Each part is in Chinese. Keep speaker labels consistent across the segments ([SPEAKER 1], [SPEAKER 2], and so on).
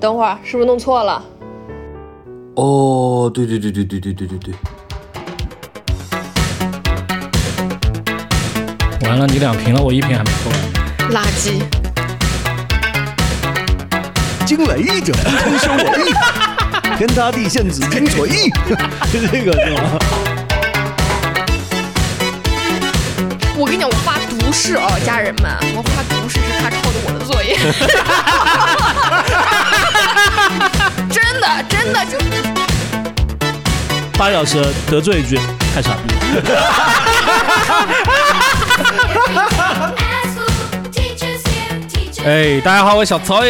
[SPEAKER 1] 等会儿是不是弄错了？
[SPEAKER 2] 哦，对对对对对对对对对，
[SPEAKER 3] 完了，你两瓶了，我一瓶还没喝完。
[SPEAKER 1] 垃圾！
[SPEAKER 4] 惊为一者，天生我意，天塌地陷，只听左意，是这个是吗？
[SPEAKER 1] 我跟你讲，我发毒誓哦，家人们，我发毒誓是他抄的我的作业。 真的，真的就
[SPEAKER 5] 八小时得罪一句，太傻逼了。
[SPEAKER 3] 哎，大家好，我是小曹哎。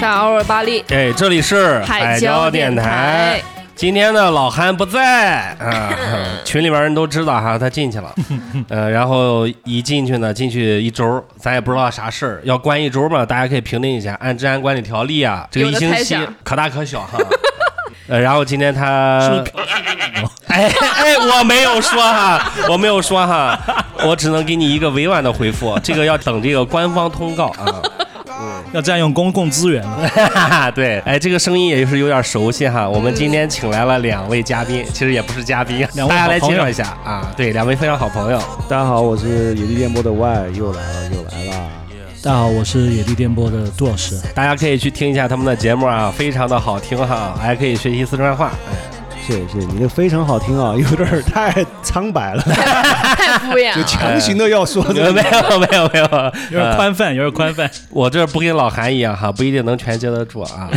[SPEAKER 1] 大偶尔巴力，
[SPEAKER 3] 哎，这里是
[SPEAKER 1] 海
[SPEAKER 3] 椒
[SPEAKER 1] 椒电
[SPEAKER 3] 台
[SPEAKER 1] 台。
[SPEAKER 3] 今天呢，老韩不在 啊，群里边人都知道哈，他进去了。呃，然后一进去呢，进去一周，咱也不知道啥事儿，要关一周嘛，大家可以评定一下，按治安管理条例啊，这个
[SPEAKER 1] 有
[SPEAKER 3] 一
[SPEAKER 1] 的
[SPEAKER 3] 星
[SPEAKER 1] 猜
[SPEAKER 3] 期
[SPEAKER 1] 想
[SPEAKER 3] 可大可小哈。呃，然后今天他
[SPEAKER 5] 是不是
[SPEAKER 3] 哎哎，我没有说哈，我没有说哈，我只能给你一个委婉的回复，这个要等这个官方通告啊。
[SPEAKER 5] 要占用公共资源的？
[SPEAKER 3] 哈哈， 对，哎，这个声音也是有点熟悉哈。我们今天请来了两位嘉宾，其实也不是嘉宾，
[SPEAKER 5] 两位
[SPEAKER 3] 大家
[SPEAKER 5] 好
[SPEAKER 3] 来
[SPEAKER 5] 朋
[SPEAKER 3] 介
[SPEAKER 5] 友
[SPEAKER 3] 绍一下啊。对，两位非常好朋友。
[SPEAKER 6] 大家好，我是野地电波的 Y，又来了，又来了。
[SPEAKER 3] 大家好，我是野地电波的杜老师，大家可以去听一下他们的节目啊，非常的好听哈，还可以学习四川话。
[SPEAKER 6] 谢谢谢谢，你这非常好听啊，有点儿太苍白了，
[SPEAKER 1] 太敷衍
[SPEAKER 6] 就
[SPEAKER 1] 了。
[SPEAKER 6] 强行的要 说
[SPEAKER 5] 哎
[SPEAKER 3] 没有没有没有没有，
[SPEAKER 5] 有点宽泛，有点宽泛。
[SPEAKER 3] 我这不跟老韩一样哈，不一定能全接得住啊。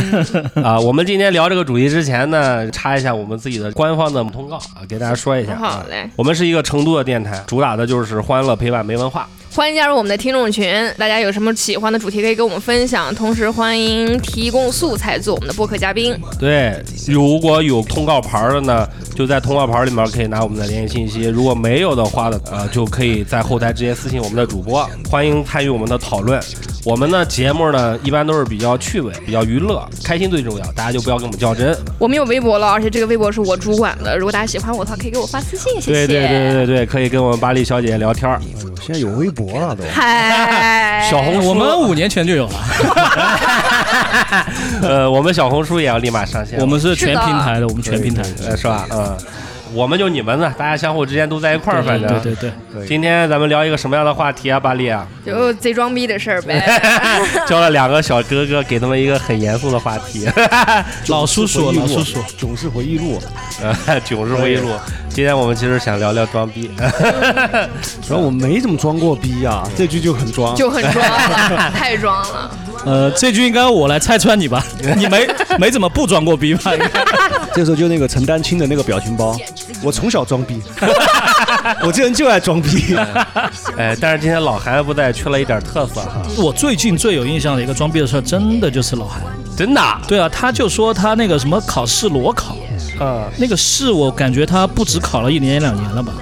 [SPEAKER 1] 嗯
[SPEAKER 3] 啊，我们今天聊这个主题之前呢，插一下我们自己的官方的通告啊，给大家说一下。
[SPEAKER 1] 好嘞，
[SPEAKER 3] 我们是一个成都的电台，主打的就是欢乐陪伴没文化。
[SPEAKER 1] 欢迎加入我们的听众群，大家有什么喜欢的主题可以跟我们分享，同时欢迎提供素材做我们的播客嘉宾。
[SPEAKER 3] 对，如果有通告牌的呢，就在通告牌里面可以拿我们的联系信息；如果没有的话呢，呃，就可以在后台直接私信我们的主播，欢迎参与我们的讨论。我们的节目呢，一般都是比较趣味、比较娱乐，开心最重要，大家就不要跟我们较真。
[SPEAKER 1] 我们有微博了，而且这个微博是我主管的，如果大家喜欢我的话，可以给我发私信，谢谢。
[SPEAKER 3] 对对对对对，可以跟我们巴黎小姐姐聊 天儿。
[SPEAKER 6] 我现在有微博了都，
[SPEAKER 1] 嗨，
[SPEAKER 3] 小红书，
[SPEAKER 5] 我们五年前就有了，
[SPEAKER 3] 呃，我们小红书也要立马上线。
[SPEAKER 5] 我们是全
[SPEAKER 1] 是的
[SPEAKER 5] 平台的，我们全平台。
[SPEAKER 3] 呃是吧？嗯，我们就你们呢，大家相互之间都在一块儿，反正
[SPEAKER 5] 对对对，
[SPEAKER 3] 今天咱们聊一个什么样的话题啊，巴黎啊？
[SPEAKER 1] 就贼装逼的事儿呗。
[SPEAKER 3] 教了两个小哥哥，给他们一个很严肃的话 题。
[SPEAKER 5] 呃老叔叔，
[SPEAKER 6] 回忆
[SPEAKER 5] 老
[SPEAKER 6] 录啊
[SPEAKER 5] 叔叔，
[SPEAKER 6] 总是回忆录。啊
[SPEAKER 3] 呃，囧是回忆录。今天我们其实想聊聊装 逼，
[SPEAKER 6] 主要我没怎么装过逼
[SPEAKER 5] 嗯
[SPEAKER 6] 呀，这句就很装。
[SPEAKER 1] 就很装 了，太装了。
[SPEAKER 5] 呃，这句应该我来拆穿你 吧？你没没怎么不装过逼吧？
[SPEAKER 6] 这时候就那个陈丹青的那个表情包，我从小 装逼，我这人就爱装逼。
[SPEAKER 3] 哎，但是今天老韩不在，缺了一点特色哈。
[SPEAKER 5] 我最近最有印象的一个装逼的事儿，真的就是老韩。
[SPEAKER 3] 真的啊，
[SPEAKER 5] 对啊，他就说他那个什么考试裸考，
[SPEAKER 3] 嗯，
[SPEAKER 5] 那个试我感觉他不止考了一年两年 了吧，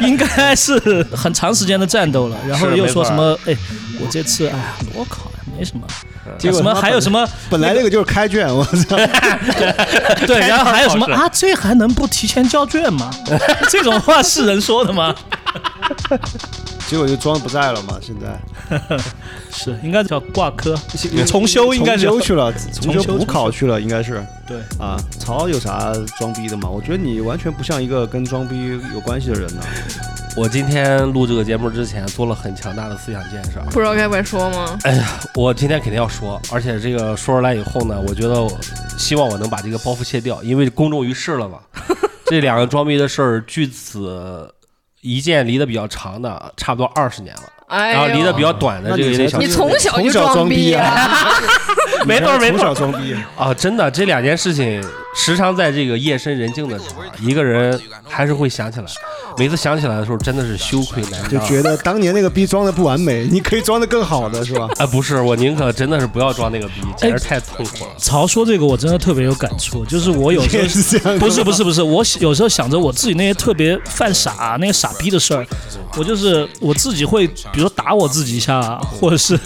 [SPEAKER 5] 应该是很长时间的战斗了。然后
[SPEAKER 3] 是
[SPEAKER 5] 又
[SPEAKER 3] 没
[SPEAKER 5] 说
[SPEAKER 3] 错嗯
[SPEAKER 5] 什么，哎，我这次哎呀裸考呀没什么，啊
[SPEAKER 6] 结果
[SPEAKER 5] 什
[SPEAKER 6] 他
[SPEAKER 5] 么
[SPEAKER 6] 妈
[SPEAKER 5] 还有什么
[SPEAKER 6] 本来那个就是开卷，我操！
[SPEAKER 5] 对，然后还有什么
[SPEAKER 3] 开卷
[SPEAKER 5] 啊？这还能不提前交卷 吗？这种话是人说的吗？
[SPEAKER 6] 结果就装不在了嘛，现在
[SPEAKER 5] 是，应该叫挂科，重修应该是
[SPEAKER 6] 重修去了，重
[SPEAKER 5] 重
[SPEAKER 6] 修
[SPEAKER 5] 修
[SPEAKER 6] 补考去了，应该是。
[SPEAKER 5] 对。
[SPEAKER 6] 啊，曹有啥装逼的吗？我觉得你完全不像一个跟装逼有关系的人呢。
[SPEAKER 3] 我今天录这个节目之前做了很强大的思想建设。哎
[SPEAKER 1] 不知道该不该说吗？
[SPEAKER 3] 我今天肯定要说，而且这个说出来以后呢，我觉得我希望我能把这个包袱卸掉，因为公众于世 了嘛。这两个装逼的事儿，距此一件离得比较长的，差不多二十年了，
[SPEAKER 1] 哎呦，
[SPEAKER 3] 然后离得比较短的
[SPEAKER 6] 那
[SPEAKER 3] 这个
[SPEAKER 6] 你
[SPEAKER 3] 也得
[SPEAKER 6] 才
[SPEAKER 3] 小
[SPEAKER 1] 你
[SPEAKER 3] 心。
[SPEAKER 1] 从小就
[SPEAKER 6] 从小
[SPEAKER 1] 装
[SPEAKER 6] 装逼
[SPEAKER 1] 啊！
[SPEAKER 3] 没错没
[SPEAKER 6] 从
[SPEAKER 3] 错
[SPEAKER 6] 小装逼，
[SPEAKER 3] 啊，真的这两件事情，时常在这个夜深人静的时候，一个人还是会想起来。每次想起来的时候，真的是羞愧难
[SPEAKER 6] 就
[SPEAKER 3] 当。
[SPEAKER 6] 觉得当年那个逼装的不完美， 你可以装的更好的是吧？
[SPEAKER 3] 啊，不是，我宁可真的是不要装那个逼，简直太痛苦了。
[SPEAKER 5] 曹说这个我真的特别有感触，就是我有时候
[SPEAKER 6] 也是这样的吗
[SPEAKER 5] 不是不是不是，我有时候想着我自己那些特别犯傻、那些傻逼的事儿，我就是我自己会，比如说打我自己一下，或者是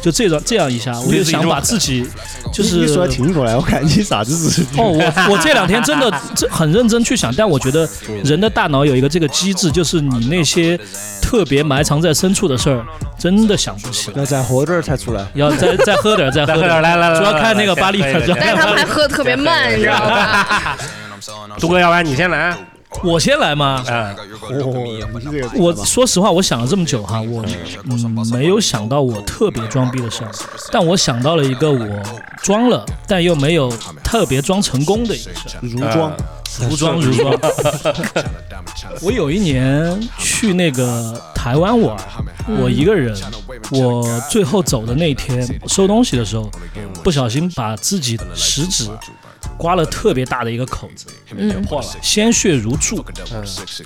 [SPEAKER 5] 就这种这样一下，我就想把自己就是
[SPEAKER 6] 你说挺过来，我看你傻子是
[SPEAKER 5] 哦，我我这两天真的这很认真去想，但我觉得人的大脑有一个这个机制，就是你那些特别埋藏在深处的事儿，真的想不起来。
[SPEAKER 6] 要再活着才出 来。
[SPEAKER 5] 要再再喝点儿，再喝
[SPEAKER 3] 喝
[SPEAKER 5] 点
[SPEAKER 3] 点
[SPEAKER 5] 儿，
[SPEAKER 3] 儿来来来
[SPEAKER 5] 主要
[SPEAKER 3] 来
[SPEAKER 5] 看
[SPEAKER 3] 来
[SPEAKER 5] 那个巴黎
[SPEAKER 3] 来来
[SPEAKER 5] 主要
[SPEAKER 1] 但
[SPEAKER 5] 看
[SPEAKER 1] 是他
[SPEAKER 5] 巴
[SPEAKER 1] 们
[SPEAKER 5] 黎
[SPEAKER 1] 还喝的特别慢，你知道吧？
[SPEAKER 3] 东哥，要不然你先来。啊
[SPEAKER 5] 我先来嘛。
[SPEAKER 3] 嗯，
[SPEAKER 6] 哦
[SPEAKER 5] 我说实话，我想了这么久哈，我嗯没有想到我特别装逼的事儿，但我想到了一个我装了但又没有特别装成功的一个事儿，
[SPEAKER 6] 如装，
[SPEAKER 5] 如装如装。 我有一年去那个台湾玩，我一个人，我最后走的那天收东西的时候，不小心把自己的食指刮了特别大的一个口子，
[SPEAKER 1] 嗯，
[SPEAKER 5] 破了，鲜血如注。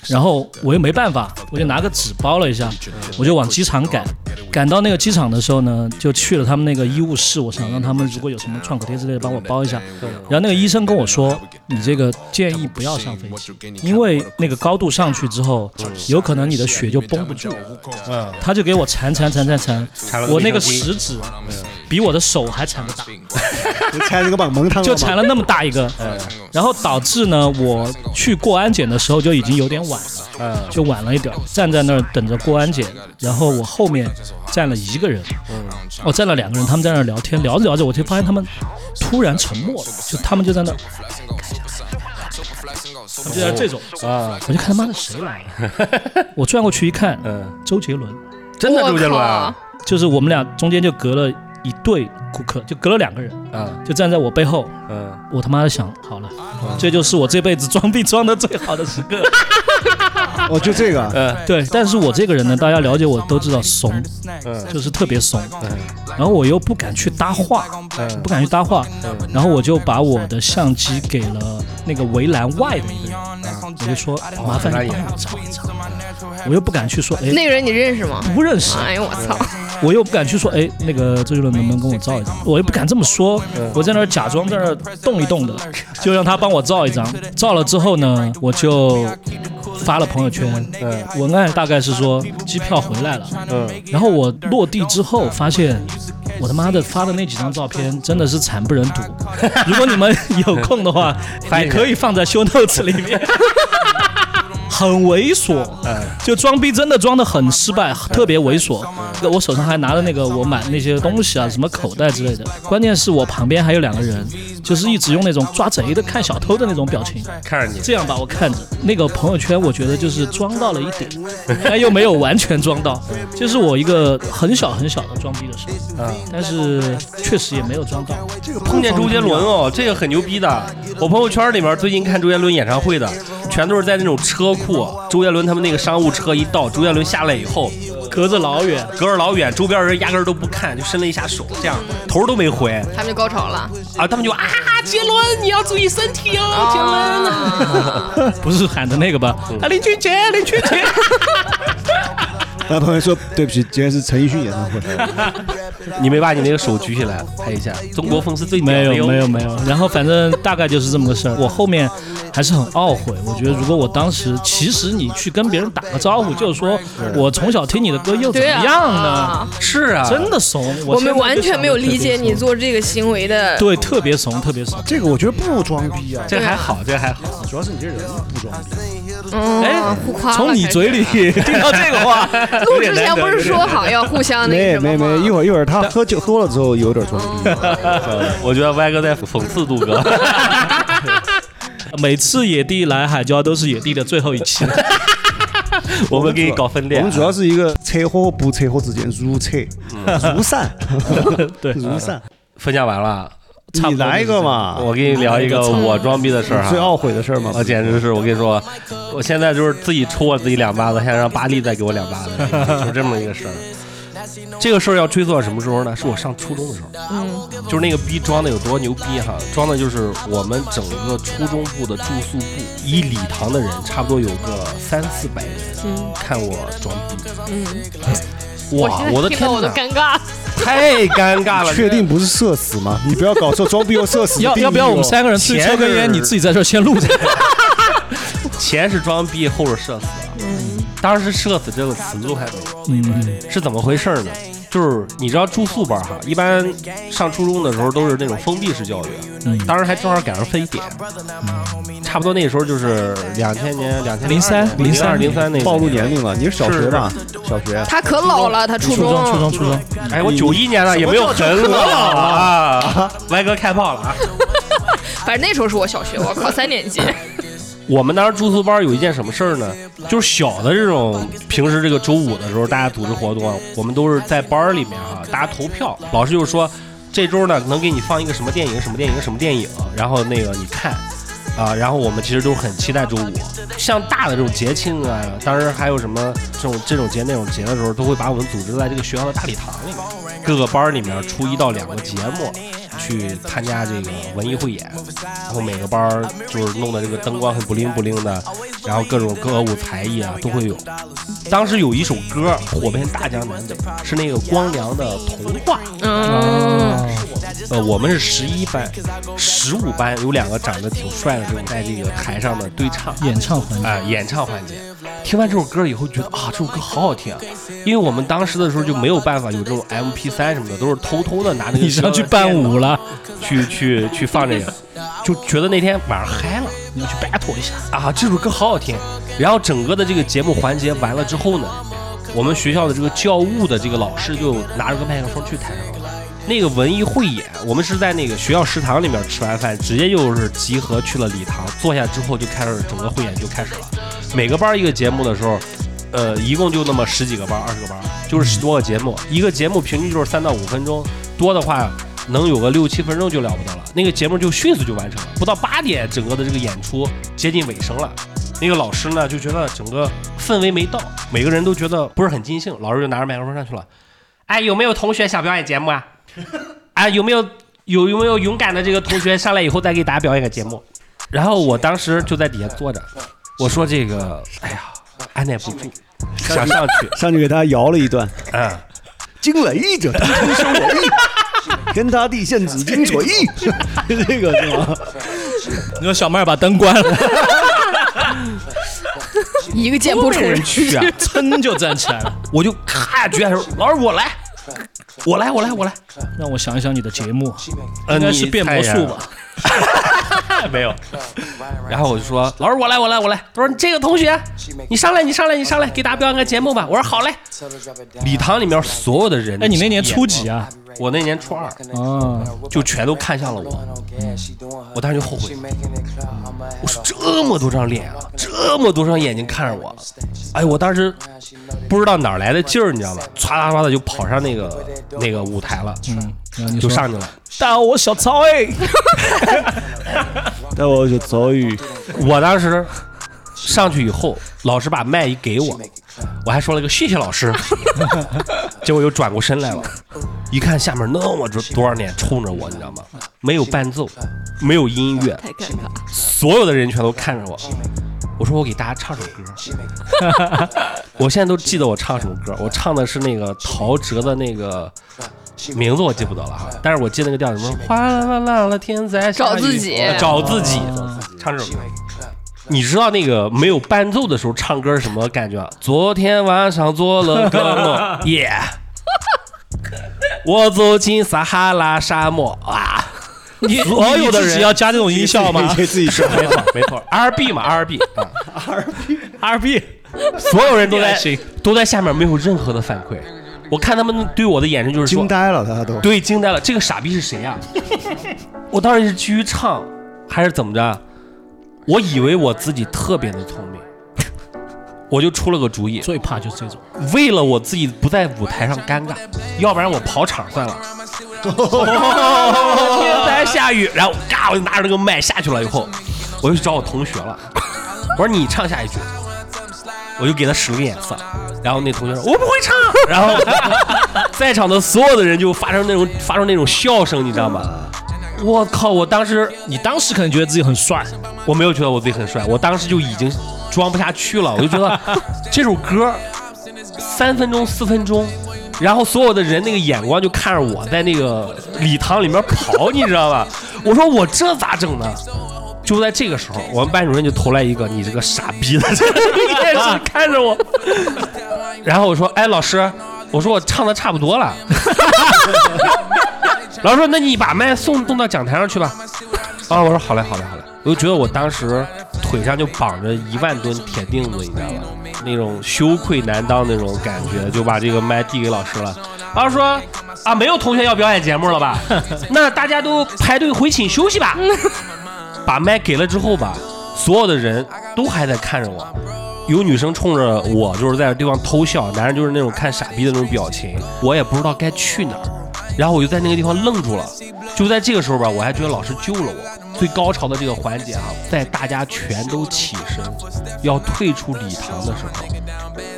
[SPEAKER 5] 然后我又没办法，我就拿个纸包了一下，我就往机场赶。赶到那个机场的时候呢，就去了他们那个医务室，我想让他们如果有什么创可贴之类的，帮我包一下。然后那个医生跟我说，你这个建议不要上飞机，因为那个高度上去之后，有可能你的血就绷不住。嗯，他就给我缠缠缠缠缠，
[SPEAKER 3] 了个
[SPEAKER 5] 我那个
[SPEAKER 3] 卫生
[SPEAKER 5] 食
[SPEAKER 3] 巾
[SPEAKER 5] 指比我的手还缠得大。
[SPEAKER 6] 你拆了个棒蒙汤
[SPEAKER 5] 就缠
[SPEAKER 6] 了
[SPEAKER 5] 了那么大一个，然后导致呢，我去过安检的时候就已经有点晚了，就晚了一点儿，站在那儿等着过安检，然后我后面站了一个人，我站了两个人，他们在那儿聊天，聊着聊着，我就发现他们突然沉默了，就他们就在那儿。他们就在这种啊，我就看他妈的谁来了，我转过去一看，周杰伦，
[SPEAKER 3] 真的
[SPEAKER 1] 我
[SPEAKER 3] 周杰伦
[SPEAKER 1] 靠
[SPEAKER 3] 啊，
[SPEAKER 5] 就是我们俩中间就隔了一对顾客，就隔了两个人，
[SPEAKER 3] 嗯
[SPEAKER 5] 就站在我背后，
[SPEAKER 3] 嗯，
[SPEAKER 5] 我他妈的想好了，这就是我这辈子装逼装的最好的时刻。
[SPEAKER 6] 嘛，哦，就这个，
[SPEAKER 5] 对，但是我这个人呢，大家了解我都知道怂，
[SPEAKER 3] 嗯
[SPEAKER 5] 就是特别怂。然后我又不敢去搭话，不敢去搭话。然后我就把我的相机给了那个围栏外的一
[SPEAKER 3] 嗯
[SPEAKER 5] 个人，我就说
[SPEAKER 3] 哦
[SPEAKER 5] 麻烦你帮我照一张。我又不敢去说，哎，
[SPEAKER 1] 那个人你认识吗？
[SPEAKER 5] 不认识。
[SPEAKER 1] 哎呦我操！
[SPEAKER 5] 我又不敢去说，哎，那个周杰伦能不能跟我照一张？我又不敢这么说，我在那儿假装在那儿动一动的，就让他帮我照一张。照了之后呢，我就发了朋友圈，呃文案大概是
[SPEAKER 3] 哦
[SPEAKER 5] 说机票回来了。
[SPEAKER 3] 嗯
[SPEAKER 5] 然后我落地之后发现。我他妈的发的那几张照片真的是惨不忍睹，如果你们有空的话，也可以放在 show notes 里面。很猥琐，就装逼真的装的很失败，特别猥琐。我手上还拿着那个我买那些东西啊，什么口袋之类的。关键是我旁边还有两个人，就是一直用那种抓贼的、看小偷的那种表情，
[SPEAKER 3] 看着你，
[SPEAKER 5] 这样把我看着。那个朋友圈，我觉得就是装到了一 点，但又没有完全装到，就是我一个很小很小的装逼的时候，但是确实也没有装到。
[SPEAKER 3] 碰见周杰伦哦，这个很牛逼的。我朋友圈里面最近看周杰伦演唱会的，全都是在那种车库，周杰伦他们那个商务车一到，周杰伦下来以后，
[SPEAKER 5] 隔着老远，
[SPEAKER 3] 隔着老远，周边人压根儿都不看，就伸了一下手，这样头都没回
[SPEAKER 1] 他们就高潮了，
[SPEAKER 3] 啊，他们就啊，杰伦你要注意身体哦，杰伦。
[SPEAKER 1] 啊！
[SPEAKER 5] 不是喊的那个吧？啊，林俊杰，林俊杰。
[SPEAKER 6] 然后朋友说对不起，今天是陈奕迅演唱会，
[SPEAKER 3] 你没把你那个手举起来拍一下，中国风是最屌
[SPEAKER 5] 没
[SPEAKER 3] 的哟
[SPEAKER 5] 有没有没有，然后反正大概就是这么个事儿。我后面还是很懊悔，我觉得如果我当时，其实你去跟别人打个招呼，就是说我从小听你的歌又怎
[SPEAKER 1] 对啊，
[SPEAKER 5] 么样呢？
[SPEAKER 3] 是啊，
[SPEAKER 5] 真的怂，
[SPEAKER 1] 我
[SPEAKER 5] 我
[SPEAKER 1] 们完全没有理解你
[SPEAKER 5] 做
[SPEAKER 1] 做这个行为的。
[SPEAKER 5] 对特别怂，特别怂。
[SPEAKER 6] 这个我觉得不装逼啊，
[SPEAKER 3] 这还好，这还好，
[SPEAKER 6] 主要是你这人不装逼。
[SPEAKER 1] 嗯，互夸
[SPEAKER 5] 哎
[SPEAKER 1] 了
[SPEAKER 5] 从你
[SPEAKER 1] 开始
[SPEAKER 5] 嘴里 听到这个话，
[SPEAKER 1] 录之前不是说好要互相那个
[SPEAKER 6] 没
[SPEAKER 1] 什么
[SPEAKER 6] 没
[SPEAKER 1] 吗
[SPEAKER 6] 没，一会儿一会儿他喝酒多了之后有点装逼。
[SPEAKER 3] 呃我觉得歪哥在讽刺杜哥。
[SPEAKER 5] 每次野地来海椒都是野地的最后一期。
[SPEAKER 3] 我们给你搞分啊裂。
[SPEAKER 6] 我们主要是一个拆和不拆和之间如拆如散，
[SPEAKER 5] 对
[SPEAKER 6] 如散。
[SPEAKER 3] 分享完了，
[SPEAKER 5] 差不多
[SPEAKER 6] 你来一个嘛，
[SPEAKER 3] 我给你聊啊一个我装逼的事儿
[SPEAKER 6] 最
[SPEAKER 3] 哈。
[SPEAKER 6] 懊悔的事儿嘛。
[SPEAKER 3] 我啊简直是，我跟你说，我现在就是自己抽我自己两巴子，现在让巴力再给我两巴子，就这么一个事儿。这个事儿要追溯到什么时候呢？是我上初中的时候，
[SPEAKER 1] 嗯
[SPEAKER 3] 就是那个逼装的有多牛逼哈，装的就是我们整个初中部的住宿部一礼堂的人，差不多有个三四百人
[SPEAKER 1] 嗯
[SPEAKER 3] 看我装逼，
[SPEAKER 1] 嗯，
[SPEAKER 3] 哇，我的
[SPEAKER 1] 听到
[SPEAKER 3] 天
[SPEAKER 1] 我都
[SPEAKER 3] 呐，
[SPEAKER 1] 尴尬。
[SPEAKER 3] 太尴尬了，
[SPEAKER 6] 确定不是社死吗？ 你不要搞错装逼和社死 的
[SPEAKER 5] 要
[SPEAKER 6] 定义
[SPEAKER 5] 要不要我们
[SPEAKER 6] 哦
[SPEAKER 5] 三个人出去抽根
[SPEAKER 3] 前
[SPEAKER 5] 烟？
[SPEAKER 3] 日
[SPEAKER 5] 你自己在这儿先 录着。
[SPEAKER 3] 前是啊装逼，后是社死。当时“社死”这个词都还没有，
[SPEAKER 5] 嗯，
[SPEAKER 3] 是怎么回事呢？就是你知道住宿班哈，一般上初中的时候都是那种封闭式教育，啊
[SPEAKER 5] 嗯
[SPEAKER 3] 当时还正好赶上非典，差不多那时候就是两千年、两千
[SPEAKER 5] 03
[SPEAKER 3] 零二、零三那
[SPEAKER 6] 暴露
[SPEAKER 3] 年。
[SPEAKER 6] 年龄了，你是小学吧？小学。
[SPEAKER 1] 他可老了，他初
[SPEAKER 5] 初中初中初中，
[SPEAKER 3] 哎，我九一年的也没有很老啊，歪哥开炮了啊！
[SPEAKER 1] 反正那时候是我小学，我考三 年级。
[SPEAKER 3] 我们当时住宿班有一件什么事儿呢？就是小的这种平时这个周五的时候，大家组织活动啊，我们都是在班儿里面哈、大家投票，老师就说这周呢能给你放一个什么电影、什么电影、什么电影，然后那个你看。啊，然后我们其实都很期待周五，像大的这种节庆啊，当时还有什么这种这种节那种节的时候，都会把我们组织在这个学校的大礼堂里面，各个班儿里面出一到两个节目，去参加这个文艺汇演，然后每个班儿就是弄的这个灯光很不灵不灵的，然后各种歌舞才艺啊都会有。当时有一首歌火遍大江南北，是那个光良的《童话》。
[SPEAKER 1] 嗯，
[SPEAKER 3] 呃，我们是十一班，十五班有两个长得挺帅的这种，在这个台上面对唱。
[SPEAKER 5] 演唱环节，
[SPEAKER 3] 啊、演唱环节。听完这首歌以后，觉得啊，这首歌好好听啊！因为我们当时的时候就没有办法有这种 MP 3什么的，都是偷偷的拿那个
[SPEAKER 5] 你上去伴舞了，
[SPEAKER 3] 去去去放这个，就觉得那天晚上嗨了，你要去 battle 一下啊！这首歌好好听。然后整个的这个节目环节完了之后呢，我们学校的这个教务的这个老师就拿着个麦克风去台上了。那个文艺汇演，我们是在那个学校食堂里面吃完饭，直接就是集合去了礼堂，坐下之后就开始整个汇演就开始了。每个班儿一个节目的时候，呃，一共就那么十几个班儿，二十个班儿，就是十多个节目，一个节目平均就是三到五分钟，多的话能有个六七分钟就了不得了。那个节目就迅速就完成了，不到八点，整个的这个演出接近尾声了。那个老师呢就觉得整个氛围没到，每个人都觉得不是很尽兴，老师就拿着麦克风上去了，哎，有没有同学想表演节目啊？ 哎，有没有有有没有勇敢的这个同学上来以后再给大家表演个节目？然后我当时就在底下坐着，我说这个，哎呀，按耐不住，想上去，
[SPEAKER 6] 上去给他摇了一段，
[SPEAKER 3] 嗯，
[SPEAKER 4] 惊雷者，通通收我意，
[SPEAKER 6] 天塌地陷，紫金锤，这个是吗？
[SPEAKER 5] 你说小妹儿把灯关了，
[SPEAKER 1] 一个箭
[SPEAKER 3] 都
[SPEAKER 1] 步出
[SPEAKER 3] 没人
[SPEAKER 1] 人。
[SPEAKER 3] 去 啊，
[SPEAKER 5] 噌就站起来了。
[SPEAKER 3] 我就咔举起来说，老师我来，我来，我来，我来，
[SPEAKER 5] 让我想一想你的节目，啊
[SPEAKER 3] 呃
[SPEAKER 5] 应该是变魔术 吧？？
[SPEAKER 3] 你没有。 然后我就说，老师我来，我来，我来。他说你这个同学，你上来，你上来，你上来，给大家表演个节目吧。我说好嘞。礼堂里面所有的人，
[SPEAKER 5] 哎，你那年初几？啊？
[SPEAKER 3] 我那年初二，
[SPEAKER 5] 啊，
[SPEAKER 3] 就全都看向了我。我当时就后悔了，我说这么多张脸啊，这么多双眼睛看着我，哎，我当时不知道哪儿来的劲儿，你知道吗？唰啦唰的就跑上那个那个舞台了，
[SPEAKER 5] 然后你
[SPEAKER 3] 就
[SPEAKER 5] 说
[SPEAKER 3] 上去了。
[SPEAKER 5] 大我小曹 哎，
[SPEAKER 6] 待会儿就遭遇
[SPEAKER 3] 我当时上去以后，老师把麦一给我，我还说了个谢谢老师，结果又转过身来了，一看下面那么多多少脸冲着我，你知道吗？没有伴奏，没有音乐，
[SPEAKER 1] 太尴尬了，
[SPEAKER 3] 所有的人全都看着我。我说我给大家唱首歌，我现在都记得我唱什么歌，我唱的是那个陶喆的那个名字我记不得了哈，但是我记得那个调什么哗啦啦啦啦天在下
[SPEAKER 1] 找
[SPEAKER 3] 雨
[SPEAKER 1] 自己
[SPEAKER 3] 呃找自己，唱这首歌。你知道那个没有伴奏的时候唱歌是什么感觉啊？昨天晚上做了个梦，耶！ 我走进撒哈拉沙漠啊！
[SPEAKER 5] 你
[SPEAKER 3] 所有的人
[SPEAKER 5] 你自己要加这种音效 吗
[SPEAKER 6] 可以自己说。
[SPEAKER 3] 没错没错，R B 嘛 R B 啊，
[SPEAKER 5] ？R B，
[SPEAKER 3] 所有人都在
[SPEAKER 5] 行
[SPEAKER 3] 都在下面没有任何的反馈。我看他们对我的眼神就是说
[SPEAKER 6] 惊，呆了，他都。
[SPEAKER 3] 对，惊呆了，这个傻逼是谁呀、啊 我当时是基于唱还是怎么着？我以为我自己特别的聪明，我就出了个主意，
[SPEAKER 5] 最怕就是这种，
[SPEAKER 3] 为了我自己不在舞台上尴尬，要不然我跑场算了。天在下雨，然后嘎，我就拿着那个麦下去了，以后我就去找我同学了，我说你唱下一句，我就给他使了个眼色，然后那同学说我不会唱，然后 在场的所有的人就发生那种发出那种笑声，你知道吗？我靠！我当时
[SPEAKER 5] 你当时可能觉得自己很帅，
[SPEAKER 3] 我没有觉得我自己很帅，我当时就已经装不下去了，我就觉得这首歌三分钟四分钟，然后所有的人那个眼光就看着我在那个礼堂里面跑，你知道吧？我说我这咋整呢？就在这个时候，我们班主任就投来一个“你这个傻逼的”，这个眼神看着我。然后我说：“哎，老师，我说我唱的差不多了。 老师说：“那你把麦送送到讲台上去吧。”啊，我说：“好嘞，好嘞，好嘞。”我就觉得我当时腿上就绑着一万吨铁钉子，你知道吧？那种羞愧难当那种感觉，就把这个麦递给老师了。老师说：“啊，没有同学要表演节目了吧？ 那大家都排队回寝休息吧。”把麦给了之后吧，所有的人都还在看着我，有女生冲着我就是在对方偷笑，男人就是那种看傻逼的那种表情，我也不知道该去哪儿，然后我就在那个地方愣住了。就在这个时候吧，我还觉得老师救了我。最高潮的这个环节啊，在大家全都起身要退出礼堂的时候，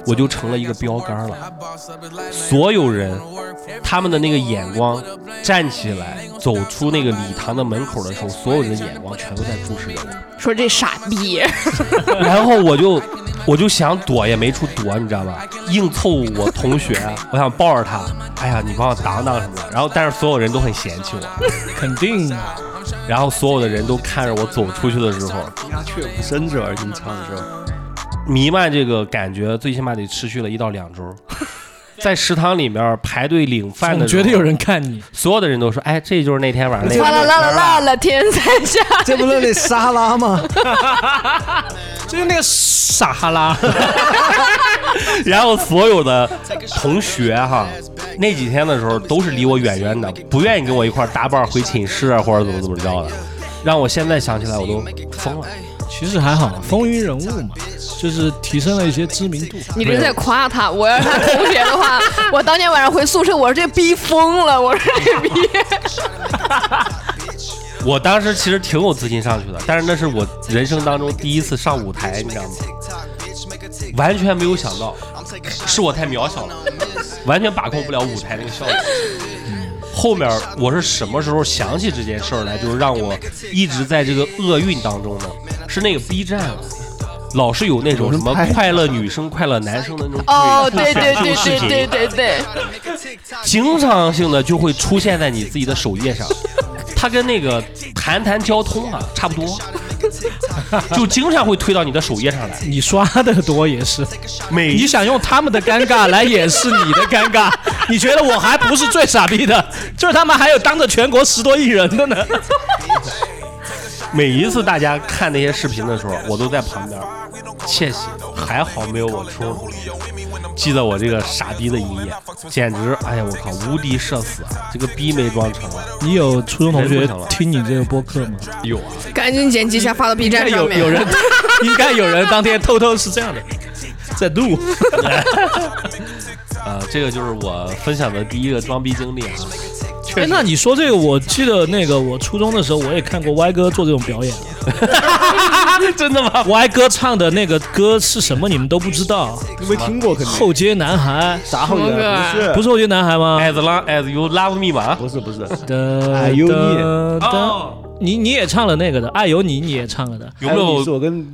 [SPEAKER 3] 我就成了一个标杆了。所有人他们的那个眼光站起来走出那个礼堂的门口的时候，所有人的眼光全都在注视着我。
[SPEAKER 1] 说这傻 逼，
[SPEAKER 3] 然后我就我就想躲也没处躲，你知道吧？硬凑我同学，啊我想抱着他，哎呀，你帮我挡挡什么的。然后但是所有人都很嫌弃我，
[SPEAKER 5] 肯定
[SPEAKER 3] 然后所有的人都看着我走出去的时候，
[SPEAKER 7] 伸着耳机唱的时候，
[SPEAKER 3] 弥漫这个感觉，最起码得持续了一到两 周。在食堂里面排队领饭
[SPEAKER 5] 总
[SPEAKER 3] 的时
[SPEAKER 5] 觉
[SPEAKER 3] 候，
[SPEAKER 5] 得有人看你。
[SPEAKER 3] 所有的人都说：“哎，这就是那天晚上那个。”
[SPEAKER 1] 哗啦啦啦啦啦，天在下。
[SPEAKER 6] 这不是那沙拉吗？
[SPEAKER 5] 就是那个撒哈拉，
[SPEAKER 3] 然后所有的同学哈，那几天的时候都是离我远远的，不愿意跟我一块儿搭伴儿回寝室啊，或者怎么怎么着的。让我现在想起来我都疯了。
[SPEAKER 5] 其实还好，风云人物嘛，就是提升了一些知名度。
[SPEAKER 1] 你这是在夸他。我要是他同学的 话，我当天晚上回宿舍，我说这逼疯了，我说这逼。
[SPEAKER 3] 我当时其实挺有自信上去的，但是那是我人生当中第一次上舞台，你知道吗？完全没有想到，是我太渺小了，完全把控不了舞台那个效果。后面我是什么时候想起这件事儿来，就是让我一直在这个厄运当中呢？是那个 B 站啊，老是有那种什么快乐女生、快乐男生的那种
[SPEAKER 1] 哦，对对
[SPEAKER 3] 选秀
[SPEAKER 1] 对
[SPEAKER 3] 视频
[SPEAKER 1] 对对对对，
[SPEAKER 3] 经常性的就会出现在你自己的首页上，它跟那个谈谈交通啊差不多，就经常会推到你的首页上来。
[SPEAKER 5] 你刷的多也是，
[SPEAKER 3] 每
[SPEAKER 5] 你想用他们的尴尬来掩饰你的尴尬，你觉得我还不是最傻逼的，就是他们还有当着全国十多亿人的呢。
[SPEAKER 3] 每一次大家看那些视频的时候，我都在旁边，窃喜，还好没有我冲突。记得我这个傻逼的一页，简直，哎呀，我靠，无敌社死啊！这个逼没装成啊，
[SPEAKER 5] 你有初中同学听你这个播客吗？
[SPEAKER 3] 有啊，
[SPEAKER 1] 赶紧剪辑一下发到 B
[SPEAKER 3] 哎
[SPEAKER 1] 站上
[SPEAKER 5] 有
[SPEAKER 1] 面。
[SPEAKER 5] 有人， 应该有人当天偷偷是这样的，在录。
[SPEAKER 3] 呃，这个就是我分享的第一个装逼经历啊。
[SPEAKER 5] 哎，那你说这个，我记得那个我初中的时候，我也看过歪哥做这种表 演。
[SPEAKER 3] 真的吗？
[SPEAKER 5] 歪哥唱的那个歌是什么？你们都不知道，
[SPEAKER 6] 你没听过，肯定
[SPEAKER 5] 后街男孩。
[SPEAKER 6] 啥后
[SPEAKER 1] 什么歌啊
[SPEAKER 6] 不是
[SPEAKER 5] 不是后街男孩吗？
[SPEAKER 3] As long as you love me 嘛。
[SPEAKER 6] 不是不是，
[SPEAKER 5] 的
[SPEAKER 6] 哎呦
[SPEAKER 5] 的的，
[SPEAKER 3] 哦，
[SPEAKER 5] 你你也唱了那个的，爱有你你也唱了的
[SPEAKER 3] 有没有
[SPEAKER 6] 哎是我跟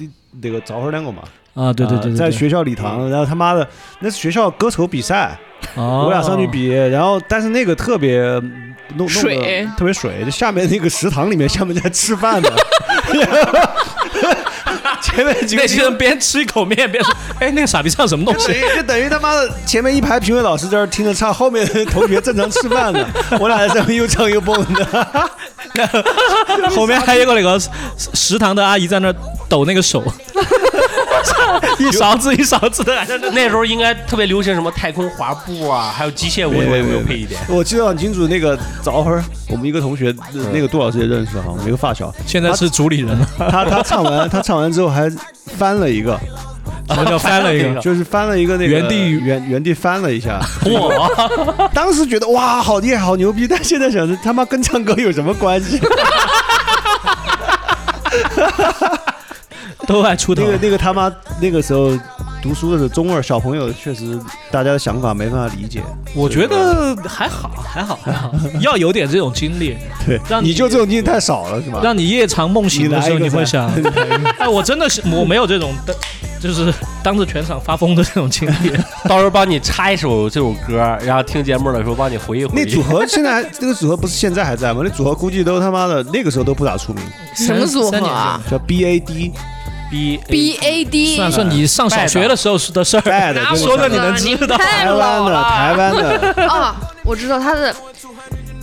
[SPEAKER 6] 那个早会两个嘛？
[SPEAKER 5] 啊，对对对对，
[SPEAKER 6] 在学校礼堂，然后他妈的那是学校歌手比赛，
[SPEAKER 5] 我
[SPEAKER 6] 我俩上去，比，然后但是那个特别嗯弄弄得
[SPEAKER 1] 水
[SPEAKER 6] 特别水，就下面那个食堂里面，下面在吃饭呢。 前面几个
[SPEAKER 5] 那些人边吃一口面边说，哎，那个傻逼唱什么东
[SPEAKER 6] 就
[SPEAKER 5] 西
[SPEAKER 6] 等？于就等于他妈的前面一排评委老师在这儿听着唱，后面同学正常吃饭呢，我俩在上面又唱又蹦的。
[SPEAKER 5] 后面还有一个那个食食堂的阿姨在那儿抖那个 手，一勺子一勺子的来着。
[SPEAKER 3] 那时候应该特别流行什么太空滑 步啊，还有机械舞，你们有没有配一点？
[SPEAKER 6] 我记得很清楚，那个早会儿我们一个同学，
[SPEAKER 5] 嗯
[SPEAKER 6] 那个杜老师也认识哈，我们一个发小，
[SPEAKER 5] 现在是主理人了，
[SPEAKER 6] 他他唱完他唱完之后还翻了一个，
[SPEAKER 5] 我叫翻了一个。
[SPEAKER 6] 就是翻了一个那个
[SPEAKER 5] 原地
[SPEAKER 6] 原原地翻了一下，
[SPEAKER 3] 我
[SPEAKER 6] 当时觉得哇好厉害好牛逼，但现在想着他妈跟唱歌有什么关系？
[SPEAKER 5] 都爱出头
[SPEAKER 6] 那。个那个他妈那个时候读书的时候，中二小朋友确实大家的想法没办法理解。
[SPEAKER 5] 我觉得还好，还好，还好，要有点这种经 历，
[SPEAKER 6] 对，
[SPEAKER 5] 让
[SPEAKER 6] 你
[SPEAKER 5] 你
[SPEAKER 6] 就这种经历太少了是吧？
[SPEAKER 5] 让你夜长梦醒的时候，
[SPEAKER 6] 你来
[SPEAKER 5] 你
[SPEAKER 6] 一个
[SPEAKER 5] 会想， 哎，我真的是我没有这种的，就是当着全场发疯的这种经 历。
[SPEAKER 3] 到时候帮你插一首这首歌，然后听节目的时候帮你回忆回
[SPEAKER 6] 那
[SPEAKER 3] 忆。
[SPEAKER 6] 组合现在还这个组合不是现在还在吗？那组合估计都他妈的那个时候都不咋出名，
[SPEAKER 1] 什么组
[SPEAKER 5] 三
[SPEAKER 1] 合
[SPEAKER 5] 年
[SPEAKER 1] 啊？
[SPEAKER 6] 叫 B A D
[SPEAKER 3] B
[SPEAKER 1] B A D，
[SPEAKER 5] 算算你上小学的时候的事儿。啊
[SPEAKER 1] 那
[SPEAKER 6] bad，真的
[SPEAKER 1] 我
[SPEAKER 3] 说的你能
[SPEAKER 1] 你
[SPEAKER 3] 知道
[SPEAKER 1] 太
[SPEAKER 6] 台湾
[SPEAKER 1] 老
[SPEAKER 6] 的，
[SPEAKER 1] 了，
[SPEAKER 6] 台湾
[SPEAKER 5] 哦
[SPEAKER 6] 的，
[SPEAKER 1] 啊，我知道他的。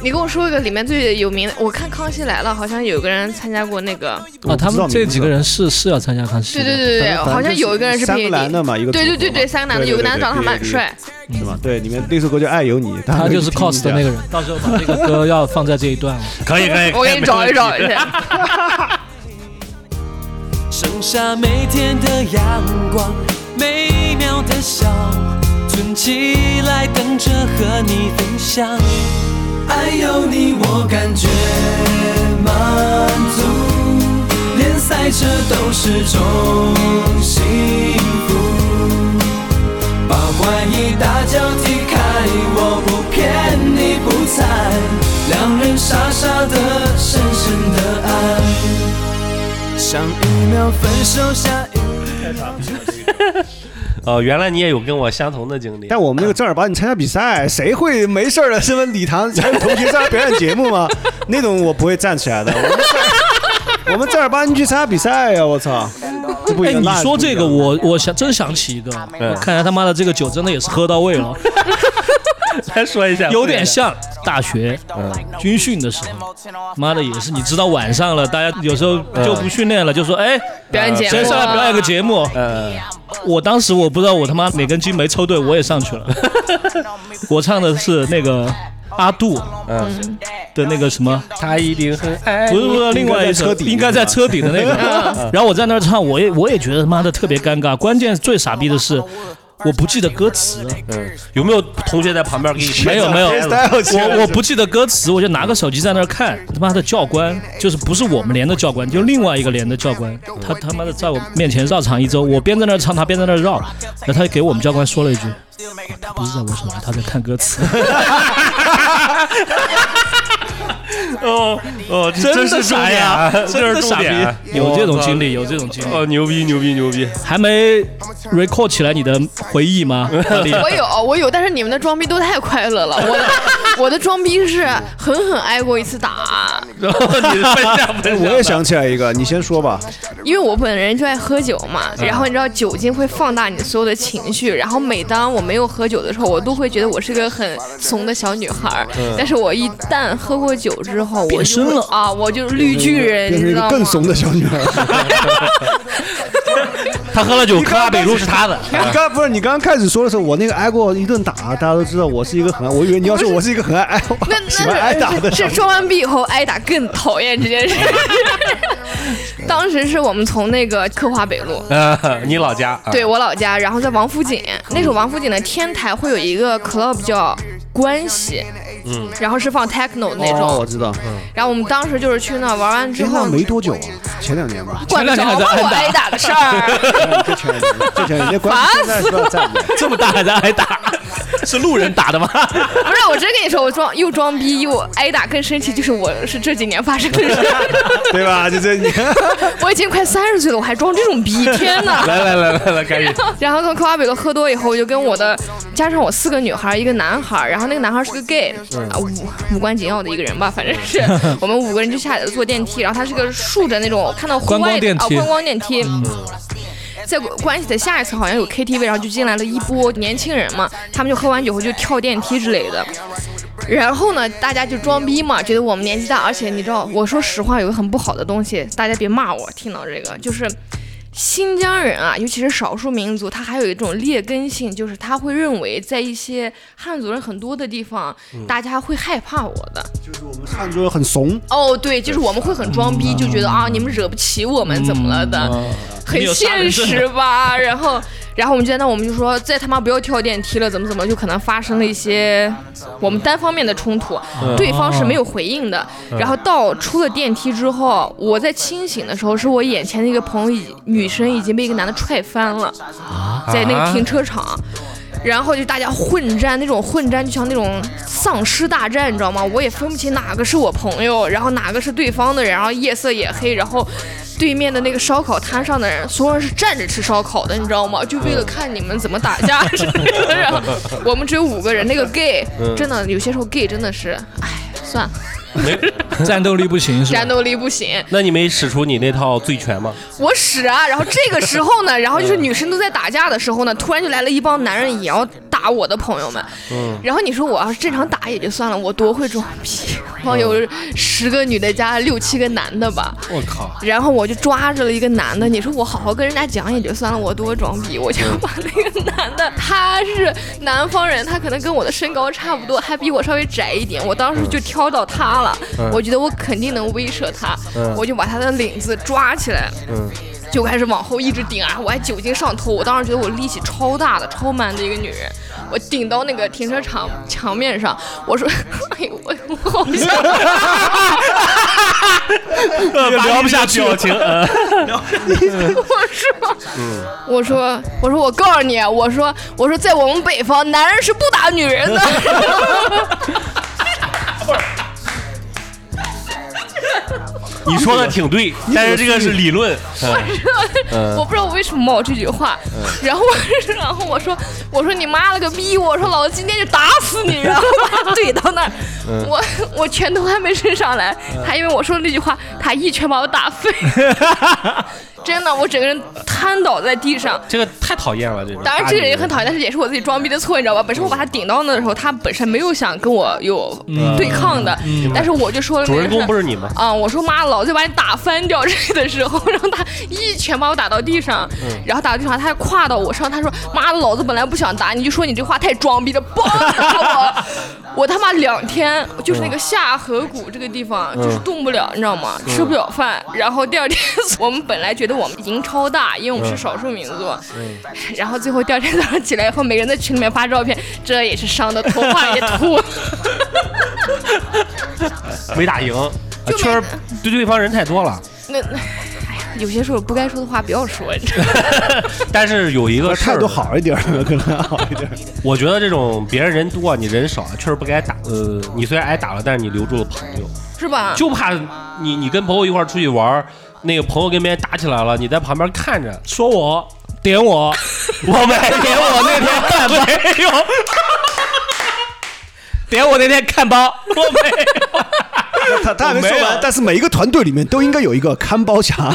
[SPEAKER 1] 你跟我说一个里面最有名的，我看《康熙来了》，好像有个人参加过那个，
[SPEAKER 5] 啊，他们这几个人是是要参加康熙
[SPEAKER 1] 对
[SPEAKER 5] 的，
[SPEAKER 1] 对对对对，
[SPEAKER 6] 反正
[SPEAKER 1] 好像有一个人是
[SPEAKER 6] 三
[SPEAKER 1] B A
[SPEAKER 6] 个男
[SPEAKER 1] D，
[SPEAKER 6] 的嘛，一个
[SPEAKER 1] 对对对对，
[SPEAKER 6] 组
[SPEAKER 1] 三个男的，
[SPEAKER 6] 对对
[SPEAKER 1] 有个男的长得还
[SPEAKER 6] 对对
[SPEAKER 1] 蛮帅，
[SPEAKER 6] 合嘛是吧？对，里面那首歌叫《爱有你》，大家
[SPEAKER 5] 他
[SPEAKER 6] 可以
[SPEAKER 5] 就是
[SPEAKER 6] 听
[SPEAKER 5] cos 的
[SPEAKER 6] 一下
[SPEAKER 5] 那个人，到时候把这个歌要放在这一段了。
[SPEAKER 3] 可以可 以，
[SPEAKER 1] 我给你找一找去。
[SPEAKER 8] 剩下每天的阳光，每秒的笑，存起来等着和你分享。爱有你，我感觉满足，连赛车都是种幸福。把怀疑大脚踢开，我不骗你不猜，两人傻傻的、深深的爱。上一秒分手，下一
[SPEAKER 3] 呃，原来你也有跟我相同的经历，
[SPEAKER 6] 但我们那个正儿八经参加比赛，谁会没事儿的？什么礼堂还有同学参加表演节目吗？那种我不会站起来的。我们正儿我们正儿八经去参加比赛呀、我操！这不一
[SPEAKER 5] 哎，
[SPEAKER 6] 样
[SPEAKER 5] 你
[SPEAKER 6] 那
[SPEAKER 5] 说
[SPEAKER 6] 不一
[SPEAKER 5] 这
[SPEAKER 6] 样
[SPEAKER 5] 个，我我想真想起一个，
[SPEAKER 3] 嗯
[SPEAKER 5] 看来他妈的这个酒真的也是喝到位了，
[SPEAKER 3] 再说一下，
[SPEAKER 5] 有点像大学军训的时候，妈的也是，你知道晚上了，大家有时候就不训练了，就说哎，
[SPEAKER 1] 表演节目，啊
[SPEAKER 5] 谁上来表演个节目？
[SPEAKER 3] 呃，
[SPEAKER 5] 我当时我不知道我他妈哪根筋没抽对，我也上去了。我唱的是那个阿杜
[SPEAKER 3] 嗯，
[SPEAKER 5] 的那个什么，
[SPEAKER 3] 他一定很爱
[SPEAKER 5] 不是不是另外一
[SPEAKER 6] 哎应该在
[SPEAKER 5] 首
[SPEAKER 6] 车，底啊
[SPEAKER 5] 应该在车底的那 个。 然后我在那儿唱，我也我也觉得他妈的特别尴尬。关键最傻逼的是，我不记得歌词。
[SPEAKER 3] 嗯，有没有同学在旁边给你
[SPEAKER 5] 没有没有，我
[SPEAKER 6] 我
[SPEAKER 5] 我不记得歌词，我就拿个手机在那儿看。他妈的教官就是不是我们连的教官，就另外一个连的教官，他他妈的在我面前绕场一周，我边在那儿唱，他边在那儿绕，然后他就给我们教官说了一句。哦他不是在我手机，他在看歌词。
[SPEAKER 3] 哦哦，
[SPEAKER 5] 真
[SPEAKER 3] 啊 真
[SPEAKER 5] 的
[SPEAKER 3] 傻
[SPEAKER 5] 傻
[SPEAKER 3] 呀
[SPEAKER 5] 呀，
[SPEAKER 3] 这
[SPEAKER 5] 真
[SPEAKER 3] 是
[SPEAKER 5] 的
[SPEAKER 3] 重
[SPEAKER 5] 傻逼
[SPEAKER 3] 点，啊
[SPEAKER 5] 有这种经历，有这种经历，
[SPEAKER 3] 哦，牛逼牛逼牛逼！
[SPEAKER 5] 还没 record 起来你的回忆 吗？老李
[SPEAKER 1] 我有，哦我有，但是你们的装逼都太快乐了。我的我的装逼是狠狠挨过一次打，
[SPEAKER 3] 然后你分享
[SPEAKER 6] 哎
[SPEAKER 3] 分
[SPEAKER 6] 我
[SPEAKER 3] 享，
[SPEAKER 6] 也想起来一个，你先说吧。
[SPEAKER 1] 因为我本人就爱喝酒嘛。
[SPEAKER 6] 嗯
[SPEAKER 1] 然后你知道酒精会放大你所有的情绪，然后每当我没有喝酒的时候，我都会觉得我是个很怂的小女孩儿。
[SPEAKER 6] 嗯
[SPEAKER 1] 但是我一旦喝过酒之后，我
[SPEAKER 5] 变
[SPEAKER 1] 就
[SPEAKER 5] 身
[SPEAKER 1] 会
[SPEAKER 5] 了
[SPEAKER 1] 啊，我就是绿巨人，
[SPEAKER 6] 变
[SPEAKER 1] 你
[SPEAKER 6] 成一
[SPEAKER 1] 知
[SPEAKER 6] 个
[SPEAKER 1] 道
[SPEAKER 6] 更
[SPEAKER 1] 吗？
[SPEAKER 6] 怂的小女孩。
[SPEAKER 3] 他喝了酒，科拉北路是他的，
[SPEAKER 6] 你 刚不是你刚刚开始说的时候，我那个挨过一顿打，大家都知道我是一个很爱，我以为你要说我是一个很爱挨
[SPEAKER 1] 那
[SPEAKER 6] 喜欢挨打
[SPEAKER 1] 那
[SPEAKER 6] 的
[SPEAKER 1] 是是
[SPEAKER 6] 小女孩。
[SPEAKER 1] 装完逼以后挨打更讨厌这 件事。当时是我们从那个科华北路，
[SPEAKER 3] 呃，你老家啊
[SPEAKER 1] 对我老家，然后在王府井，那时候王府井的天台会有一个 club 叫关系，嗯，然后是放 techno 的那种，
[SPEAKER 6] 哦，我知道。
[SPEAKER 1] 然后我们当时就是去那玩完之
[SPEAKER 6] 哎，
[SPEAKER 1] 后
[SPEAKER 6] 那，没多久啊，前两 年吧，
[SPEAKER 1] 管得着
[SPEAKER 5] 前两天
[SPEAKER 1] 吗
[SPEAKER 5] 还在
[SPEAKER 1] 我
[SPEAKER 5] 挨打
[SPEAKER 1] 挨打的事儿？
[SPEAKER 6] 就前两年，就前两年，关系现在是不要站的。
[SPEAKER 5] 这么大还在挨打， 是路人打的吗？
[SPEAKER 1] 不是，我真跟你说，我装又装逼又挨打，更生气就是我是这几年发生的事儿，
[SPEAKER 6] 对吧？就这你 看，
[SPEAKER 1] 我已经快三十岁了，我还装这种逼，天哪！
[SPEAKER 3] 来来来来来，赶紧
[SPEAKER 1] 然后从科华北路喝多以后，我就跟我的加上我四个女孩一个男孩，然后那个男孩是个 gay，、啊五五官紧要的一个人吧，反正是我们五个人就下来坐电梯，然后他是个竖着那种看到户
[SPEAKER 5] 观光
[SPEAKER 1] 外的
[SPEAKER 5] 电梯
[SPEAKER 1] 啊观光电梯。在关系的下一层好像有 KTV，然后就进来了一波年轻人嘛，他们就喝完酒后就跳电梯之类的。然后呢，大家就装逼嘛，觉得我们年纪大，而且你知道，我说实话，有个很不好的东西，大家别骂我，听到这个就是。新疆人啊，尤其是少数民族，他还有一种劣根性，就是他会认为在一些汉族人很多的地方，大家会害怕我的。
[SPEAKER 6] 就是我们汉族人很怂，
[SPEAKER 1] 哦，对，就是我们会很装逼，就觉得啊，你们惹不起我们，怎么了的，很
[SPEAKER 5] 嗯你有杀
[SPEAKER 1] 现
[SPEAKER 5] 人证
[SPEAKER 1] 实吧？然后，然后我们就在那，我们就说再他妈不要跳电梯了，怎么怎么，就可能发生了一些我们单方面的冲突，
[SPEAKER 5] 嗯
[SPEAKER 1] 对方是
[SPEAKER 5] 哦
[SPEAKER 1] 没有回应的。然后到出了电梯之后，我在清醒的时候，是我眼前的一个朋友已女生已经被一个男的踹翻了，
[SPEAKER 5] 啊
[SPEAKER 1] 在那个停车场。然后就大家混战，那种混战就像那种丧尸大战，你知道吗？我也分不清哪个是我朋友，然后哪个是对方的人，然后夜色也黑，然后对面的那个烧烤摊上的人，所有人是站着吃烧烤的，你知道吗？ 就为了看你们怎么打架之类的。然后我们只有五个人，那个 gay 真的有些时候 gay 真的是，哎，算了，
[SPEAKER 5] 战斗力不行是吧
[SPEAKER 1] 战？斗力不行。
[SPEAKER 3] 那你没使出你那套醉拳吗？
[SPEAKER 1] 我使啊，然后这个时候呢，然后就是女生都在打架的时候呢，突然就来了一帮男人也要打我的朋友们。然后你说我要是正常打也就算了，我多会装逼，光有十个女的加六七个男的吧。
[SPEAKER 3] 我靠！
[SPEAKER 1] 然后我就抓着了一个男的，你说我好好跟人家讲也就算了，我多装逼，我就把那个男的，他是南方人，他可能跟我的身高差不多，还比我稍微窄一点，我当时就挑到他了，我觉得我肯定能威慑他，我就把他的领子抓起来，就开始往后一直顶，啊然后我还酒精上头，我当时觉得我力气超大的、超 man 的一个女人，我顶到那个停车场墙面上，我说， 哎呦，我我好想。
[SPEAKER 3] 聊不下去了，情。 呃
[SPEAKER 1] 我说，我说，我说，我告诉你，我说，我说，在我们北方，男人是不打女人的。
[SPEAKER 3] 你说的挺对，但是这个是理论。呃
[SPEAKER 1] 我不知道为什么冒这句话，然后 我，然后我说，我说你妈了个逼！我说老子今天就打死你！然后 把他怼到那儿，我我拳头还没伸上来，他因为我说那句话，他一拳把我打飞。真的，我整个人瘫倒在地上，
[SPEAKER 3] 这个太讨厌了，这种。
[SPEAKER 1] 当然，这个也很讨厌，但是也是我自己装逼的错，你知道吧？本身我把他顶到那的时候，他本身没有想跟我有对抗的，但是我就说了那
[SPEAKER 3] 主
[SPEAKER 1] 个
[SPEAKER 3] 人
[SPEAKER 1] 事
[SPEAKER 3] 公
[SPEAKER 1] 儿
[SPEAKER 3] 不 是你吗？
[SPEAKER 1] 啊、我说妈，老子把你打翻掉这的时候， 然后他一拳把我打到地上，然后打到地上，他还跨到我上，他说妈，老子本来不想打你，就说你这话太装逼了，嘣打我。我他妈两天就是那个下颌骨这个地方就是动不了，你知道吗？吃不了饭。然后第二天 我们本来觉得我们赢超大，因为我们是少数民族。 然后最后第二天早上起来以后，每个人在群里面发照片，这也是伤的，头发也秃。
[SPEAKER 3] 没打赢，
[SPEAKER 1] 啊就没
[SPEAKER 3] 确实对对方人太 多了。
[SPEAKER 1] 那，那哎呀，有些时候不该说的话不要说，你知道吗。
[SPEAKER 3] 但是有一个事
[SPEAKER 6] 态
[SPEAKER 3] 儿
[SPEAKER 6] 度，好一点儿，可能好一点儿。
[SPEAKER 3] 我觉得这种别人人多你人少，确实不该打。呃，你虽然挨打了，但是你留住了朋友，
[SPEAKER 1] 是吧？
[SPEAKER 3] 就怕你你跟朋友一块儿出去玩儿，那个朋友跟别人打起来了，你在旁边看着，
[SPEAKER 5] 说我点我，
[SPEAKER 3] 我没给我那天看 没有，
[SPEAKER 5] 点我那天看包，
[SPEAKER 3] 我没
[SPEAKER 6] 他他还没说
[SPEAKER 3] 没
[SPEAKER 6] 完
[SPEAKER 3] 有，
[SPEAKER 6] 但是每一个团队里面都应该有一个看包 侠。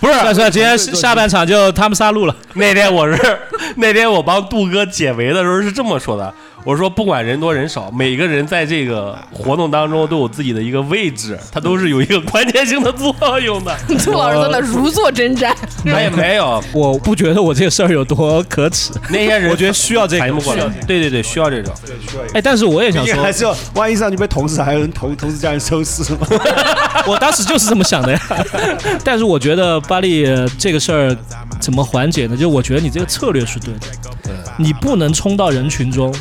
[SPEAKER 5] 不是， 算算，今天下半场就他们仨录了。
[SPEAKER 3] 那天我是那天我帮杜哥解围的时候是这么说的，我说不管人多人少，每个人在这个活动当中都有自己的一个位置，它都是有一个关键性的作 用的。
[SPEAKER 1] 杜老师
[SPEAKER 5] 呃
[SPEAKER 1] 在那如坐针毡，
[SPEAKER 3] 他也没有
[SPEAKER 5] 我不觉得我这个事儿有多可耻，
[SPEAKER 3] 那些人，
[SPEAKER 5] 我觉得需要这
[SPEAKER 3] 反应
[SPEAKER 5] 个，
[SPEAKER 3] 不过来。对对对，需要这种。
[SPEAKER 5] 哎，但是我也想
[SPEAKER 6] 你
[SPEAKER 5] 说，
[SPEAKER 6] 还是要，万一上去被同事还有人同同事家人收拾 吗？
[SPEAKER 5] 我当时就是这么想的呀。 但是我觉得巴黎呃这个事儿怎么缓解呢？就我觉得你这个策略是对的，你不能冲到人群中，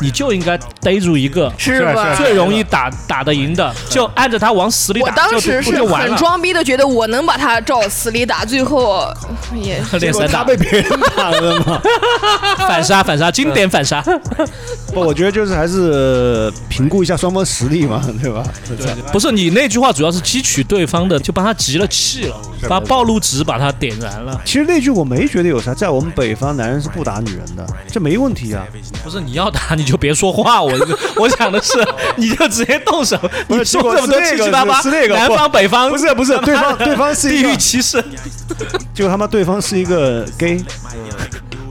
[SPEAKER 5] 你就应该逮住一个。
[SPEAKER 1] 是啊吧？
[SPEAKER 5] 最容易打打得赢的，就按着他往死里打，
[SPEAKER 1] 我当
[SPEAKER 5] 就就
[SPEAKER 1] 时
[SPEAKER 5] 是就完
[SPEAKER 1] 很
[SPEAKER 5] 了。
[SPEAKER 1] 装逼的，觉得我能把他照死里打，最 后也
[SPEAKER 5] 练散
[SPEAKER 6] 他
[SPEAKER 5] 打，
[SPEAKER 6] 被别人打了吗？
[SPEAKER 5] 反杀，反杀，经典反杀。
[SPEAKER 6] 不，我觉得就是还是评估一下双方实力嘛， 对吧？
[SPEAKER 5] 不是你那句话，主要是吸取对方的，就把他急了气了，把暴露值把他点燃了。
[SPEAKER 6] 其实那句我没觉得有啥，在我们北方男人是不打女人的，这没问题啊。
[SPEAKER 5] 不是你要打你就别说话，我我想的是 你就直接动手，你
[SPEAKER 6] 是
[SPEAKER 5] 说这么多
[SPEAKER 6] 结
[SPEAKER 5] 七七
[SPEAKER 6] 果是
[SPEAKER 5] 八八，
[SPEAKER 6] 是那个
[SPEAKER 5] 南
[SPEAKER 6] 不
[SPEAKER 5] 方北方
[SPEAKER 6] 不是不是，对 方对方是
[SPEAKER 5] 地
[SPEAKER 6] 一
[SPEAKER 5] 域
[SPEAKER 6] 个，
[SPEAKER 5] 歧视，
[SPEAKER 6] 就他妈对方是一个 gay，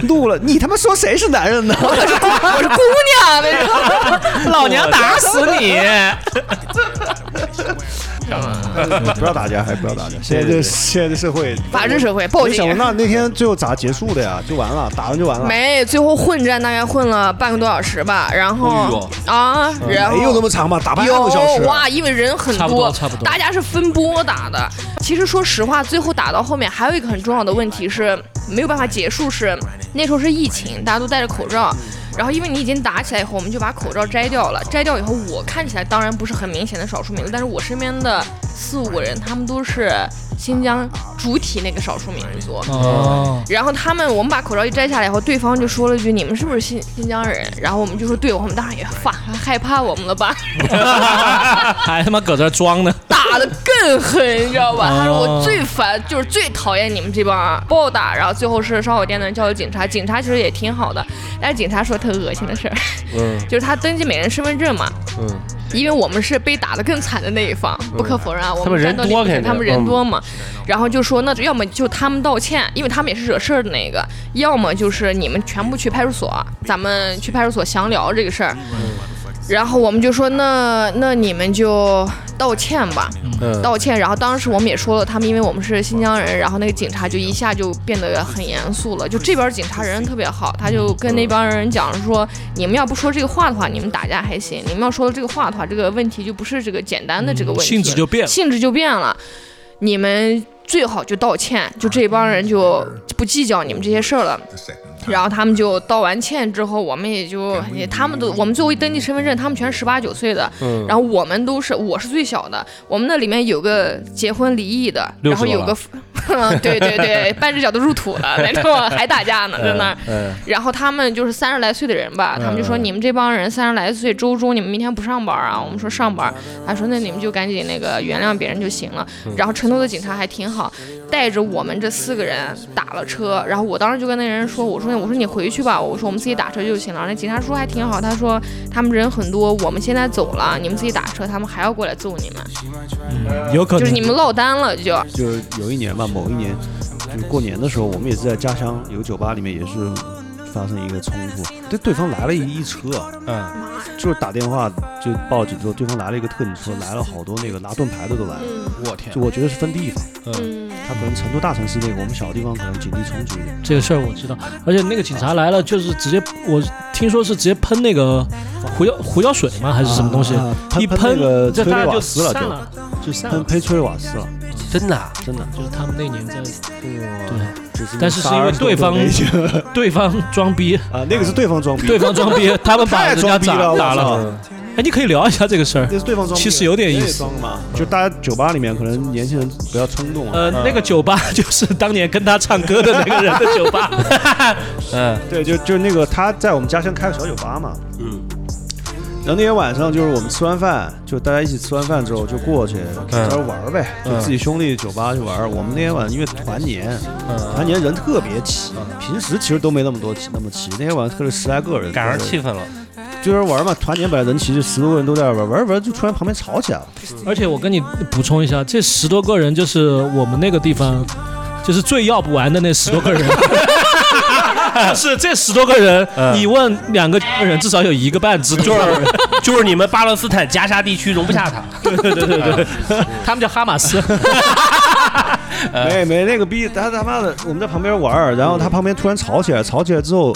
[SPEAKER 6] 怒了，你他妈说谁是男人呢？
[SPEAKER 1] 我是姑娘啊那 种。
[SPEAKER 5] 老娘打死你！
[SPEAKER 6] 不要打架，还不要打架。现在这现在这社会，
[SPEAKER 1] 法治社会报
[SPEAKER 6] 我
[SPEAKER 1] 警
[SPEAKER 6] 想过那那天最后咋结束的呀？就完了，打完就完了。
[SPEAKER 1] 没，最后混战大概混了半个多小时吧，然
[SPEAKER 5] 哎
[SPEAKER 1] 后啊，然后
[SPEAKER 6] 没有那么长吧？打半个
[SPEAKER 1] 有
[SPEAKER 6] 多小时。
[SPEAKER 1] 哇，因为人很
[SPEAKER 5] 差不多差不多
[SPEAKER 1] 大家是分波打的。其实说实话，最后打到后面还有一个很重要的问题是没有办法结束是，那时候是疫情，大家都戴着口罩。然后，因为你已经打起来以后，我们就把口罩摘掉了。摘掉以后，我看起来当然不是很明显的少数民族，但是我身边的四五个人，他们都是新疆主体那个少数民族。
[SPEAKER 5] 哦，
[SPEAKER 1] 然后他们，我们把口罩一摘下来以后，对方就说了一句：“你们是不是新新疆人？”然后我们就说：“对，我们当然也发害怕我们了吧。”
[SPEAKER 5] 还他妈搁这装呢，
[SPEAKER 1] 打的更狠，你知道吧？
[SPEAKER 5] 哦
[SPEAKER 1] 他说我最烦，就是最讨厌你们这帮暴打，然后最后是烧烤店的人叫了警察，警察其实也
[SPEAKER 3] 嗯
[SPEAKER 1] 挺好的，但是警察说特恶心的事儿，就是他登记每人身份证嘛，因为我们是被打得更惨的那一方，不可否认啊，我
[SPEAKER 3] 他们人
[SPEAKER 1] 战斗力
[SPEAKER 3] 多
[SPEAKER 1] 不行
[SPEAKER 3] 肯定
[SPEAKER 1] 他们人多嘛。然后就说，那要么就他们道歉，因为他们也是惹事儿的那个；要么就是你们全部去派出所，咱们去派出所详聊这个事儿。
[SPEAKER 3] 嗯
[SPEAKER 1] 然后我们就说，那那你们就道歉吧，
[SPEAKER 3] 嗯
[SPEAKER 1] 道歉。然后当时我们也说了，他们因为我们是新疆人，然后那个警察就一下就变得很严肃了。就这边警察人特别好，他就跟那帮人讲说，你们要不说这个话的话，你们打架还行；你们要说这个话的话，这个问题就不是这个简单的这个问题，
[SPEAKER 5] 性嗯质就变了。
[SPEAKER 1] 性质就变了。你们最好就道歉，就这帮人就不计较你们这些事儿了。
[SPEAKER 3] 嗯
[SPEAKER 1] 然后他们就道完歉之后，我们也就也他们都我们最后一登记身份证，他们全是十八九岁的，
[SPEAKER 3] 嗯
[SPEAKER 1] 然后我们都是我是最小的，我们那里面有个结婚离异的，
[SPEAKER 3] 60
[SPEAKER 1] 然后有个 对对 对，半只脚都入土了那种，还打架呢在那儿。
[SPEAKER 3] 嗯
[SPEAKER 1] 然后他们就是三十来岁的人吧，他们就说
[SPEAKER 3] 嗯
[SPEAKER 1] 你们这帮人三十来岁，周中你们明天不上班啊？我们说上班，他说那你们就赶紧那个原谅别人就行了。
[SPEAKER 3] 嗯
[SPEAKER 1] 然后成都的警察还挺好，带着我们这四个人打了车，然后我当时就跟那人说，我说我说你回去吧，我说我们自己打车就行了。那警察叔还挺好，他说他们人很多，我们现在走了，你们自己打车，他们还要过来揍你们，
[SPEAKER 5] 有可能
[SPEAKER 1] 就是你们落单了就。
[SPEAKER 6] 就是有一年吧，某一年，就是过年的时候，我们也是在家乡有个酒吧里面也是发生一个冲突，对对方来了一一车，
[SPEAKER 3] 嗯
[SPEAKER 6] 就是打电话就报警之后，对方来了一个特警车，来了好多那个拿盾牌的都来了，
[SPEAKER 3] 我天
[SPEAKER 6] 就我觉得是分地方，
[SPEAKER 1] 嗯
[SPEAKER 6] 他可能成都大城市那个，我们小地方可能警力充足一点，
[SPEAKER 5] 这个事儿我知道，而且那个警察来了，就是直接我听说是直接喷那个胡椒胡椒水吗？还是什么东西？
[SPEAKER 6] 哦啊
[SPEAKER 5] 一
[SPEAKER 6] 喷那个
[SPEAKER 5] 这
[SPEAKER 6] 催
[SPEAKER 5] 大
[SPEAKER 6] 泪
[SPEAKER 5] 家
[SPEAKER 6] 瓦
[SPEAKER 5] 就
[SPEAKER 6] 斯
[SPEAKER 5] 散
[SPEAKER 6] 了，
[SPEAKER 5] 了，就散
[SPEAKER 6] 就
[SPEAKER 5] 了
[SPEAKER 6] 喷，喷催泪瓦斯了，
[SPEAKER 3] 真的啊
[SPEAKER 6] 真的。
[SPEAKER 5] 就是他们那年在对
[SPEAKER 6] 就是
[SPEAKER 5] 但是是
[SPEAKER 6] 杀
[SPEAKER 5] 因为
[SPEAKER 6] 人
[SPEAKER 5] 对方
[SPEAKER 6] 动手那些
[SPEAKER 5] 对方装逼，
[SPEAKER 6] 啊，那个是对方装逼，
[SPEAKER 5] 对方装逼，他们把
[SPEAKER 6] 太
[SPEAKER 5] 人家
[SPEAKER 6] 装逼
[SPEAKER 5] 打
[SPEAKER 6] 了，
[SPEAKER 5] 打
[SPEAKER 6] 我
[SPEAKER 5] 了。
[SPEAKER 6] 操
[SPEAKER 3] 嗯
[SPEAKER 5] 哎，你可以聊一下这个事儿。
[SPEAKER 6] 那是对方装逼，
[SPEAKER 5] 其实有点意思
[SPEAKER 6] 这也装嘛，就大家酒吧里面可能年轻人不要冲动啊。
[SPEAKER 5] 呃，那个酒吧就是当年跟他唱歌的那个人的酒吧，
[SPEAKER 3] 嗯
[SPEAKER 6] 对，就就那个他在我们家乡开个小酒吧嘛，
[SPEAKER 3] 嗯
[SPEAKER 6] 然后那天晚上就是我们吃完饭，就大家一起吃完饭之后就过去
[SPEAKER 3] 嗯
[SPEAKER 6] 在那玩儿呗，就自己兄弟酒吧去玩儿。我们那天晚上因为团年，
[SPEAKER 3] 嗯
[SPEAKER 6] 团年人特别齐，平时其实都没那么多齐那么齐，那天晚上特别十来个人，
[SPEAKER 3] 赶上气氛了，
[SPEAKER 6] 就是玩儿嘛。团年本来人齐，就十多个人都在玩儿，玩儿玩儿就突然旁边吵起来了。
[SPEAKER 5] 而且我跟你补充一下，这十多个人就是我们那个地方，就是最要不完的那十多个人。就是这十多个人，
[SPEAKER 3] 嗯
[SPEAKER 5] 你问两个人，至少有一个半知道。
[SPEAKER 3] 就是 就是你们巴勒斯坦加沙地区容不下他， 啊
[SPEAKER 5] 对对对对对，他们叫哈马斯。
[SPEAKER 6] 没没那个逼，他他妈的，我们在旁边玩儿，然后他旁边突然吵起来，吵起来之后，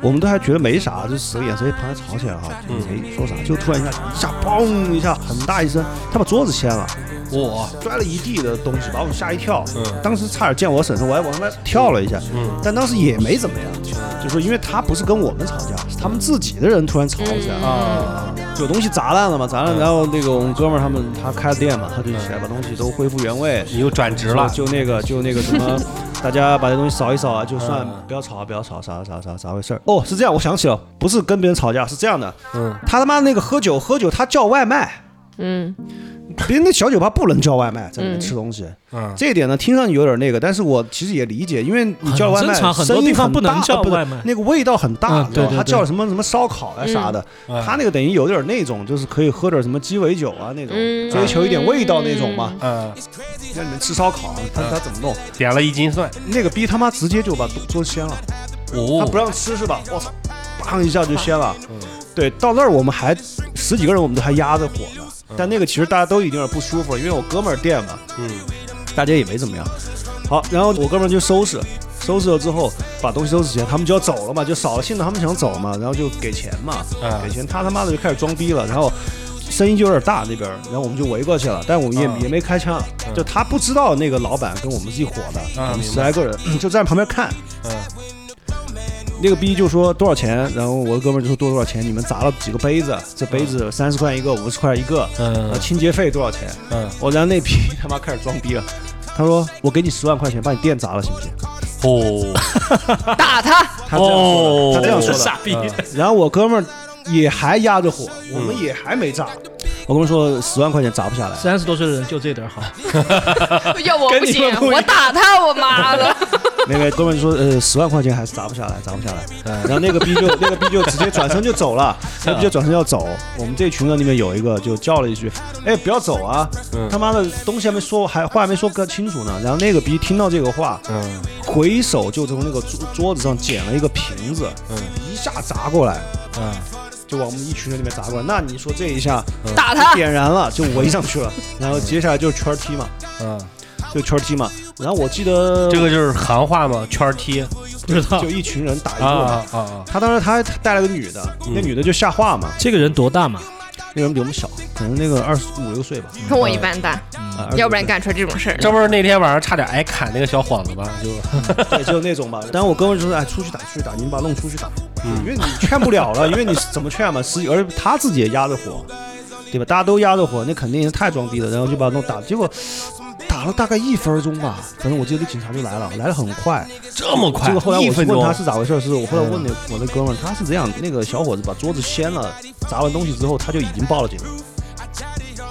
[SPEAKER 6] 我们都还觉得没啥，就使个眼色，旁边吵起来哈，就没说啥，就突然一下一下嘣一下很大一声，他把桌子掀了，
[SPEAKER 3] 我
[SPEAKER 6] 摔了一地的东西，把我吓一跳。当时差点溅我身上，我还往那跳了一下，但当时也没怎么样，就说因为他不是跟我们吵架，是他们自己的人突然吵起来了。
[SPEAKER 3] 啊
[SPEAKER 6] 有东西砸烂了嘛，砸烂，然后那个我们哥们儿他们他开的店嘛，他就起来把东西都恢复原位，
[SPEAKER 3] 你又转职 了，
[SPEAKER 6] 就就那个就那个什么，大家把这东西扫一扫啊，就算
[SPEAKER 5] 嗯
[SPEAKER 6] 不要吵啊，不要吵，啥啥啥啥回事儿？哦，是这样，我想起了，不是跟别人吵架，是这样的，
[SPEAKER 3] 嗯
[SPEAKER 6] 他他妈那个喝酒喝酒，他叫外卖，
[SPEAKER 1] 嗯，
[SPEAKER 6] 别人那小酒吧不能叫外卖，在里面吃东西，
[SPEAKER 3] 嗯
[SPEAKER 6] 这一点呢，听上去有点那个，但是我其实也理解，因为你叫外卖，
[SPEAKER 5] 很正常很多
[SPEAKER 6] 声音
[SPEAKER 5] 地方
[SPEAKER 6] 很
[SPEAKER 5] 不能
[SPEAKER 6] 大
[SPEAKER 5] 叫
[SPEAKER 6] 呃不是
[SPEAKER 5] 外卖
[SPEAKER 6] 那个味道很大，
[SPEAKER 5] 嗯
[SPEAKER 6] 知道吧
[SPEAKER 5] 对对
[SPEAKER 6] 他
[SPEAKER 5] 对嗯
[SPEAKER 6] 叫什么什么烧烤
[SPEAKER 1] 嗯
[SPEAKER 6] 啊啥的，他那个等于有点那种，就是可以喝点什么鸡尾酒啊那种，
[SPEAKER 1] 嗯
[SPEAKER 6] 追求一点味道那种嘛，
[SPEAKER 3] 嗯，
[SPEAKER 6] 在里面吃烧烤，他他怎么弄？
[SPEAKER 3] 点了一斤蒜，
[SPEAKER 6] 那个逼他妈直接就把桌子掀了，他啊不
[SPEAKER 3] 哦，
[SPEAKER 6] 让吃是吧？我操，砰一下就掀了。对，到那儿我们还十几个人，我们都还压着火呢。但那个其实大家都已经有点不舒服了，因为我哥们儿店嘛，
[SPEAKER 3] 嗯，
[SPEAKER 6] 大家也没怎么样。好，然后我哥们儿就收拾，收拾了之后把东西收拾起来，他们就要走了嘛，就扫了兴了，他们想走嘛，然后就给钱嘛，
[SPEAKER 3] 嗯
[SPEAKER 6] 给钱，他他妈的就开始装逼了，然后。声音就有点大那边儿，然后我们就围过去了，但我们也、
[SPEAKER 3] 嗯
[SPEAKER 6] 也没开枪，就他不知道那个老板跟我们是一伙的，
[SPEAKER 3] 嗯
[SPEAKER 6] 我们
[SPEAKER 3] 明白
[SPEAKER 6] 十来个人 就站旁边看，
[SPEAKER 3] 嗯
[SPEAKER 6] 那个逼就说多少钱，然后我的哥们儿就说多多少钱，你们砸了几个杯子，这杯子三十块一个，五十块一个，
[SPEAKER 3] 嗯
[SPEAKER 6] 呃，清洁费多少钱？
[SPEAKER 3] 嗯，
[SPEAKER 6] 我然后那逼他妈开始装逼了，他说我给你十万块钱把你店砸了行不行？
[SPEAKER 3] 哦，
[SPEAKER 1] 打他，
[SPEAKER 6] 他这样说
[SPEAKER 3] 哦
[SPEAKER 6] 的，他这样说
[SPEAKER 5] 傻
[SPEAKER 6] 的。
[SPEAKER 5] 逼。
[SPEAKER 3] 嗯
[SPEAKER 6] 然后我哥们儿也还压着火，我们也还没炸，我跟你说，十万块钱砸不下来。
[SPEAKER 5] 三十多岁的人就这点好，
[SPEAKER 1] 要我
[SPEAKER 6] 跟
[SPEAKER 1] 不
[SPEAKER 6] 你
[SPEAKER 1] 行
[SPEAKER 6] 们，不一
[SPEAKER 1] 我打他，我妈的！
[SPEAKER 6] 那个哥们说，呃，十万块钱还是砸不下来，砸不下来。
[SPEAKER 3] 嗯
[SPEAKER 6] 然后那个逼就那个逼就直接转身就走了，那逼就转身要走。我们这群人里面有一个就叫了一句，哎，不要走啊！
[SPEAKER 3] 嗯
[SPEAKER 6] 他妈的东西还没说，还话还没说个清楚呢。然后那个逼听到这个话，
[SPEAKER 3] 嗯
[SPEAKER 6] 回手就从那个桌桌子上捡了一个瓶子，
[SPEAKER 3] 嗯
[SPEAKER 6] 一下砸过来，
[SPEAKER 3] 嗯，
[SPEAKER 6] 就往我们一群人里面砸过来。那你说这一下
[SPEAKER 1] 打他！
[SPEAKER 6] 点燃了，就围上去了。然后接下来就是圈踢嘛，
[SPEAKER 3] 嗯，
[SPEAKER 6] 就圈踢嘛。然后我记得
[SPEAKER 3] 这个就是行话嘛，圈儿踢啊
[SPEAKER 5] 不知道
[SPEAKER 6] 就一群人打一个嘛。
[SPEAKER 3] 啊嗯啊啊！
[SPEAKER 6] 他当时他还带了个女的，那女的就吓话嘛，
[SPEAKER 5] 这个人多大嘛？
[SPEAKER 6] 那人比我们小，可能那个二十五六岁吧，
[SPEAKER 3] 嗯
[SPEAKER 1] 跟我一般大，
[SPEAKER 6] 啊
[SPEAKER 1] 要不然
[SPEAKER 6] 25
[SPEAKER 1] 干出这种事儿。
[SPEAKER 3] 这不是那天晚上差点挨砍那个小伙子吗？就
[SPEAKER 6] 对，就那种吧。但是我哥们就说，哎，出去打，出去打，你们把他弄出去打，
[SPEAKER 3] 嗯
[SPEAKER 6] 因为你劝不了 了，因为你怎么劝嘛，十几，而且他自己也压着火，对吧？大家都压着火，那肯定是太装逼了，然后就把他弄打，结果。打了大概一分钟吧，反正我记得那警察就来了，来的很快。
[SPEAKER 3] 这么快，
[SPEAKER 6] 结果后来
[SPEAKER 3] 一
[SPEAKER 6] 我
[SPEAKER 3] 分
[SPEAKER 6] 问
[SPEAKER 3] 钟嗯
[SPEAKER 6] 他是咋回事，是我后来问那我那哥们儿，他是这样，那个小伙子把桌子掀了，砸完东西之后，他就已经报了警了。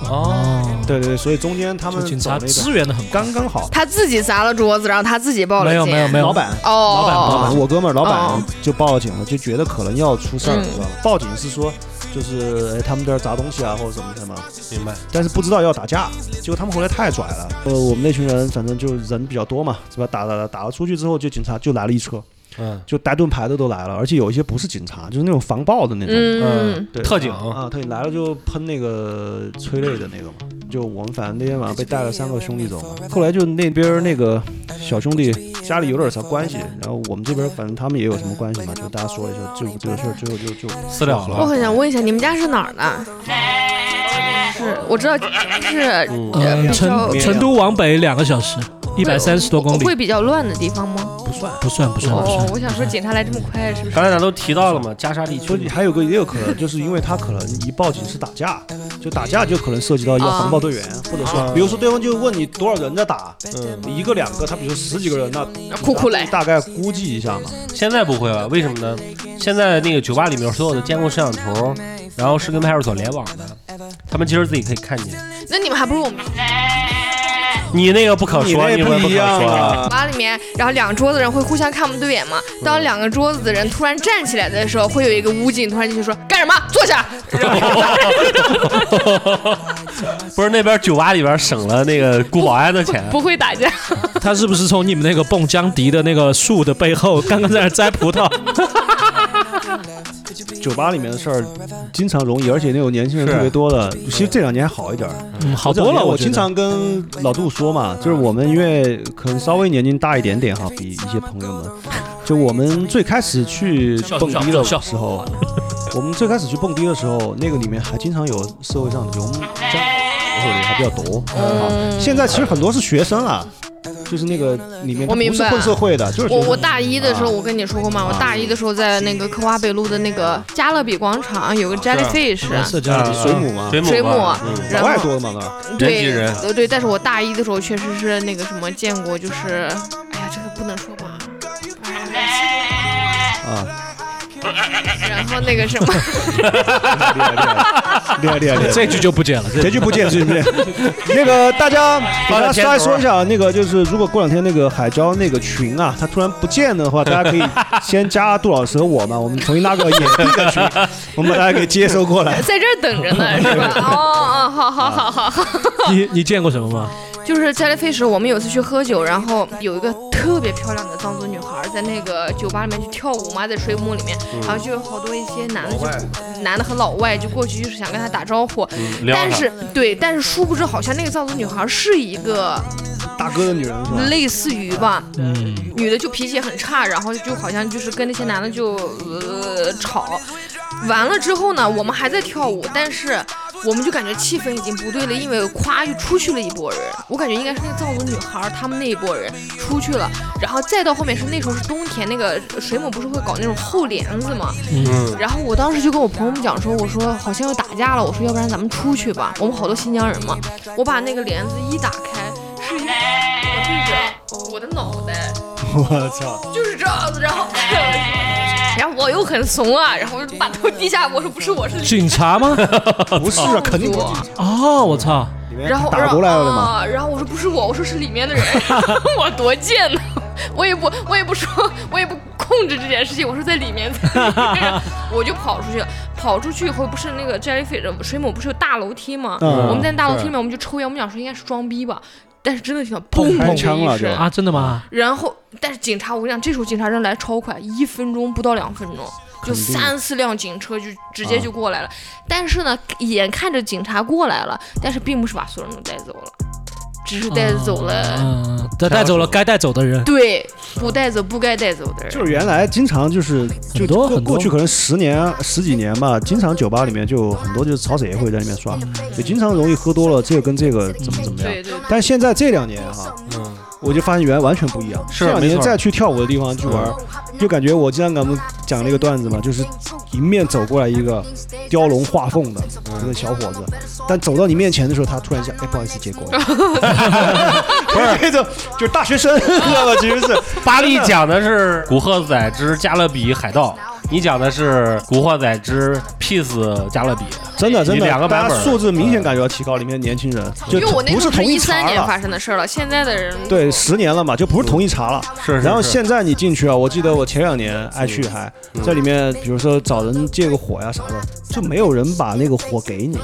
[SPEAKER 5] 哦，
[SPEAKER 6] 对对对，所以中间他们
[SPEAKER 5] 就警
[SPEAKER 6] 走
[SPEAKER 5] 察
[SPEAKER 6] 了一段
[SPEAKER 5] 支援的很高。
[SPEAKER 6] 刚刚好。
[SPEAKER 1] 他自己砸了桌子，然后他自己报了
[SPEAKER 5] 没
[SPEAKER 1] 警。
[SPEAKER 5] 有没有没有，
[SPEAKER 6] 老板，
[SPEAKER 1] 哦
[SPEAKER 5] 老板
[SPEAKER 6] 老
[SPEAKER 1] 哦，
[SPEAKER 6] 板，我哥们儿老
[SPEAKER 1] 哦
[SPEAKER 6] 板就报了警了，就觉得可能要出事儿了
[SPEAKER 1] 嗯
[SPEAKER 6] 知道吧。报警是说，就是哎他们这儿砸东西啊，或者什么什么，
[SPEAKER 3] 明白，
[SPEAKER 6] 但是不知道要打架。结果他们回来太拽了，呃，我们那群人反正就人比较多嘛，是吧？打打打打了出去之后，就警察就来了一车，
[SPEAKER 3] 嗯，
[SPEAKER 6] 就带盾牌的都来了，而且有一些不是警察，就是那种防暴的那种。
[SPEAKER 1] 嗯，
[SPEAKER 6] 对
[SPEAKER 3] 特警
[SPEAKER 6] 啊，特警来了就喷那个催泪的那个嘛，就我们反正那天晚上被带了三个兄弟走嘛，后来就那边儿那个小兄弟家里有点啥关系，然后我们这边儿反正他们也有什么关系嘛，就大家说一说，就这个事儿最后就就
[SPEAKER 3] 私了
[SPEAKER 1] 我
[SPEAKER 3] 了。
[SPEAKER 1] 很想问一下，你们家是哪儿的？是，我知道，就是呃
[SPEAKER 5] 嗯，
[SPEAKER 1] 比较
[SPEAKER 5] 成成都往北两个小时，一百三十多公
[SPEAKER 1] 会
[SPEAKER 5] 里，
[SPEAKER 1] 比较乱的地方吗？
[SPEAKER 6] 不算。
[SPEAKER 5] 不算不算不
[SPEAKER 1] 哦
[SPEAKER 5] 算，。
[SPEAKER 1] 我想说警察来这么快，是不是
[SPEAKER 3] 刚？才咱都提到了嘛，加沙地
[SPEAKER 6] 就
[SPEAKER 3] 区
[SPEAKER 6] 还有个也有可能，就是因为他可能一报警是打架，就打架就可能涉及到要防暴队员，或者说，比如说对方就问你多少人在打，一个两个，他比如说十几个人，那
[SPEAKER 1] 酷酷嘞，
[SPEAKER 6] 大概估计一下嘛，
[SPEAKER 3] 现在不会了，为什么呢？现在那个酒吧里面所有的监控摄像头，然后是跟派出所联网的，他们其实自己可以看见。
[SPEAKER 1] 那你们还不如 我们
[SPEAKER 3] 你那个不可说，
[SPEAKER 6] 啊你
[SPEAKER 3] 你
[SPEAKER 6] 那
[SPEAKER 3] 那个
[SPEAKER 6] 不
[SPEAKER 3] 可
[SPEAKER 6] 一样
[SPEAKER 3] 说啊。
[SPEAKER 6] 啊，
[SPEAKER 1] 吧里面，然后两桌子人会互相看不对眼嘛。当两个桌子的人突然站起来的时候，会有一个乌进突然进去说干什么？坐下。然后
[SPEAKER 3] 不是那边酒吧里边省了那个雇保安的钱，啊
[SPEAKER 1] 不会打架，
[SPEAKER 5] 他是不是从你们那个蹦江迪的那个树的背后，刚刚在那摘葡萄？
[SPEAKER 6] 酒吧里面的事儿经常容易，而且那种年轻人特别多的，其实这两年好一点儿，
[SPEAKER 5] 嗯，好
[SPEAKER 6] 这
[SPEAKER 5] 多
[SPEAKER 6] 两
[SPEAKER 5] 了，
[SPEAKER 6] 年我
[SPEAKER 5] 觉
[SPEAKER 6] 经
[SPEAKER 5] 得
[SPEAKER 6] 常跟老杜说嘛，就是我们因为可能稍微年龄大一点点哈，比一些朋友们，就我们最开始去蹦迪的时候，我们最开始去蹦迪的时候，那个里面还经常有社会上的流氓，或者还比较多
[SPEAKER 1] 嗯
[SPEAKER 6] 啊。现在其实很多是学生啊，就是那个里面
[SPEAKER 1] 我
[SPEAKER 6] 不
[SPEAKER 1] 明
[SPEAKER 6] 是
[SPEAKER 1] 白
[SPEAKER 6] 混社会的，就是
[SPEAKER 1] 我
[SPEAKER 6] 学
[SPEAKER 1] 我
[SPEAKER 6] 生。
[SPEAKER 1] 大一的时
[SPEAKER 5] 啊
[SPEAKER 1] 候，我跟你说过嘛，我大一的时候在那个科华北路的那个加勒比广场有个 Jellyfish，
[SPEAKER 5] 社交的地
[SPEAKER 6] 水母嘛，
[SPEAKER 3] 水母
[SPEAKER 1] 水母
[SPEAKER 3] 吧，
[SPEAKER 1] 然
[SPEAKER 6] 老外
[SPEAKER 1] 后
[SPEAKER 6] 多嘛那 儿，
[SPEAKER 3] 人挤
[SPEAKER 1] 对
[SPEAKER 3] 人
[SPEAKER 1] 呃对，但是我大一的时候确实是那个什么见过，就是哎呀这个不能说吧，
[SPEAKER 6] 啊，
[SPEAKER 1] 然后那个什么。
[SPEAKER 6] 厉害厉害厉害厉害厉害，
[SPEAKER 5] 这句就不见了。
[SPEAKER 6] 结局不见，结局不见。那个大家给大家稍微说一下，那个就是如果过两天那个海椒那个群啊，它突然不见的话，大家可以先加杜老师和我嘛，我们重新拉个野地的群，我们把大家给接收过 来。
[SPEAKER 1] 在这儿等着呢，是吧？哦哦，好好好好好。
[SPEAKER 3] 啊
[SPEAKER 5] 你你见过什么吗？
[SPEAKER 1] 就是 Jellyfish，我们有一次去喝酒，然后有一个特别漂亮的藏族女孩在那个酒吧里面去跳舞嘛，在水母里面，
[SPEAKER 3] 嗯
[SPEAKER 1] 然后就有好多一些男的就男的和老外就过去，就是想跟她打招呼，
[SPEAKER 3] 嗯聊
[SPEAKER 1] 但
[SPEAKER 3] 上
[SPEAKER 1] 是对，但是殊不知好像那个藏族女孩是一个
[SPEAKER 6] 大哥的女人是吧？
[SPEAKER 1] 类似于吧，
[SPEAKER 5] 嗯，
[SPEAKER 1] 女的就脾气很差，然后就好像就是跟那些男的就呃吵，完了之后呢，我们还在跳舞，但是我们就感觉气氛已经不对了，因为咵又出去了一波人，我感觉应该是那个藏族女孩儿她们那一波人出去了，然后再到后面是那时候是冬天，那个水母不是会搞那种厚帘子嘛，
[SPEAKER 3] 嗯，
[SPEAKER 1] 然后我当时就跟我朋友们讲说，我说好像要打架了，我说要不然咱们出去吧，我们好多新疆人嘛。我把那个帘子一打开，是一个我对着我的脑袋，
[SPEAKER 6] 我操！
[SPEAKER 1] 就是这样子，然后。然后我又很怂啊，然后我就把头低下，我说不是我是李
[SPEAKER 5] 警察 吗？
[SPEAKER 6] 不是啊，肯定
[SPEAKER 1] 不
[SPEAKER 5] 哦，我操！
[SPEAKER 1] 然后
[SPEAKER 6] 哎打过来了的嘛。
[SPEAKER 1] 啊，然后我说不是我，我说是里 面的人，我多贱呢，我也不我也不说，我也不控制这件事情，我说在里面，在里 面我就跑出去了。跑出去以后不是那个 Jellyfish 水母不是有大楼梯吗？
[SPEAKER 6] 嗯
[SPEAKER 1] 我们在大楼梯里面我们就抽烟，我们想说应该是装逼吧，但是真的听到
[SPEAKER 5] 砰
[SPEAKER 1] 砰
[SPEAKER 5] 开
[SPEAKER 1] 的
[SPEAKER 6] 枪了
[SPEAKER 1] 一
[SPEAKER 6] 就
[SPEAKER 1] 声，
[SPEAKER 5] 啊，真的吗？
[SPEAKER 1] 然后，但是警察，我跟你讲，这时候警察人来超快，一分钟不到两分钟，就三四辆警车就直接就过来了。但是呢，眼看着警察过来了，但是并不是把所有人都带走了，只是带走了、
[SPEAKER 6] 哦
[SPEAKER 5] 嗯，带带走了该带走的人。
[SPEAKER 1] 对不带走不该带走的人。
[SPEAKER 6] 就是原来经常就是就
[SPEAKER 5] 很多
[SPEAKER 6] 过
[SPEAKER 5] 很多
[SPEAKER 6] 过去可能十年十几年吧，经常酒吧里面就有很多就是草籽也会在里面刷，就经常容易喝多了，这个跟这个怎么怎么样。
[SPEAKER 1] 对对
[SPEAKER 6] 但现在这两年哈，
[SPEAKER 3] 嗯，
[SPEAKER 6] 我就发现原来完全不一样。
[SPEAKER 3] 是
[SPEAKER 6] 这两
[SPEAKER 3] 没
[SPEAKER 6] 年
[SPEAKER 3] 错嗯
[SPEAKER 6] 再去跳舞的地方去玩，就感觉我经常给我们讲那个段子嘛，就是迎面走过来一个雕龙画凤的
[SPEAKER 3] 嗯
[SPEAKER 6] 一个小伙子，但走到你面前的时候，他突然 一下，哎，不好意思，结果了，不是这种， 就是大学 生，知道吧？其实是
[SPEAKER 3] 巴力讲的是《古惑仔之加勒比海盗》，你讲的是《古惑仔之 Peace 加勒比》。
[SPEAKER 6] 真的真
[SPEAKER 3] 你
[SPEAKER 6] 的，
[SPEAKER 3] 两个版
[SPEAKER 6] 大
[SPEAKER 3] 本嗯
[SPEAKER 6] 家素质明显感觉要提高，里面年轻人就
[SPEAKER 1] 因为我那
[SPEAKER 6] 不
[SPEAKER 1] 时候
[SPEAKER 6] 同
[SPEAKER 1] 一
[SPEAKER 6] 茬
[SPEAKER 1] 三年
[SPEAKER 6] 了。
[SPEAKER 1] 发生的事儿了，现在的人
[SPEAKER 6] 对，十年了嘛，就不是同一茬了。
[SPEAKER 3] 是是
[SPEAKER 6] 然后
[SPEAKER 3] 是
[SPEAKER 6] 现在你进去啊，我记得我前两年爱去还在里面，比如说找人借个火呀啥的，就没有人把那个火给你，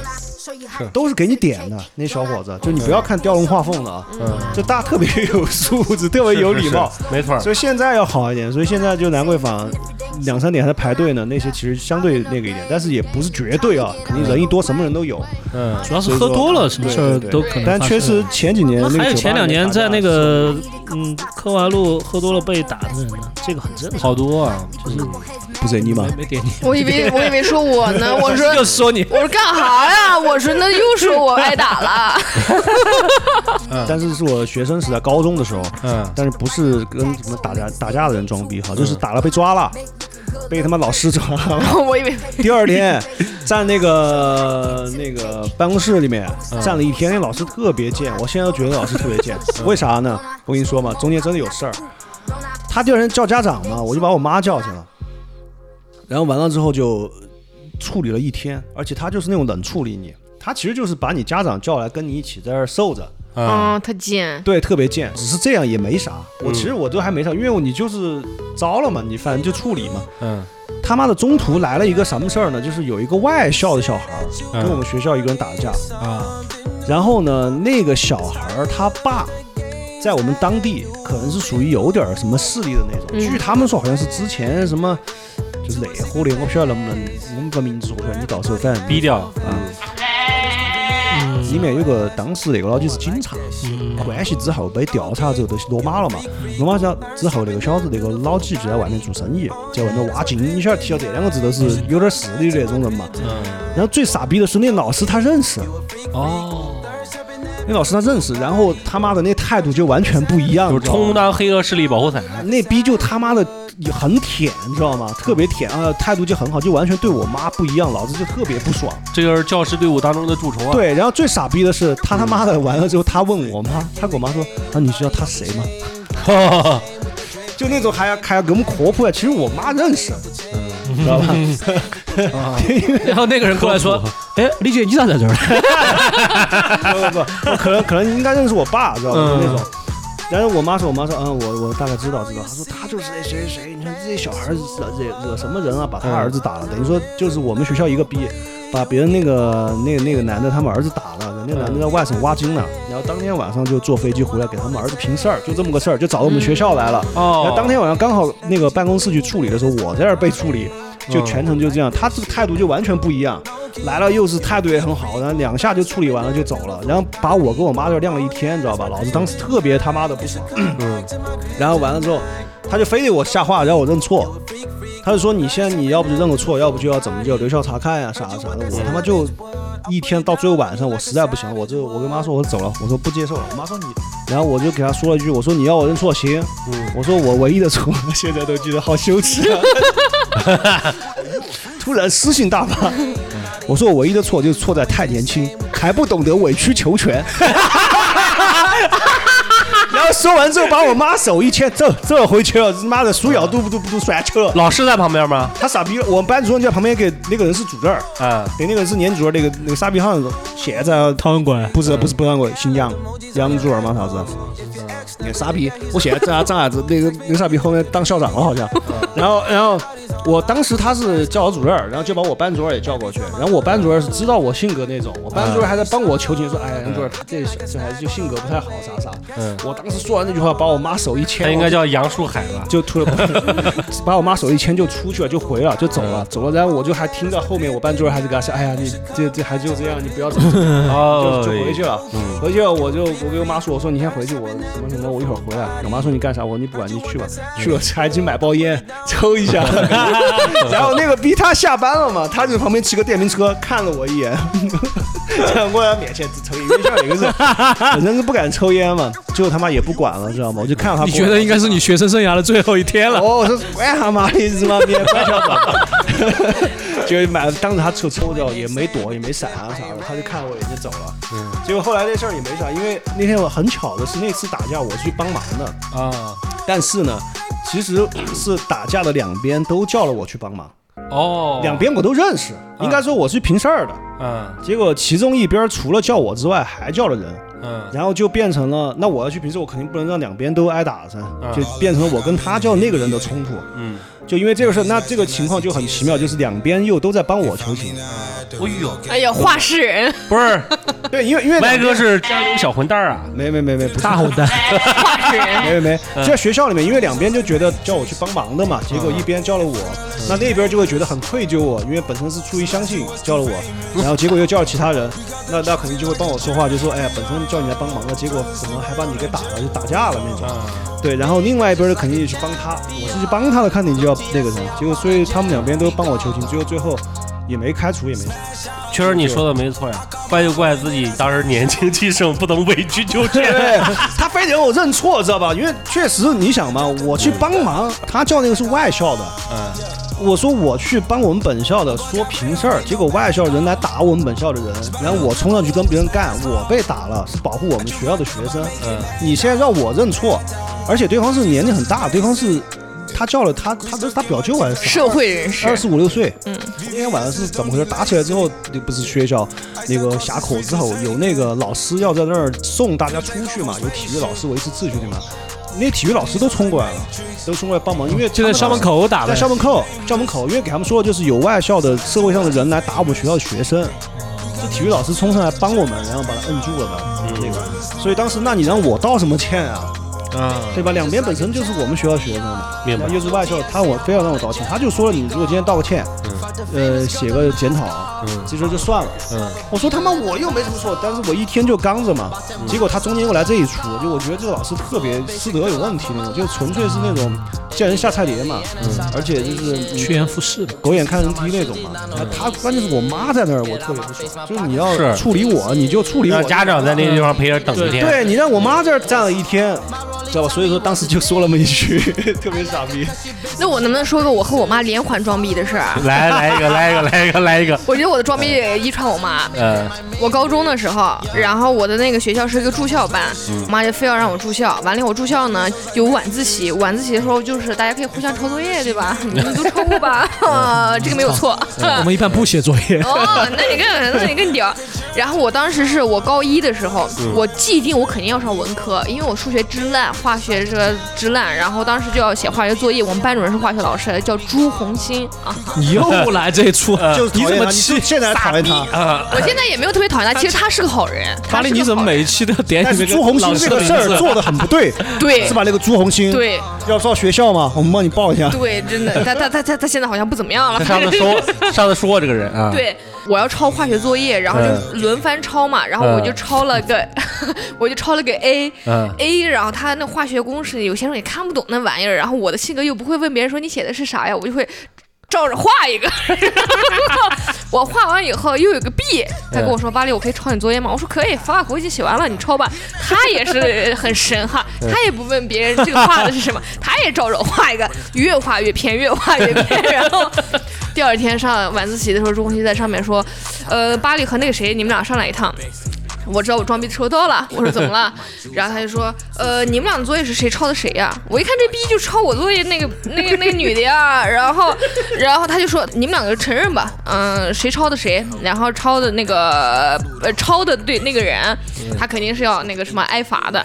[SPEAKER 6] 都是给你点的。那小伙子，就你不要看雕龙画凤的啊，就大家特别有素质，特别有礼貌。
[SPEAKER 3] 是，是是没错儿。
[SPEAKER 6] 所以现在要好一点，所以现在就兰桂坊两三点还在排队呢，那些其实相对那个一点，但是也不是绝对啊，肯定人一多什么人都有。
[SPEAKER 3] 嗯，
[SPEAKER 5] 主要是喝多了，什么事儿
[SPEAKER 6] 对对对
[SPEAKER 5] 都可能发生。
[SPEAKER 6] 但确实前几年那个
[SPEAKER 5] 还有
[SPEAKER 6] 酒吧
[SPEAKER 5] 前两
[SPEAKER 6] 里面
[SPEAKER 5] 年
[SPEAKER 6] 打
[SPEAKER 5] 在
[SPEAKER 6] 架
[SPEAKER 5] 那个嗯科华路喝多了被打的人呢，这个很正常。
[SPEAKER 3] 好多啊，
[SPEAKER 5] 就是
[SPEAKER 6] 不是你吗？
[SPEAKER 5] 没点你，啊
[SPEAKER 1] 我以为我以为说我 呢，我说
[SPEAKER 5] 就说你
[SPEAKER 1] 我说干啥呀？我说那又说我挨打 了。
[SPEAKER 6] 但是是我学生时代高中的时候，
[SPEAKER 3] 嗯，
[SPEAKER 6] 但是不是跟什么打架打架的人装逼哈，就是打了被抓了，被他妈老师抓了。
[SPEAKER 1] 我以为
[SPEAKER 6] 第二天站那个那个办公室里面站了一天，那老师特别贱，我现在都觉得老师特别贱，为啥呢？我跟你说嘛，中间真的有事儿，他叫人叫家长嘛，我就把我妈叫去了，然后完了之后就处理了一天，而且他就是那种冷处理你，他其实就是把你家长叫来跟你一起在这儿受着。
[SPEAKER 3] 啊，
[SPEAKER 1] 嗯，他贱。
[SPEAKER 6] 对，特别贱，只是这样也没啥。我其实我都还没啥，因为你就是招了嘛，你反正就处理嘛。
[SPEAKER 3] 嗯，
[SPEAKER 6] 他妈的，中途来了一个什么事儿呢？就是有一个外校的小孩儿
[SPEAKER 3] 嗯
[SPEAKER 6] 跟我们学校一个人打架，
[SPEAKER 3] 啊，
[SPEAKER 6] 然后呢，那个小孩儿他爸在我们当地可能是属于有点儿什么势力的那种。
[SPEAKER 1] 嗯
[SPEAKER 6] 据他们说，好像是之前什么。就是哪个互联，我不晓得能不能，我们把名字说出来，你到时候再
[SPEAKER 3] 逼掉，
[SPEAKER 6] 啊里面有个当时那个老几是警察，
[SPEAKER 5] 嗯
[SPEAKER 6] 关系之后被调查之后都落马了嘛，落马之之后那个小子那个老几就在外面做生意，在外面挖金，你晓得提到这两个字都是有点势力的那种人嘛。
[SPEAKER 5] 嗯
[SPEAKER 6] 然后最傻逼的是那老师他认识，
[SPEAKER 5] 哦，
[SPEAKER 6] 嗯那老师他认识，然后他妈的那态度就完全不一样，
[SPEAKER 3] 就
[SPEAKER 6] 你
[SPEAKER 3] 是
[SPEAKER 6] 知道吗
[SPEAKER 3] 充当黑恶势力保护伞。
[SPEAKER 6] 那逼就他妈的很舔，你知道吗？特别舔啊，态度就很好，就完全对我妈不一样，老子就特别不爽。
[SPEAKER 3] 这个是教师队伍当中的蛀虫啊。
[SPEAKER 6] 对，然后最傻逼的是，他他妈的完了之后，他问我妈，他跟我妈说：“啊，你知道他谁吗？”就那种还要还要给我们科普啊，其实我妈认识，知道吧？
[SPEAKER 5] 然后那个人过来说：“
[SPEAKER 6] 啊
[SPEAKER 5] 哎，李姐，你咋在这儿？
[SPEAKER 6] 不不不，我可能可能应该认识我爸，知道吧？就那种。然后我妈说，我妈说，嗯，我我大概知道知道。她说他就是那谁谁谁，你看这小孩惹惹惹什么人啊，把他儿子打了，等于说就是我们学校一个逼，把别人那个那那个男的他们儿子打了，那个男的在外省挖金呢，然后当天晚上就坐飞机回来给他们儿子平事儿，就这么个事儿，就找到我们学校来了。然
[SPEAKER 3] 哦
[SPEAKER 6] 后，当天晚上刚好那个办公室去处理的时候，我在那儿被处理，就全程就这样，他这个态度就完全不一样。来了又是态度也很好，然后两下就处理完了就走了，然后把我跟我妈这儿晾了一天，你知道吧？老子当时特别他妈的不爽，
[SPEAKER 3] 嗯，
[SPEAKER 6] 然后完了之后，他就非得我下话让我认错，他就说你现在你要不就认个错，要不就要怎么就留校察看呀、啥啥的，我他妈就一天到最后晚上我实在不行了，我就我跟妈说我走了，我说不接受了，我妈说你，然后我就给她说了一句，我说你要我认错行，我说我唯一的错，现在都觉得好羞耻啊，突然诗性大发。我说我唯一的错就是错在太年轻，还不懂得委曲求全。然后说完之后，把我妈手一牵，这这回去了，妈的鼠咬肚不肚不肚甩车了。
[SPEAKER 3] 老师在旁边吗？
[SPEAKER 6] 他傻逼了，我们班主任就在旁边给那个人是主任，
[SPEAKER 3] 啊，
[SPEAKER 6] 给那个是年主任，那个那个傻逼汉子写在
[SPEAKER 5] 汤圆馆，
[SPEAKER 6] 不是不是不让过新疆央主任吗？啥子？那个傻逼，我写张张矮子，那个那个傻逼后面当校长了好像。然后然后我当时他是教导主任，然后就把我班主任也叫过去。然后我班主任是知道我性格那种，我班主任还在帮我求情说：“哎呀，杨主任他这小这孩子就性格不太好，啥啥。”我当时说完那句话，把我妈手一牵，
[SPEAKER 3] 嗯他应该叫杨树海吧？
[SPEAKER 6] 就突然 把我妈手一牵就出去了，就回了，就走了，走了。然后我就还听到后面我班主任还是跟他说：“哎呀，你这这孩子就这样，你不要怎么怎么样
[SPEAKER 3] 哦
[SPEAKER 6] 就就回去
[SPEAKER 5] 哎
[SPEAKER 6] 了。嗯回去了，我就我给我妈说，我说你先回去，我什么什么，我一会儿回来。我妈说你干啥？我说你不管，你去吧。
[SPEAKER 5] 嗯
[SPEAKER 6] 去了还去买包烟抽 一下， 然后那个逼他下班了嘛，他就旁边骑个电瓶车看了我一眼， 想过来面前只抽一根，像 一个是，本身是不敢抽烟嘛，最后他妈也不管了，知道吗？我就看到他过来，
[SPEAKER 5] 你觉得应该是你学生生涯的最后一天了？
[SPEAKER 6] 哦，我说怪他妈的，你他妈逼怪校长。就买，当时他抽抽掉，也没躲，也没闪啊啥的，他就看我也就走了。嗯，结果后来那事儿也没啥，因为那天我很巧的是，那次打架我去帮忙的，
[SPEAKER 3] 啊，
[SPEAKER 6] 但是呢，其实是打架的两边都叫了我去帮忙，
[SPEAKER 3] 哦，
[SPEAKER 6] 两，边我都认识，应该说我是平事儿的。
[SPEAKER 3] 嗯
[SPEAKER 6] 结果其中一边除了叫我之外，还叫了人，
[SPEAKER 3] 嗯
[SPEAKER 6] 然后就变成了，那我要去平时我肯定不能让两边都挨打噻，就变成了我跟他叫那个人的冲突。
[SPEAKER 3] 啊嗯，
[SPEAKER 6] 就因为这个事儿，那这个情况就很奇妙，就是两边又都在帮我求情。
[SPEAKER 3] 哎呦，
[SPEAKER 1] 哎呀，话事人，
[SPEAKER 3] 不是，
[SPEAKER 6] 对，因为因为
[SPEAKER 3] 歪哥是江油小混蛋啊，
[SPEAKER 6] 没没没没不是
[SPEAKER 5] 大。混蛋，
[SPEAKER 1] 话事人，
[SPEAKER 6] 没没没，就在学校里面，因为两边就觉得叫我去帮忙的嘛，结果一边叫了我，那那边就会觉得很愧疚我，因为本身是出于相信叫了我，然后结果又叫了其他人，那那肯定就会帮我说话，就说哎呀，本身叫你来帮忙的，结果怎么还把你给打了，就打架了那种。对，然后另外一边的肯定也去帮他，我是去帮他的，看你就要那个什么，结果所以他们两边都帮我求情，最后最后也没开除也没啥。
[SPEAKER 3] 确实你说的没错呀，怪就怪自己当时年轻气盛，不能委曲 求全。
[SPEAKER 6] 对，他非得让我认错，知道吧？因为确实，你想嘛，我去帮忙，他叫那个是外校的，
[SPEAKER 3] 嗯，
[SPEAKER 6] 我说我去帮我们本校的说平事儿，结果外校人来打我们本校的人，然后我冲上去跟别人干，我被打了，是保护我们学校的学生。
[SPEAKER 3] 嗯，
[SPEAKER 6] 你现在让我认错，而且对方是年纪很大，对方是他叫了他他他表舅还是啥
[SPEAKER 1] 社会人士
[SPEAKER 6] 二，十五六岁，
[SPEAKER 1] 嗯，
[SPEAKER 6] 那天晚上是怎么回事？打起来之后，那不是学校那个峡口之后，有那个老师要在那儿送大家出去嘛，有体育老师维持秩序的嘛，那体育老师都冲过来了，都冲过来帮忙，因为
[SPEAKER 5] 就在校门口打
[SPEAKER 6] 在
[SPEAKER 5] 的。
[SPEAKER 6] 校门口，校门口，因为给他们说的就是有外校的社会上的人来打我们学校的学生，是体育老师冲上来帮我们，然后把他摁住了的、
[SPEAKER 5] 嗯
[SPEAKER 6] 那个，所以当时那你让我道什么歉啊？
[SPEAKER 3] 啊，
[SPEAKER 6] 对吧？两边本身就是我们学校学生嘛，
[SPEAKER 3] 明白
[SPEAKER 6] 然后又是外校，他我非要让我道歉，他就说了，你如果今天道个歉，呃，写个检讨，其实就算了。
[SPEAKER 3] 嗯
[SPEAKER 6] 我说他妈我又没什么错，但是我一天就刚着嘛。结果他中间又来这一出，就我觉得这个老师特别师德有问题那种，就纯粹是那种见人下菜碟嘛，
[SPEAKER 3] 嗯
[SPEAKER 6] 而且就是你
[SPEAKER 5] 趋炎附势 吧，
[SPEAKER 6] 狗眼看人低那种嘛。他关键是我妈在那儿，我特别不爽，就是你要
[SPEAKER 3] 嗯是
[SPEAKER 6] 处理我，你就处理我
[SPEAKER 3] 让。家长在那地方陪着等一天。
[SPEAKER 6] 对你让我妈这儿站了一天，知道吧？所以说当时就说了那么一句， 特别傻逼。
[SPEAKER 1] 那我能不能说个我和我妈连环装逼的事儿 啊？
[SPEAKER 3] 来来一个，来一个，来一个，来一个。
[SPEAKER 1] 我觉得我的装逼也遗传我妈。
[SPEAKER 3] 嗯
[SPEAKER 1] 我高中的时候，然后我的那个学校是一个住校班，我妈就非要让我住校。完了以后我住校呢，有晚自习，晚自习的时候就是大家可以互相抄作业，对吧？你们都抄过吧？啊， 这个没有错。
[SPEAKER 5] 我们一般不写作业。
[SPEAKER 1] 哦，那你更那你更屌。然后我当时是我高一的时候，我既定我肯定要上文科，因为我数学之烂，化学这个之烂，然后当时就要写化学作业。我们班主任是化学老师，叫朱红心啊。
[SPEAKER 5] 你又来这一 出，
[SPEAKER 6] 就是
[SPEAKER 5] 呃你
[SPEAKER 6] 呃讨
[SPEAKER 5] 怎
[SPEAKER 6] 厌
[SPEAKER 5] 么
[SPEAKER 6] 他
[SPEAKER 5] 气
[SPEAKER 6] 你？现在还讨厌他？
[SPEAKER 3] 啊，
[SPEAKER 1] 我现在也没有特别讨厌他，其实他是个好人。
[SPEAKER 5] 巴
[SPEAKER 1] 他
[SPEAKER 5] 力，
[SPEAKER 1] 是个
[SPEAKER 5] 你怎么
[SPEAKER 1] 好人
[SPEAKER 5] 每一期都要点
[SPEAKER 6] 但
[SPEAKER 5] 你
[SPEAKER 6] 是
[SPEAKER 5] 那
[SPEAKER 6] 朱红星这个事
[SPEAKER 5] 老师的名
[SPEAKER 6] 儿
[SPEAKER 5] 字
[SPEAKER 6] 做的很不对，
[SPEAKER 1] 对
[SPEAKER 6] 是吧？那个朱红星，，
[SPEAKER 1] 对
[SPEAKER 6] 要到学校嘛，我们帮你报一下。
[SPEAKER 1] 对，真的，他他他他他现在好像不怎么样了
[SPEAKER 3] 他。上次 说，上次说过这个人啊。，
[SPEAKER 1] 对，我要抄化学作业，然后就轮番抄嘛，然后我就抄了个， 我就抄了个 A，
[SPEAKER 3] 嗯
[SPEAKER 1] A，然后他那化学公式有些时候也看不懂那玩意儿，然后我的性格又不会问别人说你写的是啥呀，我就会照着画一个， 我画完以后又有个 B，他跟我说巴黎，我可以抄你作业吗？我说可以，fuck，我已经写完了，你抄吧。他也是很神哈，他也不问别人这个画的是什么，他也照着画一个，越画越偏，越画越偏，然后。第二天上晚自习的时候，朱红熙在上面说：“呃，巴黎和那个谁，你们俩上来一趟。”我知道我装逼抽到了，我说怎么了？然后他就说，呃，你们俩的作业是谁抄的谁呀、我一看这逼就抄我作业那个那个那个女的呀，然后然后他就说你们两个承认吧，嗯、谁抄的谁，然后抄的那个呃抄的对那个人，他肯定是要那个什么挨罚的。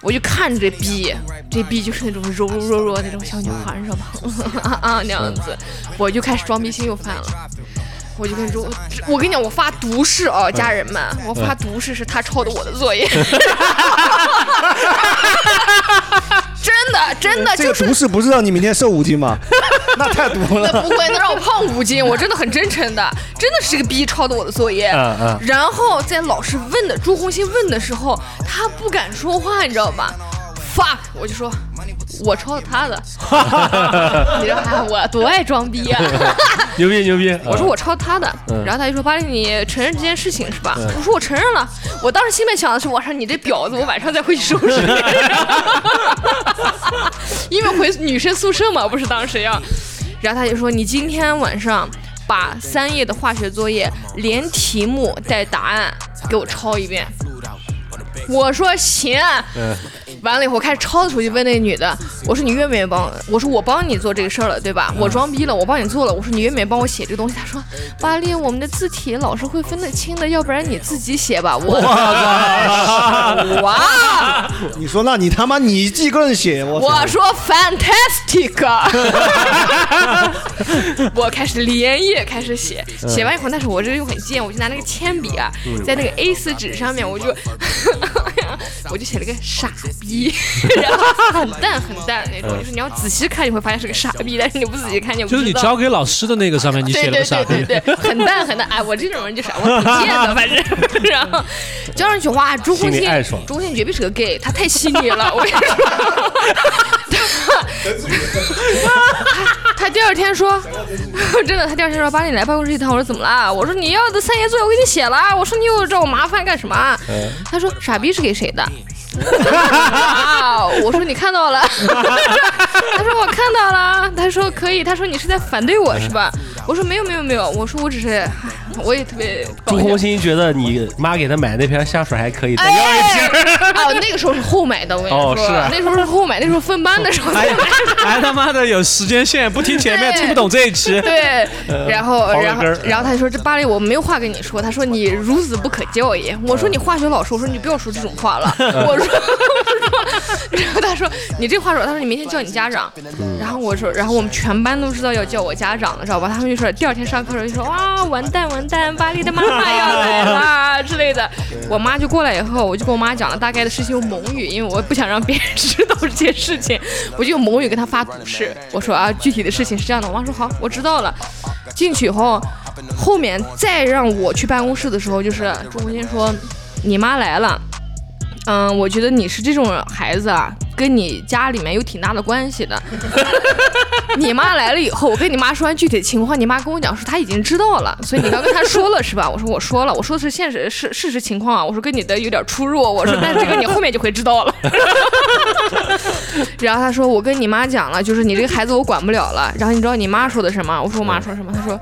[SPEAKER 1] 我就看着这逼，这逼就是那种柔柔弱弱那种小女孩，你知道吗？ 啊那样子，我就开始装逼心又犯了。我就跟你说，我我跟你讲，我发毒誓
[SPEAKER 4] 嗯
[SPEAKER 1] 哦，家人们，我发毒誓是他抄的我的作业， 真的真的
[SPEAKER 4] 这
[SPEAKER 1] 就
[SPEAKER 4] 个
[SPEAKER 1] 是
[SPEAKER 4] 毒誓不是让你明天瘦五斤吗？那太毒了。
[SPEAKER 1] 那不会，那让我胖五 斤，我真的很真诚的，真的是个逼抄的我的作业。
[SPEAKER 3] 嗯嗯
[SPEAKER 1] 然后在老师问的朱红心问的时候，他不敢说话，你知道吧？fuck，我就说，我抄的他 的，你知道哎我多爱装逼啊！
[SPEAKER 3] 牛逼牛逼！
[SPEAKER 1] 我说我抄他的，然后他就说：“巴力，你承认这件事情是吧？”我说：“我承认了。”我当时心里面想的是：“我说你这婊子，我晚上再回去收拾你。” 因为回女生宿舍嘛，不是当时要。然后他就说：“你今天晚上把三页的化学作业连题目带答案给我抄一遍。”我说行，完了以后我开始抄的时候就问那女的，我说你愿不愿意帮我？我说我帮你做这个事儿了，对吧？我装逼了，我帮你做了。我说你愿不愿意帮我写这个东西？她说巴力，我们的字体老师会分得清的，要不然你自己写吧。我哇！
[SPEAKER 4] 你说那你他妈你一个人写，我操
[SPEAKER 1] 我说 fantastic，我开始连夜开始写，
[SPEAKER 9] 嗯
[SPEAKER 1] 写完以后，但是我这又很贱，我就拿那个铅笔啊，在那个 A 4纸上面，我就 我就写了个傻逼， 然后很淡很淡那种，就是你要仔细看你会发现是个傻逼，但是你不仔细看你
[SPEAKER 9] 嗯
[SPEAKER 1] 不
[SPEAKER 9] 就是你
[SPEAKER 1] 知道
[SPEAKER 9] 交给老师的那个上面，你写
[SPEAKER 1] 对
[SPEAKER 9] 了
[SPEAKER 1] 对
[SPEAKER 9] 个傻
[SPEAKER 1] 对
[SPEAKER 9] 逼
[SPEAKER 1] 对，对，很淡很淡。哎，我这种人就是我 挺贱的，反正然后交上去哇，朱红
[SPEAKER 3] 心里
[SPEAKER 1] 信
[SPEAKER 3] 暗爽，
[SPEAKER 1] 朱红信绝壁是个 gay，他太细腻了，我跟你说。 他他第二天说， 真的，他第二天说八你来办公室一趟，我说怎么啦？我说你要的三爷作业我给你写了，啊我说你又找我麻烦干什么啊？他说傻逼是给谁的？ 啊！我说你看到了， 他说我看到了，他说可以，他说你是在反对我是吧？我说没有没有没有，我说我只是，唉我也特别搞
[SPEAKER 3] 朱
[SPEAKER 1] 笑
[SPEAKER 3] 红心觉得你妈给他买那瓶香水还可以，再要一
[SPEAKER 1] 哎
[SPEAKER 3] 瓶。，
[SPEAKER 1] 啊，那个时候是后买的，我跟你
[SPEAKER 3] 哦
[SPEAKER 1] 说，
[SPEAKER 3] 是啊哎
[SPEAKER 1] 那时候是后买，那时候分班的时候才买。
[SPEAKER 5] 哎
[SPEAKER 9] 还他妈的有时间线，不听前面
[SPEAKER 1] 对
[SPEAKER 9] 听不懂这一期。
[SPEAKER 1] 对，然后
[SPEAKER 3] 刨根
[SPEAKER 1] 然后
[SPEAKER 3] 儿嗯
[SPEAKER 1] 然后他就说这巴黎我没有话跟你说，他说你孺子不可教也。我说你化学老师，我说你不要说这种话 了。我说 我说，然后他说你这话说，他说你明天叫你家长。
[SPEAKER 3] 嗯
[SPEAKER 1] 然后我说，然后我们全班都知道要叫我家长了，知道吧？他们就说第二天上课的时候就说哇完蛋完蛋，巴黎的妈妈要来 啦之类的。我妈就过来以后，我就跟我妈讲了大概的事情用蒙语，因为我不想让别人 知道这件事情，我就用蒙语跟她发毒誓，我说啊具体的事情是这样的。我妈说好，我知道了。进去以后，后面再让我去办公室的时候，就是朱红先说：“你妈来了。”嗯，我觉得你是这种孩子啊，跟你家里面有挺大的关系的。 你妈来了以后，我跟你妈说完具体情况，你妈跟我讲说她已经知道了，所以你刚跟她说了是吧？我说我说了，我说的是现实事事实情况啊，我说跟你的有点出入，我说但是这个你后面就会知道了。 然后她说我跟你妈讲了，就是你这个孩子我管不了了。然后你知道你妈说的什么？我说我妈说什么？她说。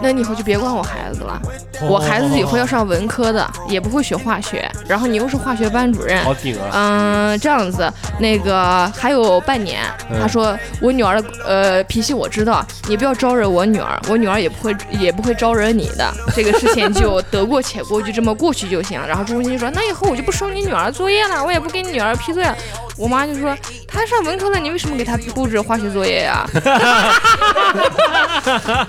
[SPEAKER 1] 那你以后就别管我孩子了，我孩子以后要上文科的，也不会学化学。然后你又是化学班主任，
[SPEAKER 3] 好顶啊！
[SPEAKER 1] 嗯，这样子，那个还有半年，他说我女儿的呃脾气我知道，你不要招惹我女儿，我女儿也不会也不会招惹你的，这个事情就得过且过，就这么过去就行。然后朱红心就说，那以后我就不收你女儿作业了，我也不给你女儿批作业。我妈就说，她上文科了，你为什么给她布置化学作业啊 呀、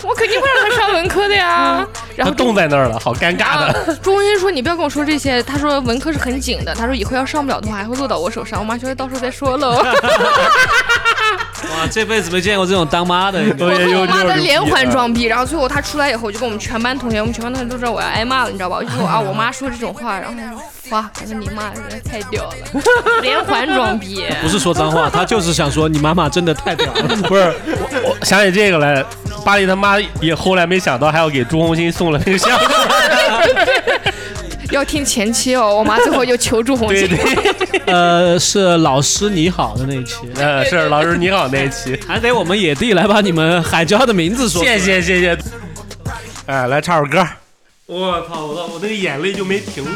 [SPEAKER 1] 我肯定会让她上文科的呀。然后
[SPEAKER 3] 他冻在那儿了，好尴尬
[SPEAKER 1] 啊
[SPEAKER 3] 的。！
[SPEAKER 1] 朱红心说：“你不要跟我说这些。”他说：“文科是很紧的。”他说：“以后要上不了的话，还会落到我手上。”我妈说：“到时候再说 喽。
[SPEAKER 9] 哇，这辈子没见过这种当妈的。”
[SPEAKER 1] 我
[SPEAKER 3] 也
[SPEAKER 1] 和
[SPEAKER 3] 有
[SPEAKER 1] 我妈
[SPEAKER 3] 这
[SPEAKER 1] 在
[SPEAKER 3] 种
[SPEAKER 1] 连环
[SPEAKER 3] 逼啊
[SPEAKER 1] 装逼，然后最后她出来以后，我就跟我们全班同学，我们全班同学都知道我要挨骂了，你知道吧？我就说啊，我妈说这种话，然后她说哇，我说你妈真的太屌了，连环 装逼。
[SPEAKER 9] 不是说脏话，他就是想说你妈妈真的太屌 了。
[SPEAKER 3] 不是，我我想起这个来，巴黎他妈也后来没想到还要给朱红心送了那个香 水。
[SPEAKER 1] 要听前期哦，我妈最后就求助红
[SPEAKER 3] 对
[SPEAKER 1] 心。
[SPEAKER 3] 对，
[SPEAKER 9] 呃，是老师你好的那一期，
[SPEAKER 3] 嗯，是老师你好那一期，
[SPEAKER 9] 还得我们野地来把你们海椒的名字说出来。
[SPEAKER 3] 谢谢谢谢。哎，来唱首歌。我操！我操！我那个眼泪就没停过。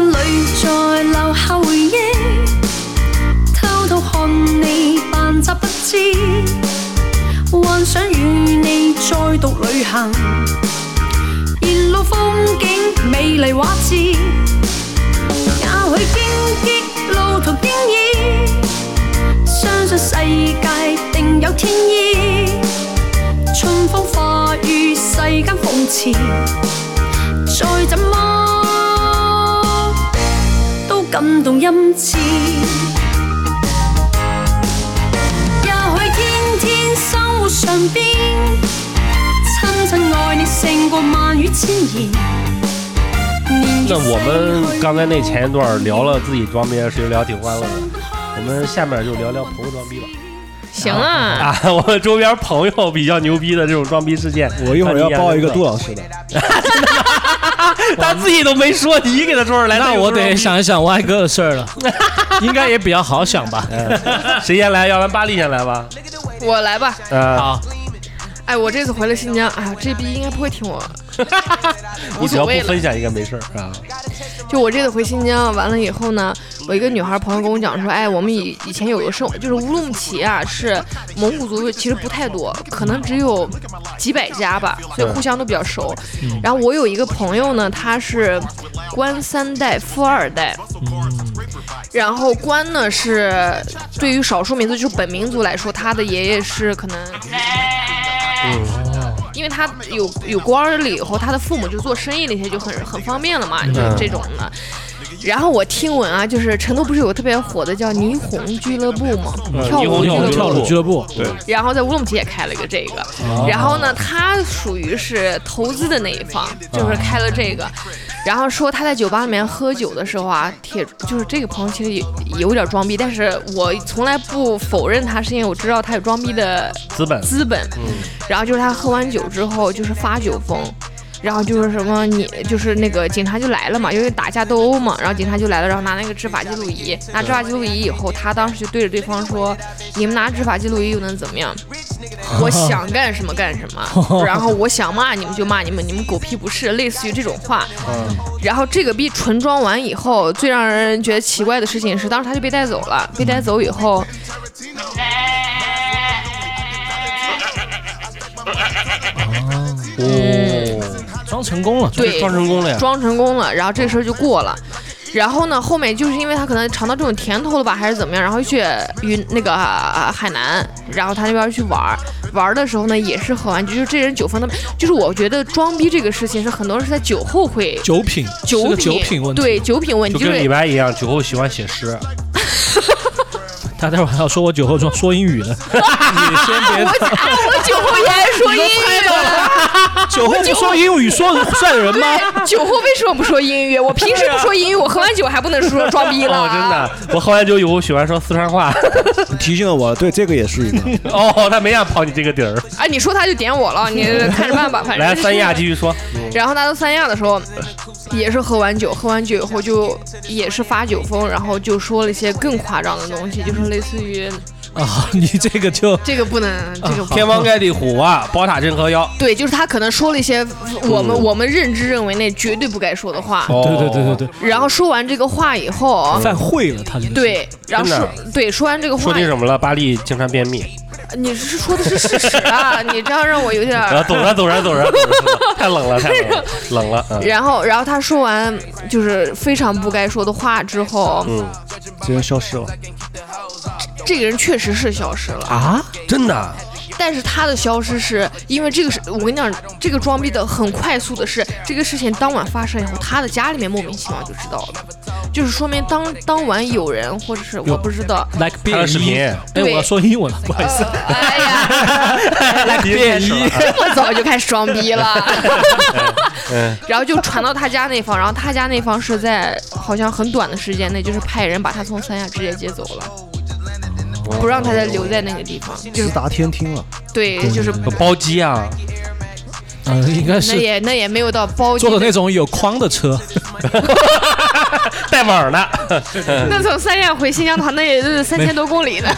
[SPEAKER 10] 里再留下回忆，偷偷看你扮作不知，幻想與你再度旅行，沿路風景美麗畫質，也許荊棘路途驚異，相信世界定有天意，春風化雨世間諷刺。再怎麼都感動恩賜。也許天天生活上邊，親親愛你勝過萬語千言。年月
[SPEAKER 3] 那我
[SPEAKER 10] 逝
[SPEAKER 3] 们
[SPEAKER 10] 去
[SPEAKER 3] 刚才那前一段聊了自己装逼，其实聊挺欢乐的。我们下面就聊聊朋友装逼吧。
[SPEAKER 1] 行啊，
[SPEAKER 3] 啊，我们周边朋友比较牛逼的这种装逼事件，
[SPEAKER 4] 我一会儿要报一个杜
[SPEAKER 3] 多，
[SPEAKER 4] 老师的，
[SPEAKER 3] 他自己都没说，你给他说出来，
[SPEAKER 5] 那我得
[SPEAKER 3] 想。
[SPEAKER 5] 想一想歪哥的事儿 了，应该也比较好想吧。
[SPEAKER 1] 哎
[SPEAKER 3] 谁先来？要不然巴力先来 吧。
[SPEAKER 1] 我来吧。
[SPEAKER 3] 呃，
[SPEAKER 5] 好，
[SPEAKER 1] 哎，我这次回了新疆，哎呀，这逼应该不会听我。无
[SPEAKER 3] 你只要
[SPEAKER 1] 所
[SPEAKER 3] 不
[SPEAKER 1] 谓了
[SPEAKER 3] 分，享一个没事儿啊。
[SPEAKER 1] 就我这次回新疆完了以后呢，我一个女孩朋友跟我讲说，哎，我们以以前有个生，就是乌鲁木齐啊，是蒙古族其实不太多，可能只有几百家吧，所以互相都比较熟。然后我有一个朋友呢，他是官三代、富二代，然后官呢是对于少数民族，就是本民族来说，他的爷爷是可能。因为他有有官儿了以后，他的父母就做生意那些就很很方便了嘛，就是这种的。然后我听闻啊，就是成都不是有个特别火的叫霓虹俱乐部嘛，嗯跳
[SPEAKER 3] 霓
[SPEAKER 1] 舞
[SPEAKER 3] 虹
[SPEAKER 1] 俱
[SPEAKER 3] 跳舞
[SPEAKER 1] 乐部
[SPEAKER 3] 俱乐
[SPEAKER 5] 跳舞俱乐部，
[SPEAKER 1] 然后在乌鲁木齐也开了一个这个，然后呢，他属于是投资的那一方，就是开了这个，然后说他在酒吧里面喝酒的时候啊，铁就是这个朋友其实有有点装逼，但是我从来不否认他，是因为我知道他有装逼的
[SPEAKER 3] 资本
[SPEAKER 1] 资本，然后就是他喝完酒之后就是发酒疯。然后就是什么你就是那个警察就来了嘛，因为打架斗殴嘛，然后警察就来了，然后拿那个执法记录仪，拿执法记录仪以后，他当时就对着对方说：“你们拿执法记录仪又能怎么样？我想干什么干什么，然后我想骂你们就骂你们，你们狗屁不是，类似于这种话。然后这个逼纯装完以后，最让人觉得奇怪的事情是，当时他就被带走了，被带走以后。
[SPEAKER 5] 装成功了，
[SPEAKER 1] 对，
[SPEAKER 3] 装成功了呀
[SPEAKER 1] 装成功了，然后这事儿就过了。然后呢，后面就是因为他可能尝到这种甜头了吧，还是怎么样，然后去云那个、啊海南，然后他那边去玩儿，玩儿的时候呢，也是喝完酒，就是这人酒疯的，就是我觉得装逼这个事情是很多人是在酒后会
[SPEAKER 5] 酒品，
[SPEAKER 1] 酒
[SPEAKER 5] 是个
[SPEAKER 1] 品
[SPEAKER 5] 酒品问题。，
[SPEAKER 1] 对酒品问题，
[SPEAKER 3] 就
[SPEAKER 1] 就
[SPEAKER 3] 跟李
[SPEAKER 1] 是
[SPEAKER 3] 白一样，酒后喜欢写诗。
[SPEAKER 5] 他待会儿还要说我酒后装说英 语呢，你先别
[SPEAKER 1] 啊我酒后也爱说英语了，
[SPEAKER 5] 酒后不说英语 说算人吗？
[SPEAKER 1] 对，酒后为什么不说英语？我平时不说英语，我喝完酒还不能说装逼了，
[SPEAKER 3] 哦，真。的，我喝完酒以后喜欢说四川话。
[SPEAKER 4] 你提醒了我，对这个也是一个。
[SPEAKER 3] 哦，他没想跑你这个底儿。
[SPEAKER 1] 哎，你说他就点我了，你看着办吧，反正
[SPEAKER 3] 来，
[SPEAKER 1] 就是
[SPEAKER 3] 三亚继续说。
[SPEAKER 1] 然后他到三亚的时候，也是喝完酒，喝完酒以后就也是发酒疯，然后就说了一些更夸张的东西，就是类似于
[SPEAKER 5] 啊，你这个就
[SPEAKER 1] 这个不能，这个不能。
[SPEAKER 3] 啊 天王盖地虎啊，宝塔镇河妖。
[SPEAKER 1] 对，就是他可能说了一些我们、我们认知认为那绝对不该说的话，
[SPEAKER 3] 嗯哦
[SPEAKER 5] 对对对对
[SPEAKER 1] 然后说完这个话以后
[SPEAKER 5] 对，，犯会了他这个。，
[SPEAKER 1] 对，然后
[SPEAKER 3] 真
[SPEAKER 1] 说
[SPEAKER 3] 的啊
[SPEAKER 1] 对说完这个
[SPEAKER 3] 说
[SPEAKER 1] 话
[SPEAKER 3] 这，什么了？巴力经常便 秘。
[SPEAKER 1] 你是说的是事实 啊，你这样让我有点
[SPEAKER 3] 然后走着走着走着，走着太冷了，太冷了，冷了。嗯
[SPEAKER 1] 然后，然后他说完就是非常不该说的话之后，
[SPEAKER 3] 嗯，
[SPEAKER 4] 直接消失了。
[SPEAKER 1] 这个人确实是消失了。
[SPEAKER 3] 啊，真的。
[SPEAKER 1] 但是他的消失是因为这个是，我跟你讲，这个装逼的很快速的是，这个事情当晚发生以后，他的家里面莫名其妙就知道了，就是说明当当晚有人或者是我不知道，
[SPEAKER 5] like
[SPEAKER 3] 看了
[SPEAKER 5] 便
[SPEAKER 3] 视
[SPEAKER 5] 衣
[SPEAKER 3] 频。啊
[SPEAKER 5] 哎，我
[SPEAKER 1] 对
[SPEAKER 5] 要说英 文了，不好意思。
[SPEAKER 1] 哎呀，
[SPEAKER 3] 来便衣。
[SPEAKER 1] 这么早就开始装逼了，
[SPEAKER 3] 嗯
[SPEAKER 1] 然后就传到他家那方，然后他家那方是在好像很短的时间内，就是派人把他从三亚直接接走了。不让他再留在那个地方，就是
[SPEAKER 4] 是达天听了，
[SPEAKER 1] 对，
[SPEAKER 3] 嗯
[SPEAKER 1] 就是
[SPEAKER 3] 包机啊，
[SPEAKER 5] 嗯，应该
[SPEAKER 1] 那
[SPEAKER 5] 是
[SPEAKER 1] 也那也没有到包机
[SPEAKER 5] 坐的那种有框的车，
[SPEAKER 3] 带网的。
[SPEAKER 1] 那从三亚回新疆的话，那也就是三千多公里 呢。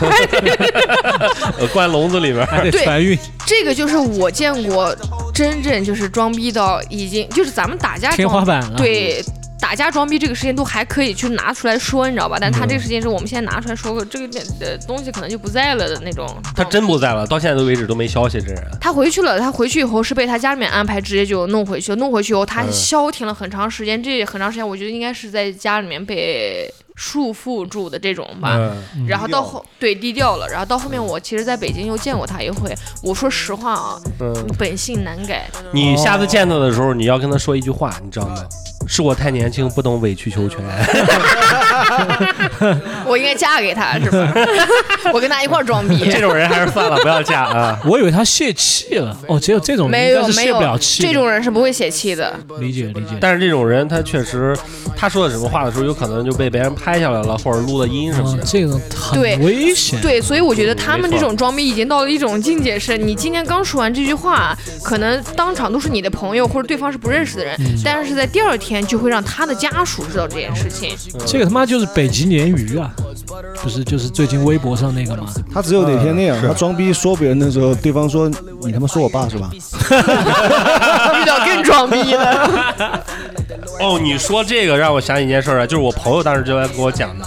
[SPEAKER 3] 呃关笼子里边儿。
[SPEAKER 5] 还得
[SPEAKER 1] 对
[SPEAKER 5] 船运。
[SPEAKER 1] 这个就是我见过真正就是装逼到已经就是咱们打架
[SPEAKER 5] 天
[SPEAKER 1] 装
[SPEAKER 5] 花板了
[SPEAKER 1] 对。打架装逼这个事情都还可以去拿出来说，你知道
[SPEAKER 5] 嗯
[SPEAKER 1] 吧？但他这个事情是我们现在拿出来说，这个点的东西可能就不在了的那种。
[SPEAKER 3] 他真不在了，到现在为止都没消息，这人。
[SPEAKER 1] 他回去了，他回去以后是被他家里面安排，直接就弄回去了。弄回去以后，他
[SPEAKER 3] 嗯
[SPEAKER 1] 消停了很长时间，这很长时间我觉得应该是在家里面被束缚住的这种吧。
[SPEAKER 3] 嗯
[SPEAKER 1] 然后到后对低调了，然后到后面我其实在北京又见过他一回。我说实话啊，
[SPEAKER 3] 嗯，
[SPEAKER 1] 本性难改，
[SPEAKER 3] 你下次见他的时候，你要跟他说一句话，你知道吗？是我太年轻，不懂委曲求全。
[SPEAKER 1] 我应该嫁给他是 吧？我跟他一块儿装 逼。
[SPEAKER 3] 这种人还是算了，不要嫁啊。
[SPEAKER 5] 我以为他泄气了，哦，只有这种人
[SPEAKER 1] 没
[SPEAKER 5] 应该
[SPEAKER 1] 有
[SPEAKER 5] 是
[SPEAKER 1] 没
[SPEAKER 5] 泄不
[SPEAKER 1] 有
[SPEAKER 5] 了，气的。
[SPEAKER 1] 这种人是不会泄气的。
[SPEAKER 5] 理解理解，
[SPEAKER 3] 但是这种人，他确实，他说的什么话的时候，有可能就被别人拍下来了，或者录了音什么
[SPEAKER 5] 嗯
[SPEAKER 3] 的。
[SPEAKER 5] 这个很
[SPEAKER 1] 对
[SPEAKER 5] 危险。啊
[SPEAKER 1] 对，所以我觉得他们
[SPEAKER 3] 嗯没
[SPEAKER 1] 这
[SPEAKER 3] 错
[SPEAKER 1] 种装逼已经到了一种境界，是你今天刚说完这句话，可能当场都是你的朋友或者对方是不认识的人，
[SPEAKER 3] 嗯
[SPEAKER 1] 但是在第二天就会让他的家属知道这件事情。
[SPEAKER 5] 这个他妈就是北极鲶鱼啊，不是就是最近微博上那个吗？
[SPEAKER 6] 他只有哪天那样，他装逼说别人的时候，对方说你他妈说我爸是吧？
[SPEAKER 1] 遇到更装逼的，
[SPEAKER 3] 哦，你说这个让我想起一件事儿来，就是我朋友当时就来跟我讲的，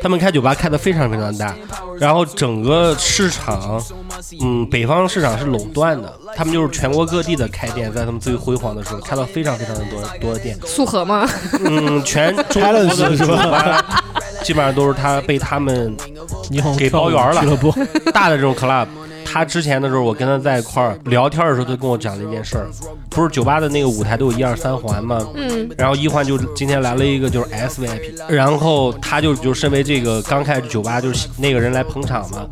[SPEAKER 3] 他们开酒吧开的非常非常大，然后整个市场，嗯，北方市场是垄断的，他们就是全国各地的开店，在他们最辉煌的时候开了非常非常的多多的店，
[SPEAKER 1] 速合吗？
[SPEAKER 3] 嗯，全中国的
[SPEAKER 6] Talent 是
[SPEAKER 3] 酒
[SPEAKER 6] 吧
[SPEAKER 3] 吧基本上都是他被他们
[SPEAKER 5] 霓虹
[SPEAKER 3] 给
[SPEAKER 5] 跳舞
[SPEAKER 3] 包圆了
[SPEAKER 5] 俱乐 部，
[SPEAKER 3] 大的这种 club，他之前的时候，我跟他在一块儿聊天的时候，他跟我讲了一件事儿，不是酒吧的那个舞台都有一二三环吗？
[SPEAKER 1] 嗯，
[SPEAKER 3] 然后一环就今天来了一个就是 S VIP，然后他就就身为这个刚开始酒吧就是那个人来捧场嘛，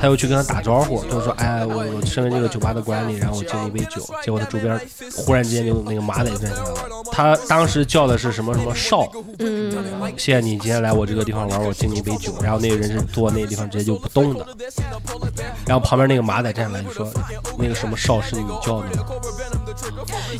[SPEAKER 3] 他又去跟他打招呼，就是说哎我我身为这个酒吧的管理，然后我敬了一杯酒，结果他周边忽然之间就那个马仔站起来了，他当时叫的是什么什么少，嗯，谢谢你今天来我这个地方玩，我敬你一杯酒，然后那个人是坐那个地方直接就不动的，然后旁边那个马仔站起来就说那个什么少是你叫的吗，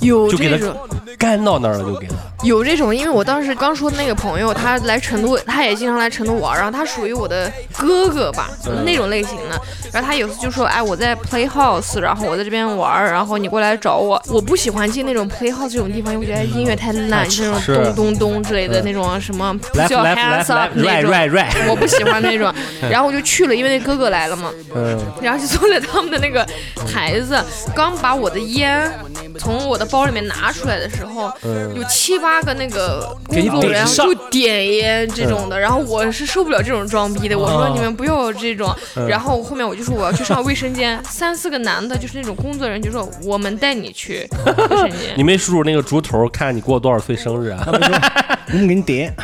[SPEAKER 1] 有
[SPEAKER 3] 就给
[SPEAKER 1] 这
[SPEAKER 3] 他
[SPEAKER 1] 种。
[SPEAKER 3] 干到那儿了就给他。
[SPEAKER 1] 有这种，因为我当时刚说的那个朋友，他来成都，他也经常来成都玩儿，然后他属于我的哥哥吧，那种类型的。然后他有次就说，哎，我在 Playhouse，然后我在这边玩儿，然后你过来找我。我不喜欢进那种 Playhouse 这种地方，因为我觉得音乐太烂，就是那
[SPEAKER 3] 是
[SPEAKER 1] 种咚咚咚之类的那种什么
[SPEAKER 3] 来
[SPEAKER 1] 叫
[SPEAKER 3] 来
[SPEAKER 1] hands
[SPEAKER 3] 来
[SPEAKER 1] up
[SPEAKER 3] 来
[SPEAKER 1] 那种，
[SPEAKER 3] 来来，
[SPEAKER 1] 我不喜欢那种。然后我就去了，因为那哥哥来了嘛。
[SPEAKER 3] 嗯，
[SPEAKER 1] 然后就坐在他们的那个台子，刚把我的烟从我的包里面拿出来的时候，
[SPEAKER 3] 嗯
[SPEAKER 1] 有七八个那个工作人员就点烟这种的，然后我是受不了这种装逼的，我
[SPEAKER 3] 啊
[SPEAKER 1] 说你们不要这种，
[SPEAKER 3] 嗯
[SPEAKER 1] 然后后面我就说我要去上卫生间，三四个男的就是那种工作人员就说我们带你去卫生间，
[SPEAKER 3] 你没数数那个竹头，看你过多少岁生日啊？
[SPEAKER 6] 我们给你点，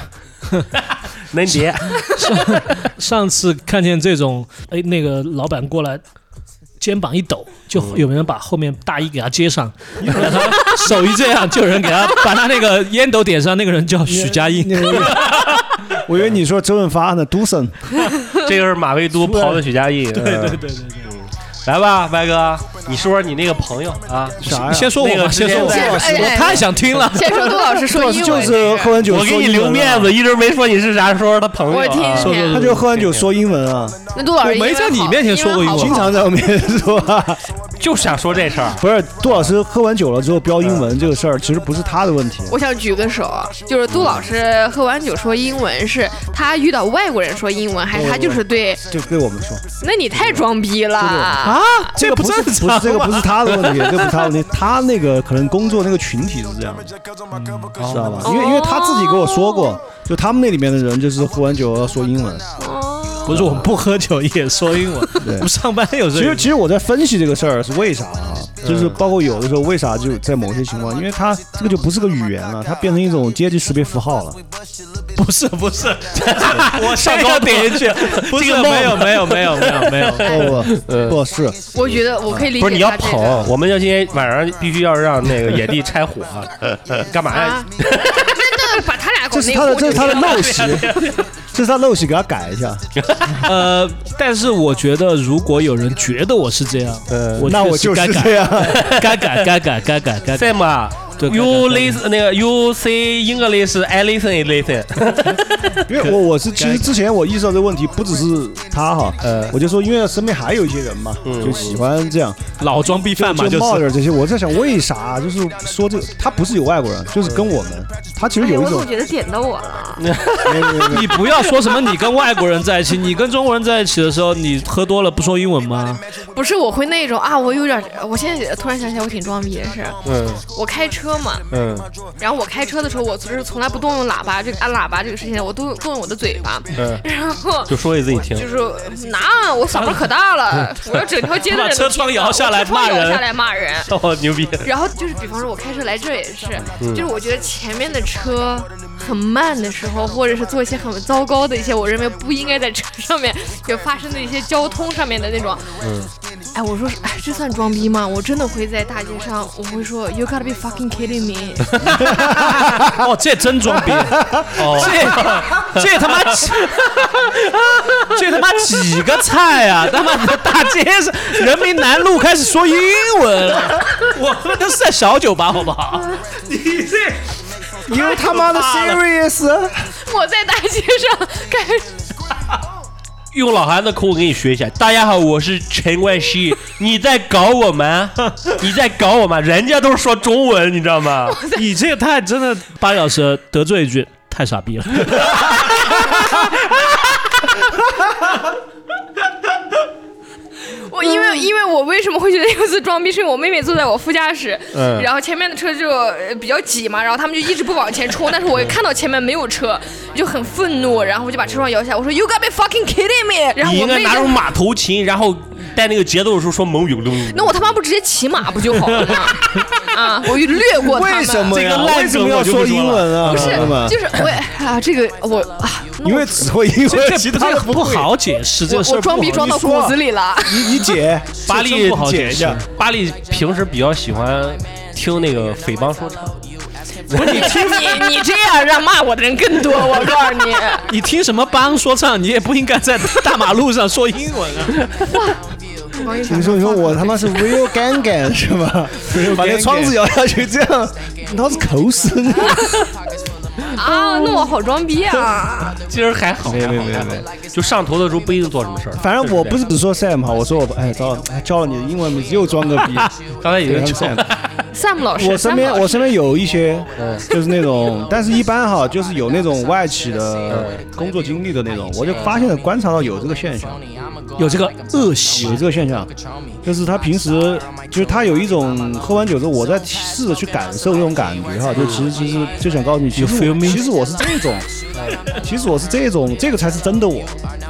[SPEAKER 3] 能 叠，
[SPEAKER 5] 上次看见这种，哎，那个老板过来，肩膀一抖，就有人把后面大衣给他接 上，然后他手一这样，就有人给他把他那个烟斗点上，那个人叫许佳音，
[SPEAKER 6] 我以为你说周润发呢，都森，
[SPEAKER 3] 这个是马未都刨的许家印。对对对对对。嗯来吧，白哥，你说说你那个朋友啊？
[SPEAKER 6] 啥呀？
[SPEAKER 5] 先说我
[SPEAKER 3] 那
[SPEAKER 5] 吧，
[SPEAKER 3] 个之
[SPEAKER 5] 先
[SPEAKER 3] 前
[SPEAKER 5] 说我吧，
[SPEAKER 1] 在哎哎
[SPEAKER 5] 我太想听了。
[SPEAKER 1] 先说杜老师说
[SPEAKER 6] 杜老
[SPEAKER 1] 英
[SPEAKER 6] 师
[SPEAKER 1] 文
[SPEAKER 6] 就是喝完酒，
[SPEAKER 3] 我给你留面，子，一直没说你是啥，说说他朋友
[SPEAKER 1] 我听
[SPEAKER 3] 啊。
[SPEAKER 1] 听，
[SPEAKER 6] 他就喝完酒说英文啊，
[SPEAKER 1] 那杜老师
[SPEAKER 5] 我没
[SPEAKER 1] 英文
[SPEAKER 5] 在你
[SPEAKER 1] 好
[SPEAKER 5] 面前说过英文
[SPEAKER 1] 好
[SPEAKER 6] 经
[SPEAKER 1] 不好
[SPEAKER 6] 常在我面前说啊。
[SPEAKER 3] 就是想说这事儿。
[SPEAKER 6] 不是杜老师喝完酒了之后飙英文这个事儿，其实不是他的问题。
[SPEAKER 1] 我想举个手，啊就是杜老师喝完酒说英文，是他遇到外国人说英文，还是他就是对？
[SPEAKER 6] 就对我们说
[SPEAKER 1] 那你太装逼了！
[SPEAKER 6] 这个不是
[SPEAKER 5] 不正常
[SPEAKER 6] 不是这个不是他的问题，这个不是他的问题，他那个可能工作那个群体是这样的，知道吧？因为因为他自己跟我说过，就他们那里面的人就是喝完酒要说英文。
[SPEAKER 5] 不是我们不喝酒也说英文，我们上班有
[SPEAKER 6] 其
[SPEAKER 5] 时候
[SPEAKER 6] 实其实我在分析这个事儿是为啥啊，就是包括有的时候为啥就在某些情况，因为它这个就不是个语言了，它变成一种阶级识别符号了。
[SPEAKER 5] 不是不是， 我
[SPEAKER 3] 上高
[SPEAKER 5] 别 人去，不是没有没有没有没有没有，
[SPEAKER 6] 哦不不不是，
[SPEAKER 1] 我觉得我可以理解
[SPEAKER 3] 不是你要
[SPEAKER 1] 他这
[SPEAKER 3] 捧
[SPEAKER 1] 个。，
[SPEAKER 3] 我们要今天晚上必须要让那个野地拆伙，干嘛呀
[SPEAKER 1] 啊？那那把他俩搞
[SPEAKER 6] 这是他的这是他的
[SPEAKER 1] 那
[SPEAKER 6] 陋习， 这是他陋习，给他改一下。
[SPEAKER 5] 呃，但是我觉得如果有人觉得我是这样，我
[SPEAKER 6] 那我
[SPEAKER 5] 确
[SPEAKER 6] 就
[SPEAKER 5] 实该
[SPEAKER 6] 是
[SPEAKER 5] 改
[SPEAKER 6] 这样。
[SPEAKER 5] 该改该改该改该改。
[SPEAKER 3] Sam，啊
[SPEAKER 6] 对
[SPEAKER 3] ，You listen 那个 You say English, I listen, I listen。
[SPEAKER 6] 因为我我是其实之前我意识到这个问题，不只是他哈，
[SPEAKER 3] 呃
[SPEAKER 6] 我就说因为身边还有一些人嘛，就喜欢这样，
[SPEAKER 4] 老装逼犯嘛，
[SPEAKER 6] 嗯
[SPEAKER 4] 就
[SPEAKER 6] 就冒
[SPEAKER 4] 是
[SPEAKER 6] 着这些。我在想为啥就是说这他不是有外国人，就是跟我们，
[SPEAKER 1] 嗯
[SPEAKER 6] 他其
[SPEAKER 11] 哎
[SPEAKER 6] 实
[SPEAKER 11] 呀，
[SPEAKER 6] 有
[SPEAKER 11] 我
[SPEAKER 6] 一
[SPEAKER 11] 总
[SPEAKER 6] 种
[SPEAKER 11] 觉得点到我了。
[SPEAKER 4] 你不要说什么你跟外国人在一起，你跟中国人在一起的时候，你喝多了不说英文 吗？
[SPEAKER 1] 不是我会那种啊，我有点，我现在突然想起来，我挺装逼的是，
[SPEAKER 3] 嗯
[SPEAKER 1] 我开车嘛，
[SPEAKER 3] 嗯
[SPEAKER 1] 然后我开车的时候，我就是从来不动用喇叭，这个按喇叭这个事情，我都动用我的嘴巴，
[SPEAKER 3] 嗯，
[SPEAKER 1] 然后
[SPEAKER 3] 就说给自己听。
[SPEAKER 1] 就是拿我嗓门可大 了，我要整条街的人
[SPEAKER 4] 把
[SPEAKER 1] 都
[SPEAKER 4] 车
[SPEAKER 1] 听
[SPEAKER 4] 窗
[SPEAKER 1] 到
[SPEAKER 4] 摇下
[SPEAKER 1] 我
[SPEAKER 4] 来
[SPEAKER 1] 车窗
[SPEAKER 4] 骂
[SPEAKER 1] 摇
[SPEAKER 4] 人
[SPEAKER 1] 下来骂人。
[SPEAKER 3] 哦，牛逼！
[SPEAKER 1] 然后就是，比方说，我开车来这儿也是，就是我觉得前面的车很慢的时候，或者是做一些很糟糕的一些我认为不应该在车上面有发生的一些交通上面的那种，哎，我说是，哎，这算装逼吗？我真的会在大街上，我会说 You gotta be fucking kidding me，
[SPEAKER 4] 哦，这真装 逼，哦，这这他妈几，这他妈几个菜啊！他妈的大街上人民南路开始说英文了， 我他妈都是在小酒吧好不 好？
[SPEAKER 6] 因为他妈的
[SPEAKER 1] 哎
[SPEAKER 6] serious，
[SPEAKER 1] 我在大街上开始
[SPEAKER 3] 用老韩的口吻给你学一下。大家好，我是陈 冠希。你在搞我们？你在搞我们？人家都是说中文，你知道吗？
[SPEAKER 4] 你这个太真的
[SPEAKER 5] 八个小时得罪一句太傻逼了。
[SPEAKER 1] 我因为因为我为什么会觉得有次装逼，是因为我妹妹坐在我副驾驶，
[SPEAKER 3] 嗯
[SPEAKER 1] 然后前面的车就呃比较挤嘛，然后他们就一直不往前冲，但是我看到前面没有车，就很愤怒，然后我就把车窗摇下来，我说 You gotta be fucking kidding me，然后我
[SPEAKER 3] 你应该
[SPEAKER 1] 妹
[SPEAKER 3] 拿出
[SPEAKER 1] 就。
[SPEAKER 3] 马头琴，然后带那个节奏的时候说蒙语录。
[SPEAKER 1] 那我他妈不直接骑马不就好了吗？啊，我就略过他们。
[SPEAKER 6] 为什么
[SPEAKER 3] 这
[SPEAKER 6] 呀
[SPEAKER 3] 个？烂
[SPEAKER 6] 为什么要说英文啊？
[SPEAKER 1] 不是
[SPEAKER 6] 朋友们，
[SPEAKER 1] 就是我啊，这个我啊，
[SPEAKER 6] 因为只会英 文，其他的
[SPEAKER 4] 不
[SPEAKER 6] 会。
[SPEAKER 4] 好解释，这
[SPEAKER 1] 我
[SPEAKER 4] 个事
[SPEAKER 1] 我
[SPEAKER 4] 儿不好
[SPEAKER 1] 装逼装到骨子里了。
[SPEAKER 6] 你你姐，
[SPEAKER 3] 巴
[SPEAKER 4] 这
[SPEAKER 3] 力
[SPEAKER 4] 真不好
[SPEAKER 6] 解释，
[SPEAKER 3] 巴力平时比较喜欢听那个匪帮说唱。
[SPEAKER 1] 不是你你你这样让骂我的人更多，我告诉 你。
[SPEAKER 4] 你听什么帮说唱，你也不应该在大马路上说英文啊！
[SPEAKER 6] 你说你说我他妈是 real gang gang 是吧？ 把那窗子摇下去，这 样脑子口湿。
[SPEAKER 1] 啊，那我好装逼 啊！
[SPEAKER 3] 今儿还好，没没没没，就上头的时候不一定做什么事儿。
[SPEAKER 6] 反正我不
[SPEAKER 3] 是
[SPEAKER 6] 是只说 Sam 哈，我说我哎糟了，哎教了你的英文名字又装个 逼。
[SPEAKER 3] 刚才已经
[SPEAKER 6] 对
[SPEAKER 3] 讲
[SPEAKER 6] Sam
[SPEAKER 3] 了，
[SPEAKER 1] Sam 老师，
[SPEAKER 6] 我身
[SPEAKER 1] Sam
[SPEAKER 6] 边
[SPEAKER 1] 老师
[SPEAKER 6] 我身边有一 些，就是那种，但是一般哈，就是有那种外企的工作经历的那种，我就发现了观察到有这个现象，
[SPEAKER 5] 有这个恶
[SPEAKER 6] 有
[SPEAKER 5] 习，
[SPEAKER 6] 这个现象，就是他平时就是他有一种喝完酒之后，我在试着去感受那种感觉哈，就其实其实就想告诉你，其实我其实我是这种，其实我是这种，这个才是真的我。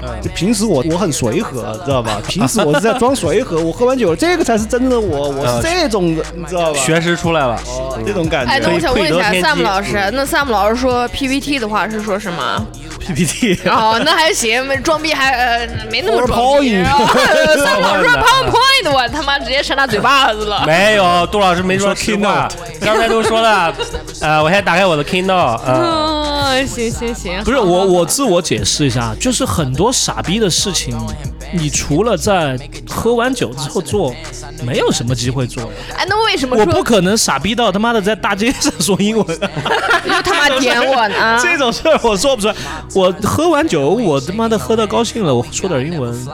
[SPEAKER 12] 嗯
[SPEAKER 6] 就平时我我很随和，知道吧？平时我是在装随和，我喝完酒，这个才是真的我，我
[SPEAKER 12] 嗯
[SPEAKER 6] 是这种的，你知道吧？
[SPEAKER 3] 学识出来了。
[SPEAKER 6] 这种感
[SPEAKER 1] 哎，
[SPEAKER 6] 觉
[SPEAKER 1] 那。我想问一下
[SPEAKER 3] 可以窥得天嗯机
[SPEAKER 1] Sam 老师，那 Sam 老师说 PPT 的话是说什 么？
[SPEAKER 4] PPT
[SPEAKER 1] 哦，那还行，装逼还呃没那么装逼。
[SPEAKER 6] PowerPoint
[SPEAKER 1] 哦 Sam 老师说 PowerPoint，我他妈直接扇他嘴巴子了。
[SPEAKER 3] 没有，杜老师没说实话，刚才都说了。呃，我先打开我的 Kindle，嗯，
[SPEAKER 1] 嗯，行行行，
[SPEAKER 5] 不是我，我自我解释一下，就是很多傻逼的事情，你除了在喝完酒之后做，没有什么机会做。
[SPEAKER 1] 哎，那为什么
[SPEAKER 5] 我不
[SPEAKER 1] 说
[SPEAKER 5] 可能傻逼到他妈的在大街上说英文，
[SPEAKER 1] 又他妈点我 呢？
[SPEAKER 5] 这种事儿我做不出来。我喝完酒，我他妈的喝的高兴了，我说点英文，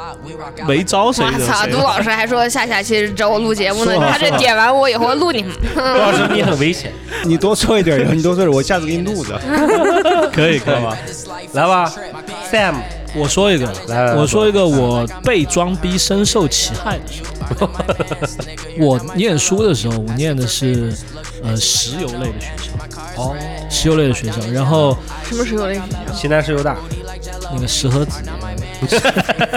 [SPEAKER 5] 没招谁
[SPEAKER 1] 我
[SPEAKER 5] 惹
[SPEAKER 1] 操！
[SPEAKER 5] 谁
[SPEAKER 1] 杜。老师还说下下期找我录节目呢，他这点完我以后录你。
[SPEAKER 3] 杜老师你很危险，
[SPEAKER 6] 你多说一点，以后你多说一点，我下次给你 录着。
[SPEAKER 5] 可以可以，
[SPEAKER 3] 来吧，Sam，
[SPEAKER 5] 我说一个
[SPEAKER 3] 来来，
[SPEAKER 5] 我说一个我被装逼深受其害的时 候。我念书的时候，我念的是呃石油类的学校，哦，石油类的学校，然后
[SPEAKER 1] 什么时候嘞？
[SPEAKER 3] 西南石油大，
[SPEAKER 5] 那个石河子，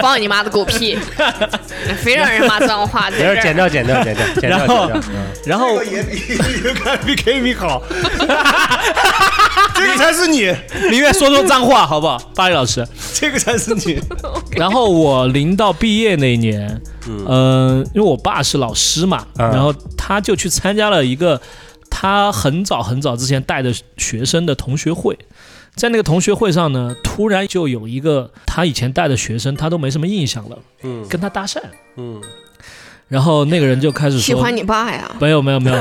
[SPEAKER 1] 放你妈的狗 屁！非让人骂脏话，
[SPEAKER 3] 没
[SPEAKER 1] 在
[SPEAKER 3] 事，
[SPEAKER 1] 这
[SPEAKER 3] 剪
[SPEAKER 1] 儿。
[SPEAKER 3] 掉，剪掉，剪掉，剪
[SPEAKER 5] 然
[SPEAKER 3] 掉，剪
[SPEAKER 5] 后
[SPEAKER 3] 掉。
[SPEAKER 5] 然后
[SPEAKER 6] 比 K V 好，这个才是你，
[SPEAKER 5] 宁愿说说脏话，好不好，巴黎老师？
[SPEAKER 6] 这个才是你。
[SPEAKER 5] 然后我临到毕业那一年，嗯、呃，因为我爸是老师嘛，
[SPEAKER 3] 嗯
[SPEAKER 5] 然后他就去参加了一个他很早很早之前带的学生的同学会，在那个同学会上呢，突然就有一个他以前带的学生，他都没什么印象了，
[SPEAKER 3] 嗯
[SPEAKER 5] 跟他搭讪，
[SPEAKER 3] 嗯，
[SPEAKER 5] 然后那个人就开始说
[SPEAKER 1] 喜欢你爸呀？
[SPEAKER 5] 没有没有没有，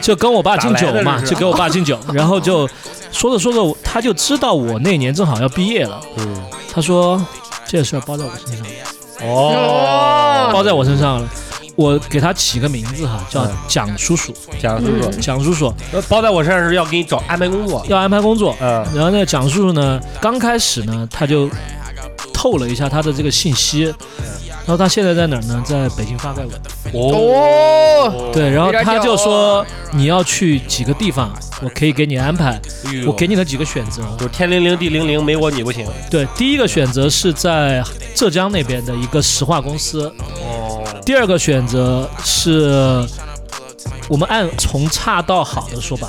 [SPEAKER 5] 就跟我爸敬酒
[SPEAKER 3] 打来的
[SPEAKER 5] 嘛，
[SPEAKER 3] 这是
[SPEAKER 5] 就给我爸敬酒，然后就说着说着，他就知道我那年正好要毕业了，
[SPEAKER 3] 嗯，
[SPEAKER 5] 他说这事儿包在我身上，
[SPEAKER 1] 嗯哦，
[SPEAKER 5] 包在我身上了。我给他起个名字哈，
[SPEAKER 1] 嗯
[SPEAKER 5] 叫蒋叔叔。
[SPEAKER 3] 蒋叔叔，
[SPEAKER 5] 蒋叔叔
[SPEAKER 3] 那呃包在我身上是要给你找安排工作，
[SPEAKER 5] 要安排工作，
[SPEAKER 3] 嗯
[SPEAKER 5] 然后那个蒋叔叔呢，刚开始呢，他就透了一下他的这个信息，然后他现在在哪儿呢？在北京发改委。
[SPEAKER 1] 哦，
[SPEAKER 5] 对，然后
[SPEAKER 1] 有点
[SPEAKER 5] 他
[SPEAKER 1] 屌
[SPEAKER 5] 就
[SPEAKER 1] 哦
[SPEAKER 5] 说你要去几个地方，我可以给你安排，
[SPEAKER 3] 哎呦
[SPEAKER 5] 我给你了几个选择。
[SPEAKER 3] 就是天灵灵地灵灵，没我你不行。
[SPEAKER 5] 对，第一个选择是在浙江那边的一个石化公司，
[SPEAKER 3] 哦，
[SPEAKER 5] 第二个选择是我们按从差到好的说吧，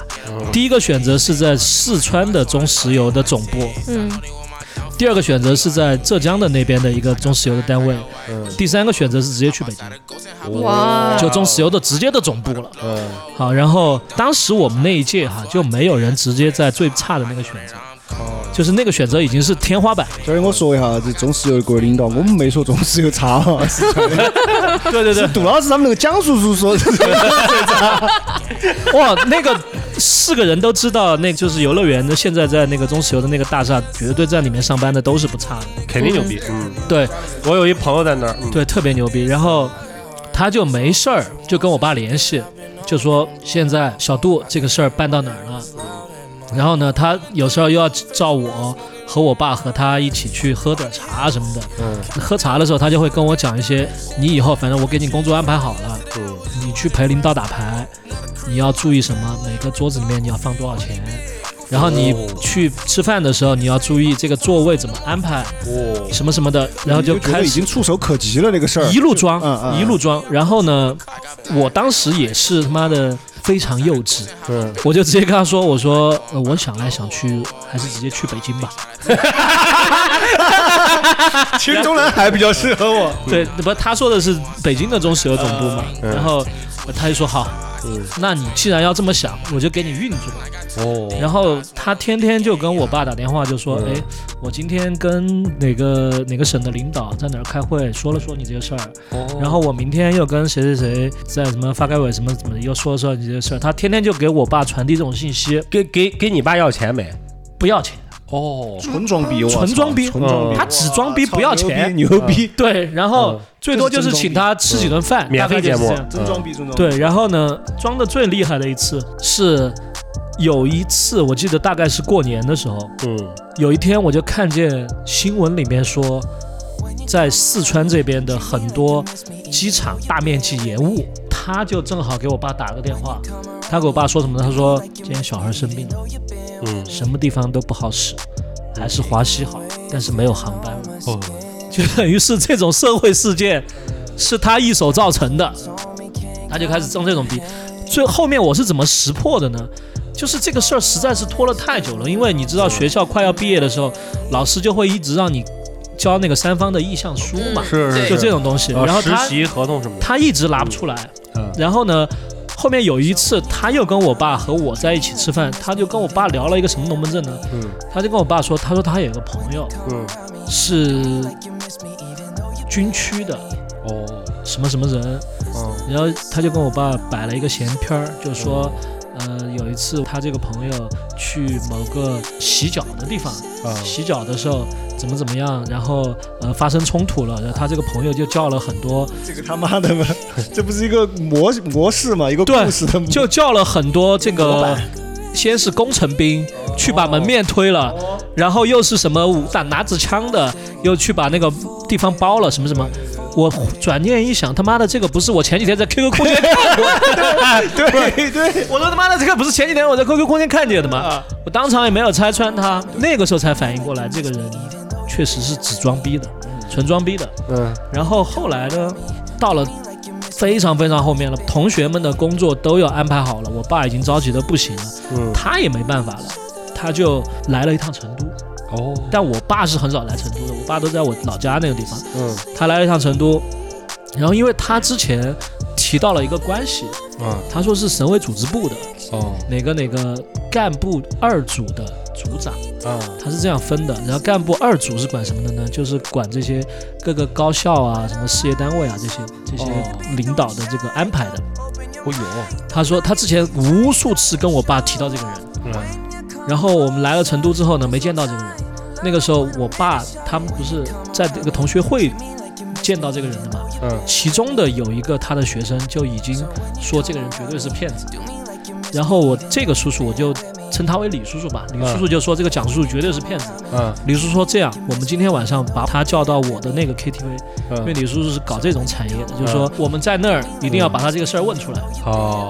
[SPEAKER 5] 第一个选择是在四川的中石油的总部，
[SPEAKER 1] 嗯，
[SPEAKER 5] 第二个选择是在浙江的那边的一个中石油的单位，第三个选择是直接去北京，
[SPEAKER 1] 哇，
[SPEAKER 5] 就中石油的直接的总部了。
[SPEAKER 3] 嗯，
[SPEAKER 5] 好，然后当时我们那一届哈就没有人直接在最差的那个选择，就是那个选择已经是天花板。
[SPEAKER 12] 这儿我说一下，这中石油的各位领导，我们没说中石油差啊，是
[SPEAKER 5] 对对对，
[SPEAKER 12] 杜老师他们那个蒋叔叔说
[SPEAKER 5] 哇，那个四个人都知道，那就是游乐园的，现在在那个中石油的那个大厦，绝对在里面上班的都是不差的。
[SPEAKER 3] 肯定牛逼。嗯，
[SPEAKER 5] 对
[SPEAKER 3] 我有一朋友在那儿，嗯，
[SPEAKER 5] 对，特别牛逼。然后他就没事儿就跟我爸联系，就说现在小杜这个事儿办到哪儿了。然后呢，他有时候又要照我和我爸和他一起去喝点茶什么的。嗯，喝茶的时候他就会跟我讲一些，你以后反正我给你工作安排好了，你去陪领导打牌，你要注意什么，每个桌子里面你要放多少钱。然后你去吃饭的时候，你要注意这个座位怎么安排，
[SPEAKER 3] 哦，
[SPEAKER 5] 什么什么的，然后就
[SPEAKER 12] 觉得
[SPEAKER 5] 开
[SPEAKER 12] 已
[SPEAKER 5] 始
[SPEAKER 12] 经触手可及了那个事儿
[SPEAKER 5] 一。路装，
[SPEAKER 12] 嗯嗯嗯
[SPEAKER 5] 一路装。然后呢，我当时也是他妈的非常幼稚，
[SPEAKER 3] 嗯，
[SPEAKER 5] 我就直接跟他说：“我说、呃我想来想去，还是直接去北京吧。
[SPEAKER 12] 其实中南海比较适合我。嗯
[SPEAKER 5] 对，不，他说的是北京的中石油总部嘛。然后呃他就说：“好，那你既然要这么想，我就给你运作。”
[SPEAKER 3] 哦，
[SPEAKER 5] 然后他天天就跟我爸打电话，就说：“
[SPEAKER 3] 嗯
[SPEAKER 5] 哎、我今天跟哪个哪个省的领导在哪儿开会，说了说你这个事儿。
[SPEAKER 3] 哦
[SPEAKER 5] 然后我明天又跟谁谁谁在什么发改委什么怎么又说了说你这个事儿。”他天天就给我爸传递这种信息，
[SPEAKER 3] 给给给你爸要钱没？
[SPEAKER 5] 不要钱，
[SPEAKER 3] 哦，
[SPEAKER 12] 纯装逼，我操
[SPEAKER 5] 纯装逼
[SPEAKER 12] 纯装逼，
[SPEAKER 5] 他只装逼不要钱。
[SPEAKER 12] 牛逼，
[SPEAKER 5] 对，然
[SPEAKER 3] 嗯
[SPEAKER 5] 后最多就是请他吃几顿饭，
[SPEAKER 3] 免费
[SPEAKER 5] 大概就是
[SPEAKER 3] 节目
[SPEAKER 5] 这样
[SPEAKER 12] 真装逼，真装逼。
[SPEAKER 5] 对，然后呢，装的最厉害的一次是有一次，我记得大概是过年的时候，
[SPEAKER 3] 嗯，
[SPEAKER 5] 有一天我就看见新闻里面说，在四川这边的很多机场大面积延误，他就正好给我爸打了个电话，他给我爸说什么呢？他说今天小孩生病了，
[SPEAKER 3] 嗯，
[SPEAKER 5] 什么地方都不好使，还是华西好，但是没有航班了，
[SPEAKER 3] 哦，
[SPEAKER 5] 就等于是这种社会事件是他一手造成的，他就开始装这种逼。最后面我是怎么识破的呢？就是这个事儿实在是拖了太久了，因为你知道学校快要毕业的时候，老师就会一直让你交那个三方的意向书嘛，
[SPEAKER 3] 是是，
[SPEAKER 5] 就是这种东西。
[SPEAKER 3] 呃
[SPEAKER 5] 然后
[SPEAKER 3] 实
[SPEAKER 5] 他
[SPEAKER 3] 习合同什么的，
[SPEAKER 5] 他一直拿不出来。然后呢，后面有一次他又跟我爸和我在一起吃饭，他就跟我爸聊了一个什么龙门阵呢？他就跟我爸说，他说他有个朋友，
[SPEAKER 3] 嗯，
[SPEAKER 5] 是军区的
[SPEAKER 3] 哦，
[SPEAKER 5] 什么什么人，
[SPEAKER 3] 嗯，
[SPEAKER 5] 然后他就跟我爸摆了一个闲篇儿，就说，呃，有一次他这个朋友去某个洗脚的地方，
[SPEAKER 3] 啊
[SPEAKER 5] 洗脚的时候怎么怎么样，然后呃发生冲突了，然后他这个朋友就叫了很多，
[SPEAKER 12] 这个他妈的嘛，这不是一个模模式嘛，一个
[SPEAKER 5] 对
[SPEAKER 12] 故事的模
[SPEAKER 5] 就叫了很多这个。先是工程兵去把门面推了，然后又是什么武打拿着枪的，又去把那个地方包了什么什么。我转念一想，他妈的这个不是我前几天在 QQ 空间看过的，
[SPEAKER 12] 对对， 啊
[SPEAKER 5] 我说他妈的，这个不是前几天我在 QQ 空间看见的吗？我当场也没有拆穿他，那个时候才反应过来，这个人确实是只装逼的，纯装逼的。
[SPEAKER 3] 嗯，
[SPEAKER 5] 然后后来呢，到了非常非常后面了，同学们的工作都要安排好了，我爸已经着急的不行了，
[SPEAKER 3] 嗯
[SPEAKER 5] 他也没办法了，他就来了一趟成都。
[SPEAKER 3] 哦，
[SPEAKER 5] 但我爸是很少来成都的，我爸都在我老家那个地方。
[SPEAKER 3] 嗯
[SPEAKER 5] 他来了一趟成都，然后因为他之前提到了一个关系，
[SPEAKER 3] 嗯，
[SPEAKER 5] 他说是省委组织部的。
[SPEAKER 3] 哦，
[SPEAKER 5] 哪个哪个干部二组的组长，
[SPEAKER 3] 嗯，
[SPEAKER 5] 他是这样分的。然后干部二组是管什么的呢？就是管这些各个高校啊、什么事业单位啊这些这些
[SPEAKER 3] 哦
[SPEAKER 5] 领导的这个安排的。
[SPEAKER 3] 哦呦，
[SPEAKER 5] 他说他之前无数次跟我爸提到这个人，
[SPEAKER 3] 嗯
[SPEAKER 5] 然后我们来了成都之后呢，没见到这个人。那个时候我爸他们不是在那个同学会见到这个人的嘛，
[SPEAKER 3] 嗯
[SPEAKER 5] 其中的有一个他的学生就已经说这个人绝对是骗子。然后我这个叔叔我就称他为李叔叔吧，李叔叔就说这个蒋叔叔绝对是骗子。
[SPEAKER 3] 嗯
[SPEAKER 5] 李叔叔说这样，我们今天晚上把他叫到我的那个 KTV，因为
[SPEAKER 3] 嗯，
[SPEAKER 5] 李叔叔是搞这种产业的，就是说我们在那儿一定要把他这个事儿问出来。
[SPEAKER 3] 哦，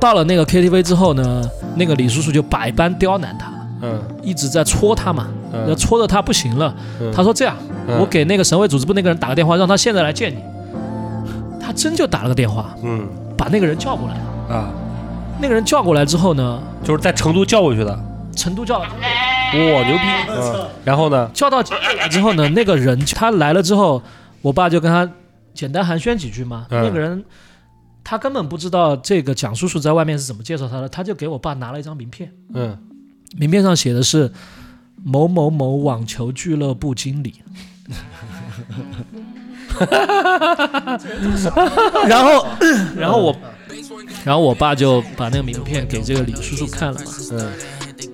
[SPEAKER 5] 到了那个 KTV 之后呢，那个李叔叔就百般刁难他，
[SPEAKER 3] 嗯
[SPEAKER 5] 一直在戳他嘛，
[SPEAKER 3] 嗯
[SPEAKER 5] 要戳的他不行了。
[SPEAKER 3] 嗯
[SPEAKER 5] 他说这样，
[SPEAKER 3] 嗯
[SPEAKER 5] 我给那个省委组织部那个人打个电话，让他现在来见你。他真就打了个电话，
[SPEAKER 3] 嗯
[SPEAKER 5] 把那个人叫过来了。
[SPEAKER 3] 啊，
[SPEAKER 5] 那个人叫过来之后呢，
[SPEAKER 3] 就是在成都叫过去的，
[SPEAKER 5] 成都叫
[SPEAKER 3] 哇，牛逼！嗯，然后呢？
[SPEAKER 5] 叫到之后呢，那个人他来了之后，我爸就跟他简单寒暄几句嘛。
[SPEAKER 3] 嗯
[SPEAKER 5] 那个人他根本不知道这个蒋叔叔在外面是怎么介绍他的，他就给我爸拿了一张名片，
[SPEAKER 3] 嗯，
[SPEAKER 5] 名片上写的是某某某网球俱乐部经理。 然后， 然后我，然后我爸就把那个名片给这个李叔叔看了嘛，
[SPEAKER 3] 嗯，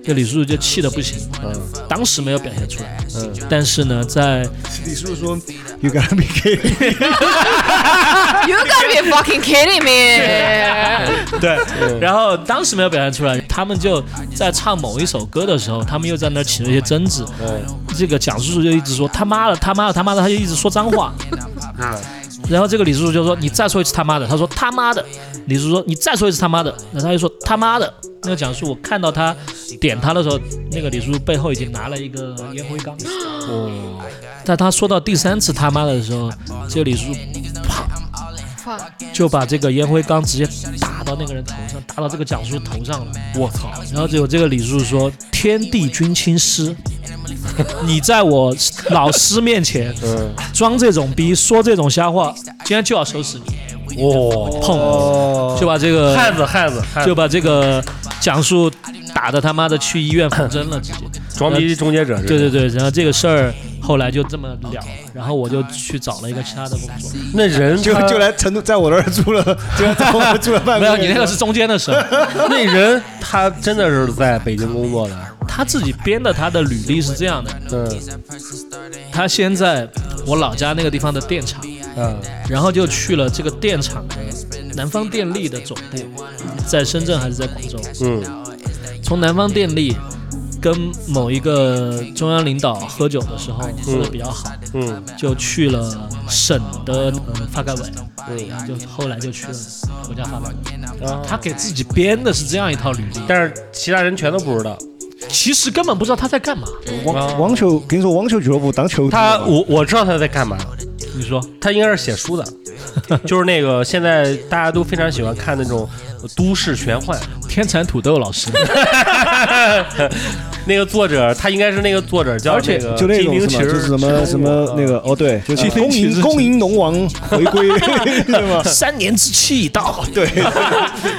[SPEAKER 5] 这李叔叔就气得不行，嗯，当时没有表现出来，嗯，但是呢，在
[SPEAKER 12] 李叔说，You gotta be kidding。
[SPEAKER 1] You gotta be fucking kidding me！
[SPEAKER 5] 对，然后当时没有表现出来，他们就在唱某一首歌的时候，他们又在那儿起了一些争执。这个蒋叔叔就一直说他妈的他妈的他妈的，他就一直说脏话。然后这个李叔叔就说你再说一次他妈的，他说他妈的。李叔叔说你再说一次他妈的，然后他就说他妈的。那个蒋叔，我看到他点他的时候，那个李叔叔背后已经拿了一个烟灰缸。哦在他说到第三次他妈的时候，这个李叔叔啪就把这个烟灰缸直接打到那个人头上，打到这个蒋叔头上了。我操！然后结果这个李叔说：“天地君亲 师，你在我老师面前装这种逼，说这种瞎话，今天就要收拾你。”哦，砰！就把这个
[SPEAKER 3] 汉子，汉子，汉
[SPEAKER 5] 呃就
[SPEAKER 3] 子，
[SPEAKER 5] 把这个蒋叔打的他妈的去医院缝针了，直接。
[SPEAKER 3] 装逼终结者是吧。
[SPEAKER 5] 对对对，然后这个事儿后来就这么了，然后我就去找了一个其他的工作。
[SPEAKER 3] 那人
[SPEAKER 12] 就
[SPEAKER 3] 他
[SPEAKER 12] 就来成都，在我这儿 住了，就在我这儿住了半
[SPEAKER 5] 没
[SPEAKER 12] 个
[SPEAKER 5] 有，
[SPEAKER 12] 月。
[SPEAKER 5] 你那个是中间的事儿。
[SPEAKER 3] 那人他真的是在北京工作的，
[SPEAKER 5] 他自己编的他的履历是这样的：
[SPEAKER 3] 嗯
[SPEAKER 5] 他先在我老家那个地方的电厂，
[SPEAKER 3] 嗯
[SPEAKER 5] 然后就去了这个电厂的南方电力的总部，在深圳还是在广州？
[SPEAKER 3] 嗯
[SPEAKER 5] 从南方电力跟某一个中央领导喝酒的时候喝的比较好，
[SPEAKER 3] 嗯
[SPEAKER 5] 就去了省的呃发改委，
[SPEAKER 3] 嗯。
[SPEAKER 5] 就后来就去了国家发改委。他给自己编的是这样一套履历，
[SPEAKER 3] 但是其他人全都不知道。
[SPEAKER 5] 其实根本不知道他在干嘛。
[SPEAKER 6] 哦
[SPEAKER 12] 网网球，跟你说网球俱乐部当球
[SPEAKER 3] 他我我知道他在干嘛，
[SPEAKER 5] 你说
[SPEAKER 3] 他应该是写书的，就是那个现在大家都非常喜欢看那种都市玄幻，
[SPEAKER 5] 天蚕土豆老师，
[SPEAKER 3] 那个作者他应该是那个作者叫
[SPEAKER 5] 而且
[SPEAKER 3] 那个
[SPEAKER 12] 就那
[SPEAKER 3] 金
[SPEAKER 12] 种
[SPEAKER 3] 陵
[SPEAKER 12] 什
[SPEAKER 3] 骑
[SPEAKER 12] 么，就是什么什么那个哦，对，就是恭迎恭迎龙王回归， 对吗？
[SPEAKER 5] 三年之期已 到。
[SPEAKER 12] 对，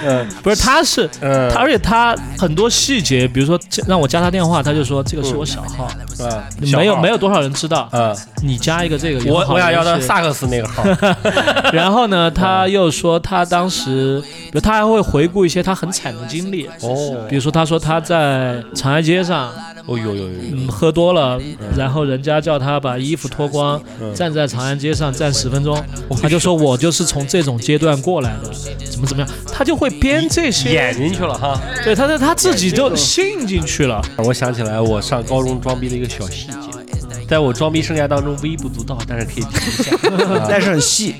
[SPEAKER 5] 不是，他是，
[SPEAKER 3] 嗯
[SPEAKER 5] 他而且他很多细节，比如说这让我加他电话，他就说这个是我小号，
[SPEAKER 3] 啊，
[SPEAKER 5] 没有没
[SPEAKER 3] 有
[SPEAKER 5] 有多少人知道，
[SPEAKER 3] 啊，
[SPEAKER 5] 你加一个这个，有
[SPEAKER 3] 我
[SPEAKER 5] 好
[SPEAKER 3] 我想要
[SPEAKER 5] 联
[SPEAKER 3] 他
[SPEAKER 5] 系。
[SPEAKER 3] 萨克斯那个号，哎
[SPEAKER 5] 然后呢，他又说他当时，比如他还会回顾一些他很惨的经历，
[SPEAKER 3] 哦
[SPEAKER 5] 比如说他说他在长安街上，
[SPEAKER 3] 哦呦呦呦，
[SPEAKER 5] 嗯，喝多了，然后人家叫他把衣服脱光，站在长安街上站十分钟，他就说我就是从这种阶段过来的，怎么怎么样，他就会编这些，
[SPEAKER 3] 演进去了哈。
[SPEAKER 5] 对，他他他自己就信进去了。
[SPEAKER 3] 我想起来我上高中装逼的一个小细节，在我装逼生涯当中微不足道，但是可以提一下。
[SPEAKER 4] 但是很细，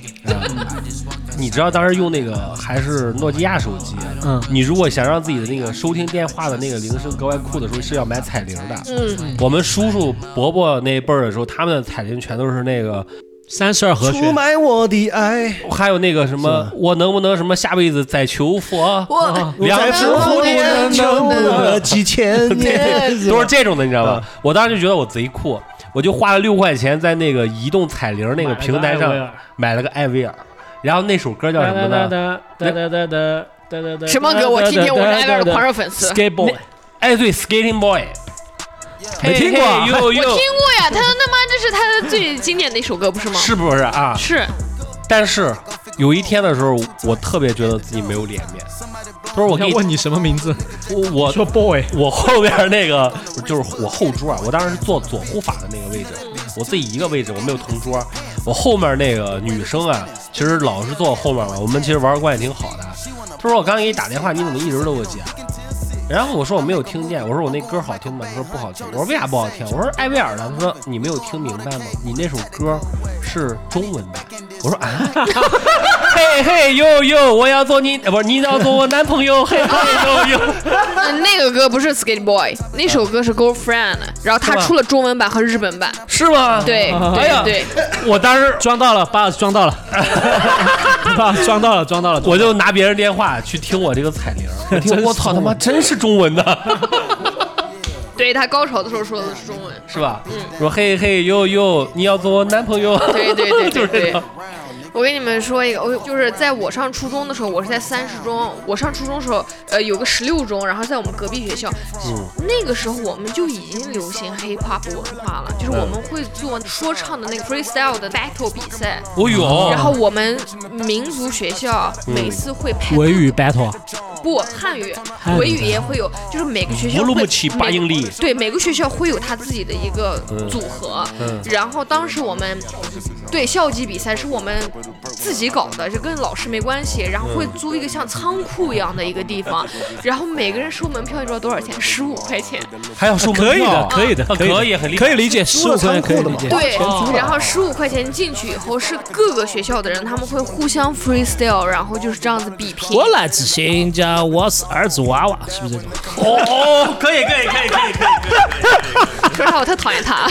[SPEAKER 3] 你知道当时用那个还是诺基亚手机，啊
[SPEAKER 5] 嗯
[SPEAKER 3] 你如果想让自己的那个收听电话的那个铃声格外酷的时候，是要买彩铃的。嗯，我们叔叔伯伯那一辈儿的时候，他们的彩铃全都是那个，
[SPEAKER 5] 三十二和
[SPEAKER 4] 出
[SPEAKER 5] 弦，
[SPEAKER 4] 卖我的爱，
[SPEAKER 3] 还有那个什么，我能不能什么下辈子再求佛，
[SPEAKER 1] 我
[SPEAKER 3] 两只蝴蝶
[SPEAKER 4] 能了几千年。
[SPEAKER 3] 都是这种的，你知道吗？我当时就觉得我贼酷，我就花了六块钱在那个移动彩铃那个平台上买了个艾薇儿，然后那首歌叫什么呢？
[SPEAKER 5] 哒哒哒哒哒哒哒哒
[SPEAKER 1] 什么歌？我听听，我是艾薇儿的狂热粉丝。
[SPEAKER 5] Skate Boy，
[SPEAKER 3] 哎，对，Skating Boy，
[SPEAKER 5] 没听过啊
[SPEAKER 3] 嘿嘿呦
[SPEAKER 1] 我听
[SPEAKER 3] 呦，
[SPEAKER 1] 过呀，他他妈这是他的最经典的一首歌，不是吗？
[SPEAKER 3] 是不是啊？
[SPEAKER 1] 是，
[SPEAKER 3] 但是有一天的时候，我特别觉得自己没有脸面。他说：“我给
[SPEAKER 13] 要
[SPEAKER 3] 你
[SPEAKER 13] 问你什么名字？
[SPEAKER 3] 我我
[SPEAKER 13] 说 boy，
[SPEAKER 3] 我后边那个就是我后桌啊，我当时是坐左护法的那个位置，我自己一个位置，我没有同桌。我后面那个女生啊，其实老是坐我后面嘛，我们其实玩的关系挺好的。她说我刚给你打电话，你怎么一直都不接？然后我说我没有听见，我说我那歌好听吗？她说不好听。我说为啥不好听？我说艾薇儿的。她说你没有听明白吗？你那首歌是中文的。我说啊，嘿嘿呦呦，我要做你，呃不是你要做我男朋友，嘿嘿呦呦。
[SPEAKER 1] 呃那个歌不是 Skate Boy，那首歌是 Girlfriend，然后他
[SPEAKER 3] 是吧
[SPEAKER 1] 出了中文版和日本版。
[SPEAKER 3] 是吗？
[SPEAKER 1] 对
[SPEAKER 3] 哎呀
[SPEAKER 1] 对对，
[SPEAKER 3] 我当时
[SPEAKER 9] 装到了，爸装 到了，爸装到了，装到了。
[SPEAKER 3] 我就拿别人电话去听我这个 彩铃，我听我操他妈真是中文的，
[SPEAKER 1] 对他高潮的时候说的是中文。
[SPEAKER 3] 是
[SPEAKER 9] 嗯
[SPEAKER 3] 吧？说嘿嘿呦呦，你要做我男朋友？
[SPEAKER 1] 对对 对
[SPEAKER 3] 就是
[SPEAKER 1] 对
[SPEAKER 3] 这
[SPEAKER 1] 对
[SPEAKER 3] 个。。
[SPEAKER 1] 我跟你们说一个，我就是在我上初中的时候，我是在三十中，我上初中的时候，呃，有个十六中，然后在我们隔壁学校，
[SPEAKER 3] 嗯
[SPEAKER 1] 那个时候我们就已经流行 hip hop 文化了，
[SPEAKER 3] 嗯
[SPEAKER 1] 就是我们会做说唱的那个 freestyle 的 battle 比赛，
[SPEAKER 3] 哦呦，
[SPEAKER 1] 然后我们民族学校每次会排
[SPEAKER 9] 维语 battle，
[SPEAKER 5] 啊
[SPEAKER 1] 不汉语
[SPEAKER 9] 语，
[SPEAKER 1] 维语嗯也会有，就是每个学校
[SPEAKER 3] 乌鲁
[SPEAKER 1] 会
[SPEAKER 3] 木齐八英里
[SPEAKER 1] 每对每个学校会有他自己的一个组合。然后当时我们对校级比赛是我们自己搞的，这跟老师没关系。然后会租一个像仓库一样的一个地方，然后每个人收门票，你知道多少钱？十五块钱。
[SPEAKER 3] 还要收门
[SPEAKER 9] 可以的，
[SPEAKER 3] 票
[SPEAKER 9] 可以的，
[SPEAKER 3] 啊
[SPEAKER 9] 的
[SPEAKER 3] 可以很厉害
[SPEAKER 9] 可以理解，十五块钱可以理解。
[SPEAKER 1] 对，
[SPEAKER 5] 哦
[SPEAKER 1] 然后十五块钱进去以后是各个学校的人，他们会互相 freestyle，然后就是这样子比拼。
[SPEAKER 9] 我来自新疆，我是儿子娃娃，是不是这种？
[SPEAKER 3] 哦，可以可以可以可以可以，
[SPEAKER 1] 说实话，我特讨厌 他，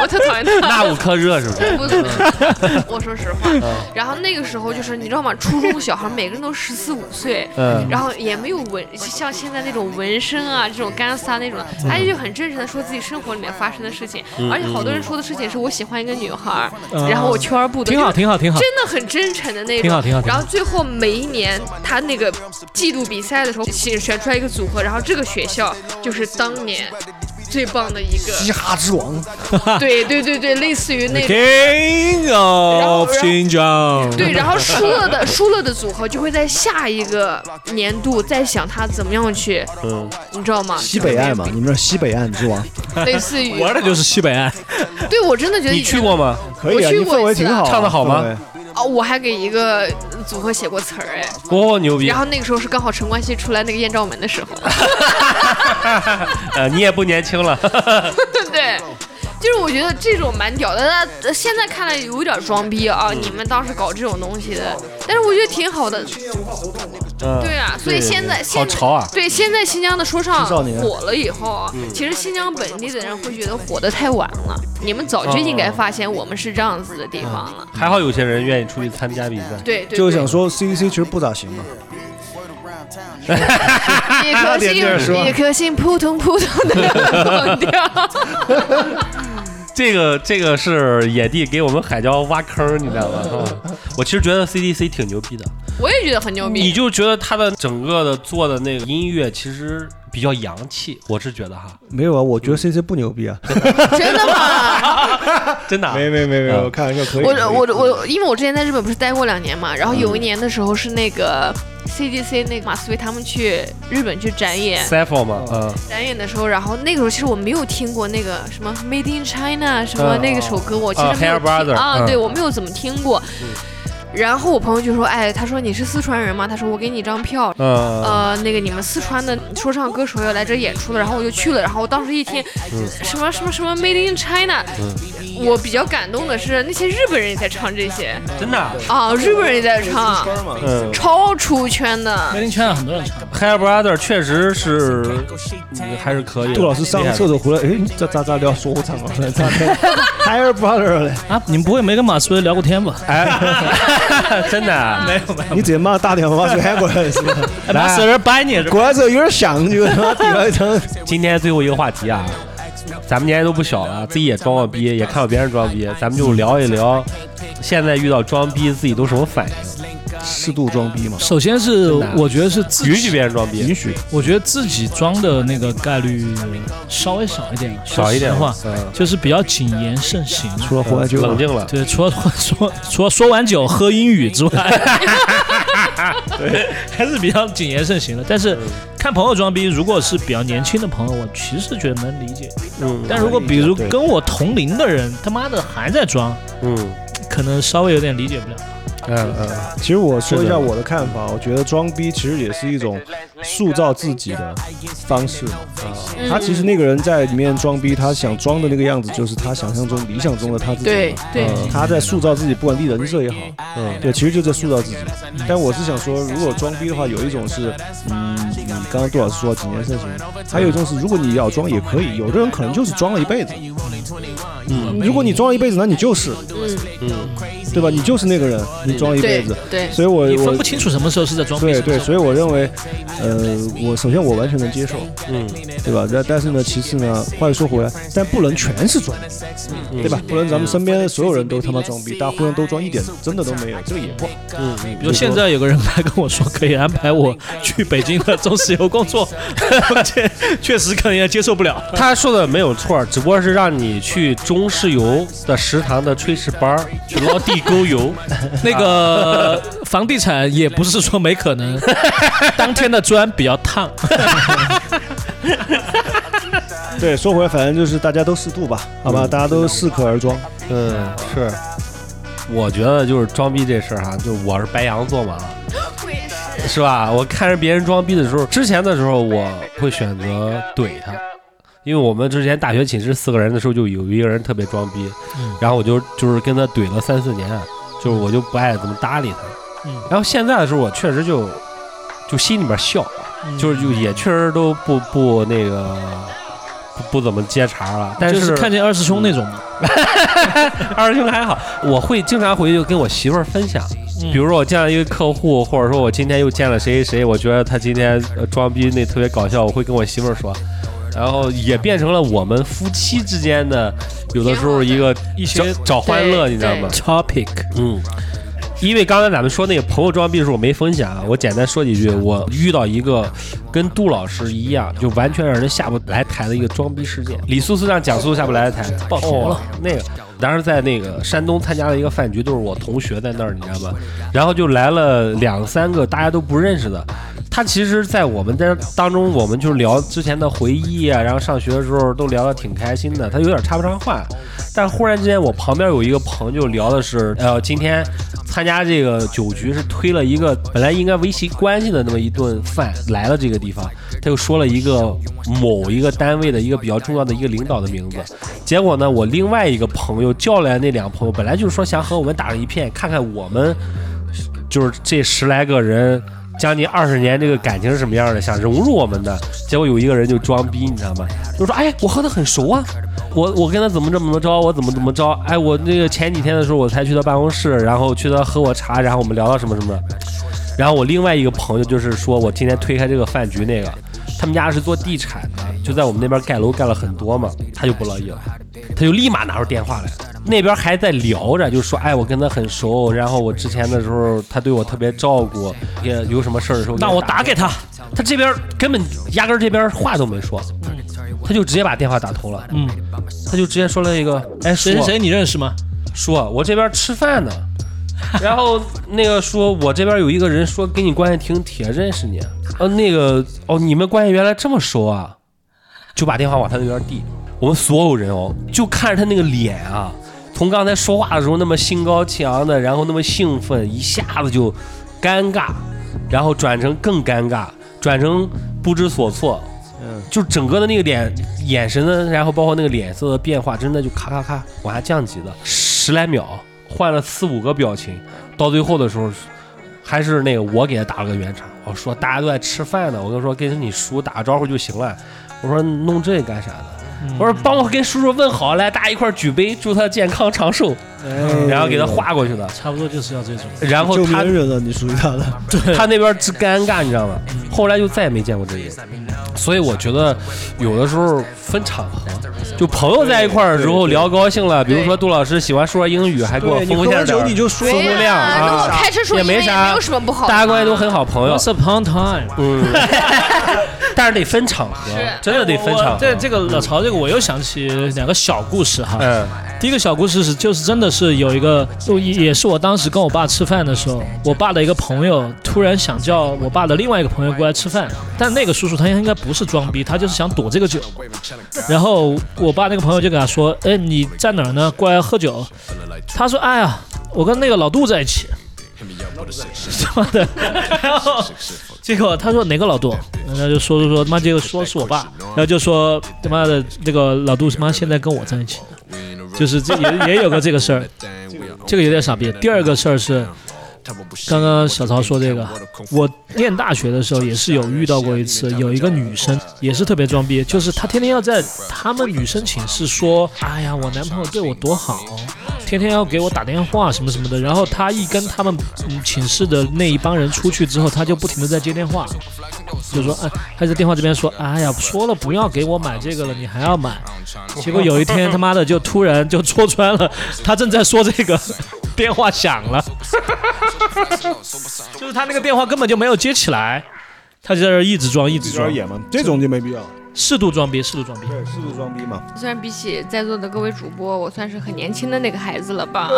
[SPEAKER 1] 我特讨厌他。
[SPEAKER 3] 那五颗热是不是？
[SPEAKER 1] 不不
[SPEAKER 9] 嗯
[SPEAKER 1] 不， 我说实话。然后那个时候就是你知道吗？初中小孩每个人都十四五岁，
[SPEAKER 3] 嗯，
[SPEAKER 1] 然后也没有纹，像现在那种纹身啊，这种干撒那种，
[SPEAKER 9] 嗯
[SPEAKER 1] 他就很真诚的说自己生活里面发生的事情，而且好多人说的事情是我喜欢一个女孩儿，然后我圈儿不
[SPEAKER 9] 嗯
[SPEAKER 1] 得，
[SPEAKER 9] 挺好，挺好，挺好。
[SPEAKER 1] 真的很真诚的那种。
[SPEAKER 9] 挺好挺好挺好
[SPEAKER 1] 然后最后每一年他那个季度比赛的时候，选选出来一个组合，然后这个学校就是当年最棒的一 个嘻哈之王。对对对对，类似于那种。
[SPEAKER 13] King
[SPEAKER 1] 然后
[SPEAKER 13] of 新 疆，
[SPEAKER 1] 对，然后输了的输了的组合就会在下一个年度再想他怎么样去，你知道吗？
[SPEAKER 12] 嗯西北岸嘛，你们是西北岸之王，
[SPEAKER 1] 类似于，
[SPEAKER 9] 玩的就是西北岸，
[SPEAKER 1] 对我真的觉得
[SPEAKER 3] 你去过吗？
[SPEAKER 12] 可以啊，
[SPEAKER 1] 我去
[SPEAKER 12] 你
[SPEAKER 1] 过
[SPEAKER 12] 氛围
[SPEAKER 1] 一次
[SPEAKER 12] 挺好啊，
[SPEAKER 3] 唱得好吗
[SPEAKER 12] 氛围？
[SPEAKER 1] 哦，我还给一个组合写过词儿哎，
[SPEAKER 3] 哦，牛逼
[SPEAKER 1] 然！后那个时候是刚好陈冠希出来那个艳照门的时候，
[SPEAKER 3] 呃，你也不年轻了，
[SPEAKER 1] 对不对？就是我觉得这种蛮屌的，那现在看来有点装逼啊！你们当时搞这种东西的，但是我觉得挺好的。对啊，所以现在现
[SPEAKER 3] 好潮啊！
[SPEAKER 1] 对，现在新疆的说唱
[SPEAKER 12] 少年
[SPEAKER 1] 火了以后啊，其实新疆本地的人会觉得火得太晚了。你们早就应该发现我们是这样子的地方了。
[SPEAKER 3] 还好有些人愿意出去参加比赛。
[SPEAKER 1] 对对，
[SPEAKER 12] 就是
[SPEAKER 1] 对
[SPEAKER 12] 想说 C C 其实不咋行啊嘛，
[SPEAKER 1] 一颗心，一颗心扑通扑 通的蹦跳。
[SPEAKER 3] 这个这个是野地给我们海椒挖坑儿，你知道吗？啊我其实觉得 CDC 挺牛逼的，
[SPEAKER 1] 我也觉得很牛
[SPEAKER 3] 你
[SPEAKER 1] 逼。
[SPEAKER 3] 就觉得他的整个的做的那个音乐其实比较洋气，我是觉得哈，
[SPEAKER 12] 没有啊，我觉得 C C 不牛逼啊，
[SPEAKER 1] 真的吗？
[SPEAKER 3] 真的啊、
[SPEAKER 12] 没没没没，
[SPEAKER 3] 嗯
[SPEAKER 12] 我看一下可以，
[SPEAKER 1] 我
[SPEAKER 12] 可以嗯
[SPEAKER 1] 我我，因为我之前在日本不是待过两年嘛，然后有一年的时候是那个 CDC 那个马思唯他们去日本去展演，
[SPEAKER 3] c y p h e r 嘛，嗯，
[SPEAKER 1] 展演的时候，然后那个时候其实我没有听过那个什么 Made in China 什
[SPEAKER 12] 嗯
[SPEAKER 1] 么那个首歌，我其实没有
[SPEAKER 3] 啊，Hair
[SPEAKER 1] 听
[SPEAKER 3] Brother，
[SPEAKER 1] 啊，
[SPEAKER 3] 嗯
[SPEAKER 1] 对我没有怎么听过。
[SPEAKER 12] 嗯
[SPEAKER 1] 然后我朋友就说：“哎，他说你是四川人吗？他说我给你一张票，
[SPEAKER 3] 嗯哦
[SPEAKER 1] 呃，那个你们四川的说唱歌手要来这演出了。”然后我就去了。然后我当时一听，什么什么什么 Made in China，我比较感动的是那些日本人也在唱这些
[SPEAKER 3] 真的啊、
[SPEAKER 1] 啊，日本人也在唱，
[SPEAKER 3] 嗯
[SPEAKER 1] 超出圈的。
[SPEAKER 9] 麦林圈很多人唱。
[SPEAKER 3] ，Hair Brother 确实是嗯还是可以的。
[SPEAKER 12] 杜老师上
[SPEAKER 3] 厉
[SPEAKER 12] 个
[SPEAKER 3] 害的
[SPEAKER 12] 厕所回来，哎，咋咋咋聊说我唱了，啊 咋咋 Higher Brother 嘞，
[SPEAKER 9] 啊，你们不会没跟马思唯聊过天吧？
[SPEAKER 3] 哎， 真的啊、
[SPEAKER 12] 你直接骂大点骂出韩国人是 吧？
[SPEAKER 9] 哎马思唯掰你是吧？
[SPEAKER 12] 果然是有点想，就他妈顶了一 层，
[SPEAKER 3] 今天最后一个话题啊，咱们年纪都不小了，自己也装过逼，也看过别人装逼，咱们就聊一聊现在遇到装逼自己都什么反应。
[SPEAKER 6] 适度装逼嘛？
[SPEAKER 5] 首先是我觉得是自己
[SPEAKER 3] 允许别人装逼，
[SPEAKER 6] 允许。
[SPEAKER 5] 我觉得自己装的那个概率稍微少一点，
[SPEAKER 3] 少一点
[SPEAKER 5] 说实话
[SPEAKER 3] 嗯，
[SPEAKER 5] 就是比较谨言慎行。啊
[SPEAKER 6] 除了活下去，
[SPEAKER 3] 冷静了，
[SPEAKER 5] 对，除了说除了说完酒喝英语之外，还是比较谨言慎行的。但是看朋友装逼，如果是比较年轻的朋友，我其实觉得能理解。
[SPEAKER 3] 嗯
[SPEAKER 5] 但如果比如
[SPEAKER 6] 对
[SPEAKER 5] 跟我同龄的人，他妈的还在装，
[SPEAKER 3] 嗯
[SPEAKER 5] 可能稍微有点理解不了。
[SPEAKER 3] 嗯嗯，
[SPEAKER 6] 其实我说一
[SPEAKER 3] 是
[SPEAKER 6] 下
[SPEAKER 3] 的
[SPEAKER 6] 我的看法，我觉得装逼其实也是一种塑造自己的方式。啊
[SPEAKER 1] 嗯
[SPEAKER 6] 他其实那个人在里面装逼，他想装的那个样子就是他想象中、理想中的他自己。
[SPEAKER 1] 对对，
[SPEAKER 5] 嗯
[SPEAKER 6] 他在塑造自己，不管立人设也好，嗯，对，其实就在塑造自己。但我是想说，如果装逼的话，有一种是，嗯，你刚刚杜老师说谨言慎行，还有一种是，如果你要装也可以，有的人可能就是装了一辈子，嗯，如果你装了一辈子，那你就是，嗯，对吧？你就是那个人，你装了一辈
[SPEAKER 1] 对
[SPEAKER 6] 子，
[SPEAKER 1] 对，
[SPEAKER 6] 所以我
[SPEAKER 5] 你分
[SPEAKER 6] 我
[SPEAKER 5] 不清楚什么时候是在装逼，
[SPEAKER 6] 对
[SPEAKER 5] 什么
[SPEAKER 6] 对，
[SPEAKER 5] 时候
[SPEAKER 6] 所以我认为，呃，我首先我完全能接受，嗯，对吧？但但是呢，其次呢，话又说回来，但不能全是装，
[SPEAKER 5] 嗯
[SPEAKER 6] 对吧？不能咱们身边所有人都他妈装逼，大家互相都装一点真的都没有，这个也不好。
[SPEAKER 5] 比如现在有个人来跟我说，可以安排我去北京的中石油工作， 确确实可能也接受不了。
[SPEAKER 3] 他说的没有错，只不过是让你去中石油的食堂的炊事班儿去捞地沟油。
[SPEAKER 5] 那个房地产也不是说没可能，当天的砖比较烫，
[SPEAKER 6] 对，说回来，反正就是大家都适度吧，好吧，大家都适可而装。
[SPEAKER 3] 嗯，是。我觉得就是装逼这事儿、哈，就我是白羊座嘛，
[SPEAKER 1] 我也是。
[SPEAKER 3] 是吧？我看着别人装逼的时候，之前的时候我会选择怼他，因为我们之前大学寝室四个人的时候，就有一个人特别装逼，
[SPEAKER 5] 嗯
[SPEAKER 3] 然后我就就是跟他怼了三四年，就是我就不爱怎么搭理他。
[SPEAKER 5] 嗯
[SPEAKER 3] 然后现在的时候，我确实就就心里面笑，
[SPEAKER 5] 嗯
[SPEAKER 3] 就是就也确实都不不那个不不怎么接茬了，但
[SPEAKER 5] 就是看见二师兄那种嘛。
[SPEAKER 3] 二师兄还好，我会经常回去跟我媳妇儿分享。比如说我见了一个客户，或者说我今天又见了谁谁谁，我觉得他今天呃装逼那特别搞笑，我会跟我媳妇儿说，然后也变成了我们夫妻之间的有的时候一个一些找欢乐，
[SPEAKER 1] 对
[SPEAKER 3] 你知道吗？
[SPEAKER 5] Topic，
[SPEAKER 3] 嗯。因为刚才咱们说那个朋友装逼的时候我没分享啊，我简单说几句。我遇到一个跟杜老师一样，就完全让人下不来台的一个装逼事件。李素素让蒋素素下不来台，爆头了。那个当时在那个山东参加了一个饭局，都是我同学在那儿，你知道吗？然后就来了两三个大家都不认识的。他其实，在我们在当中，我们就聊之前的回忆啊，然后上学的时候都聊得挺开心的。他有点插不上话，但忽然之间，我旁边有一个朋友聊的是，呃，今天参加这个酒局是推了一个本来应该维系关系的那么一顿饭来了这个地方，他又说了一个某一个单位的一个比较重要的一个领导的名字，结果呢，我另外一个朋友叫来那两个朋友，本来就是说想和我们打成一片，看看我们就是这十来个人。将近二十年，这个感情是什么样的？想融入我们的，结果有一个人就装逼，你知道吗？就说：“哎，我和他很熟啊，我我跟他怎么怎么着，我怎么怎么着，哎，我那个前几天的时候我才去他办公室，然后去他喝我茶，然后我们聊到什么什么，然后我另外一个朋友就是说我今天推开这个饭局那个，他们家是做地产的，就在我们那边盖楼盖了很多嘛，他就不乐意了，他就立马拿出电话来，那边还在聊着，就说哎我跟他很熟，然后我之前的时候他对我特别照顾，也有什么事儿的时候
[SPEAKER 5] 那我打给他，
[SPEAKER 3] 他这边根本压根儿这边话都没说，他就直接把电话打通了，
[SPEAKER 5] 嗯，
[SPEAKER 3] 他就直接说了一个，哎，
[SPEAKER 5] 谁谁
[SPEAKER 3] 叔
[SPEAKER 5] 谁你认识吗？
[SPEAKER 3] 叔，我这边吃饭呢，然后那个说，我这边有一个人说跟你关系挺铁，认识你，呃，那个哦，你们关系原来这么熟啊，就把电话往他那边递，我们所有人哦，就看着他那个脸啊，从刚才说话的时候那么心高气昂的，然后那么兴奋，一下子就尴尬，然后转成更尴尬，转成不知所措，
[SPEAKER 6] 嗯，
[SPEAKER 3] 就整个的那个脸、眼神的，然后包括那个脸色的变化，真的就咔咔咔往下降级的，十来秒换了四五个表情，到最后的时候，还是那个我给他打了个圆场，我说大家都在吃饭呢，我跟说跟你叔打个招呼就行了，我说弄这干啥呢？我说帮我跟叔叔问好，来，大家一块儿举杯，祝他健康长寿，
[SPEAKER 6] 嗯哎
[SPEAKER 3] 然后给他划过去的。
[SPEAKER 5] 差不多就是要这种。
[SPEAKER 3] 然后
[SPEAKER 6] 救
[SPEAKER 3] 他
[SPEAKER 6] 命人了，你属于他的。
[SPEAKER 3] 他那边之尴尬，你知道吗？后来就再也没见过这个人。所以我觉得有的时候分场合，就朋友在一块儿的时候聊高兴了，比如说杜老师喜欢说英语，还给我
[SPEAKER 14] 对
[SPEAKER 3] 分
[SPEAKER 14] 你
[SPEAKER 3] 享
[SPEAKER 14] 喝
[SPEAKER 3] 点
[SPEAKER 14] 完
[SPEAKER 3] 儿
[SPEAKER 14] 酒你就说
[SPEAKER 3] 肺量
[SPEAKER 1] 呀那我
[SPEAKER 3] 啊，
[SPEAKER 1] 开车说
[SPEAKER 3] 也
[SPEAKER 1] 英文
[SPEAKER 3] 没
[SPEAKER 1] 也
[SPEAKER 3] 啥
[SPEAKER 1] 没有什么不好，
[SPEAKER 3] 大家关系都很好，朋友。
[SPEAKER 5] Once upon time，
[SPEAKER 3] 嗯，但是得分场合，真的得分
[SPEAKER 5] 我
[SPEAKER 3] 场合。
[SPEAKER 5] 这这个老曹这个，我又想起两个小故事哈。
[SPEAKER 3] 嗯
[SPEAKER 5] 第一个小故事是，就是真的是有一个，就也也是我当时跟我爸吃饭的时候，我爸的一个朋友突然想叫我爸的另外一个朋友过来吃饭，但那个叔叔他应该不是装逼，他就是想躲这个酒。然后我爸那个朋友就给他说：“哎，你在哪儿呢？过来喝酒。”他说：“哎呀，我跟那个老杜在一起。”他妈的！然后结果他说哪个老杜，然后就说说说，他妈结果说是我爸，然后就说他妈的那个老杜他妈现在跟我在一起，就是这也也有个这个事儿，这个有点傻逼。第二个事儿是。刚刚小曹说这个，我念大学的时候也是有遇到过一次，有一个女生也是特别装逼，就是她天天要在她们女生寝室说，哎呀，我男朋友对我多好，天天要给我打电话什么什么的。然后她一跟他们嗯寝室的那一帮人出去之后，她就不停的在接电话，就说，哎，她在电话这边说，哎呀，说了不要给我买这个了，你还要买。 结果有一天他妈的就突然就戳穿 了，她正在说这个，电话响了。就是他那个电话根本就没有接起来，他就在这儿一直装，一直
[SPEAKER 6] 有
[SPEAKER 5] 装
[SPEAKER 6] 点，野蛮，这种就没必要。
[SPEAKER 5] 适度装逼，适度装逼。
[SPEAKER 6] 对，是不是装逼嘛？
[SPEAKER 1] 虽然比起在座的各位主播，我算是很年轻的那个孩子了吧？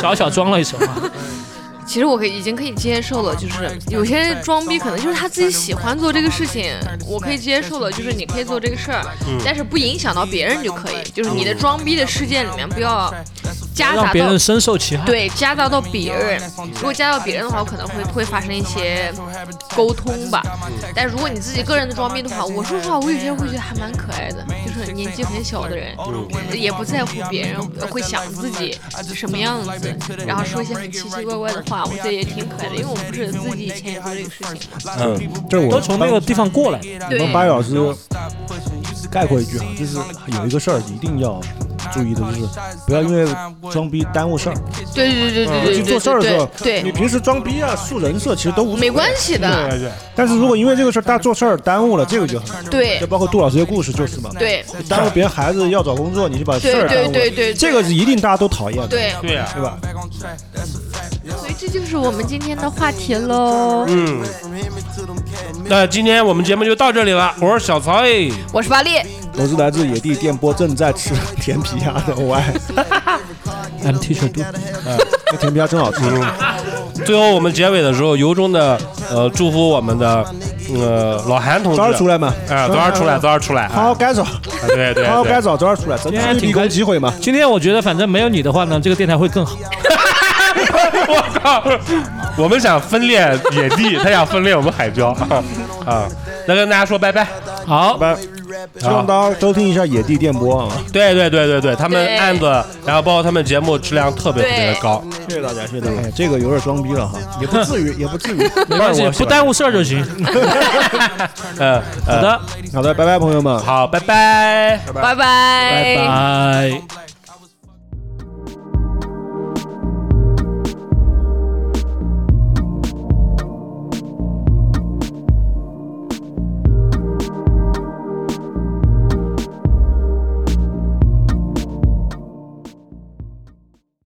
[SPEAKER 5] 小小装了一手 嘛。
[SPEAKER 1] 其实我可以已经可以接受了，就是有些装逼可能就是他自己喜欢做这个事情，我可以接受了，就是你可以做这个事儿，
[SPEAKER 5] 嗯
[SPEAKER 1] 但是不影响到别人就可以。就是你的装逼的事件里面不要夹
[SPEAKER 5] 让
[SPEAKER 1] 杂
[SPEAKER 5] 别
[SPEAKER 1] 到
[SPEAKER 5] 人深受其害。，
[SPEAKER 1] 对，夹杂到别人，如果夹杂到别人的话，我可能会会发生一些沟通吧。
[SPEAKER 6] 嗯
[SPEAKER 1] 但如果你自己个人的装逼的话，我说实话，我有些人会觉得还蛮可爱的，就是年纪很小的人，
[SPEAKER 6] 嗯
[SPEAKER 1] 呃也不在乎别人会想自己什么样子，然后说一些很奇奇怪怪的话，我觉得也挺可爱的，因为我不是自己以前也做这个事情嘛。
[SPEAKER 3] 嗯，
[SPEAKER 6] 这我
[SPEAKER 5] 都从那个地方过来。
[SPEAKER 6] 我
[SPEAKER 1] 对
[SPEAKER 6] 们，八月老师概括一句哈，就是有一个事儿一定要注意的，就是不要因为装逼耽误事儿。
[SPEAKER 1] 对对对对
[SPEAKER 6] 去
[SPEAKER 1] 对
[SPEAKER 6] 嗯
[SPEAKER 1] 对
[SPEAKER 6] 做事儿的时
[SPEAKER 1] 对
[SPEAKER 6] 候，
[SPEAKER 1] 对
[SPEAKER 6] 你
[SPEAKER 1] 对，
[SPEAKER 6] 平时装逼啊、树人设其实都无所谓
[SPEAKER 1] 没关系的，
[SPEAKER 6] 对对。但是如果因为这个事儿大做事儿耽误了，这个就很
[SPEAKER 1] 对
[SPEAKER 6] 就包括杜老师的故事就是嘛，
[SPEAKER 1] 对
[SPEAKER 6] 耽误别人孩子要找工作，你就把事
[SPEAKER 1] 对
[SPEAKER 6] 儿耽误
[SPEAKER 1] 对对
[SPEAKER 6] 了，
[SPEAKER 1] 对，
[SPEAKER 6] 这个是一定大家都讨厌的，
[SPEAKER 1] 对，啊
[SPEAKER 3] 对呀、
[SPEAKER 6] 对吧？
[SPEAKER 1] 所以这就是我们今天的话题喽。
[SPEAKER 3] 嗯。那今天我们节目就到这里了，我是小曹哎，
[SPEAKER 1] 我是巴力，
[SPEAKER 6] 我是来自野地电波，正在吃 甜皮鸭的 我爱，
[SPEAKER 5] M T 恤度，
[SPEAKER 6] 那甜皮鸭真好吃。
[SPEAKER 3] 最后我们结尾的时候，由衷的呃祝福我们的呃老韩同志，
[SPEAKER 6] 早点出来嘛，
[SPEAKER 3] 哎，早点出来，早点出 来
[SPEAKER 6] 好好
[SPEAKER 3] 啊！
[SPEAKER 6] 改造，
[SPEAKER 3] 对对对，
[SPEAKER 6] 好好改造，早点出来，争
[SPEAKER 5] 今天
[SPEAKER 6] 取立
[SPEAKER 5] 挺开
[SPEAKER 6] 功机会嘛。
[SPEAKER 5] 啊今天我觉得反正没有你的话呢，这个电台会更好。
[SPEAKER 3] 我靠！ 我们想分裂野地，他想分裂我们海椒 啊！那跟大家说拜拜。
[SPEAKER 5] 好，
[SPEAKER 6] 拜拜，希望大家收听一下野地电波啊！
[SPEAKER 3] 对对对对对，他们
[SPEAKER 1] 对
[SPEAKER 3] 案子，然后包括他们节目质量特别特别的高。
[SPEAKER 6] 谢谢大家，谢谢大家。哎，这个有点装逼了哈，也不至于，也不至于。
[SPEAKER 5] 没关系
[SPEAKER 3] 我，
[SPEAKER 5] 不耽误事儿就行。
[SPEAKER 3] 嗯，
[SPEAKER 5] 好
[SPEAKER 3] 好，
[SPEAKER 5] 的，
[SPEAKER 6] 好的，拜拜，朋友们。
[SPEAKER 3] 好，拜拜。
[SPEAKER 1] 拜拜
[SPEAKER 5] 拜。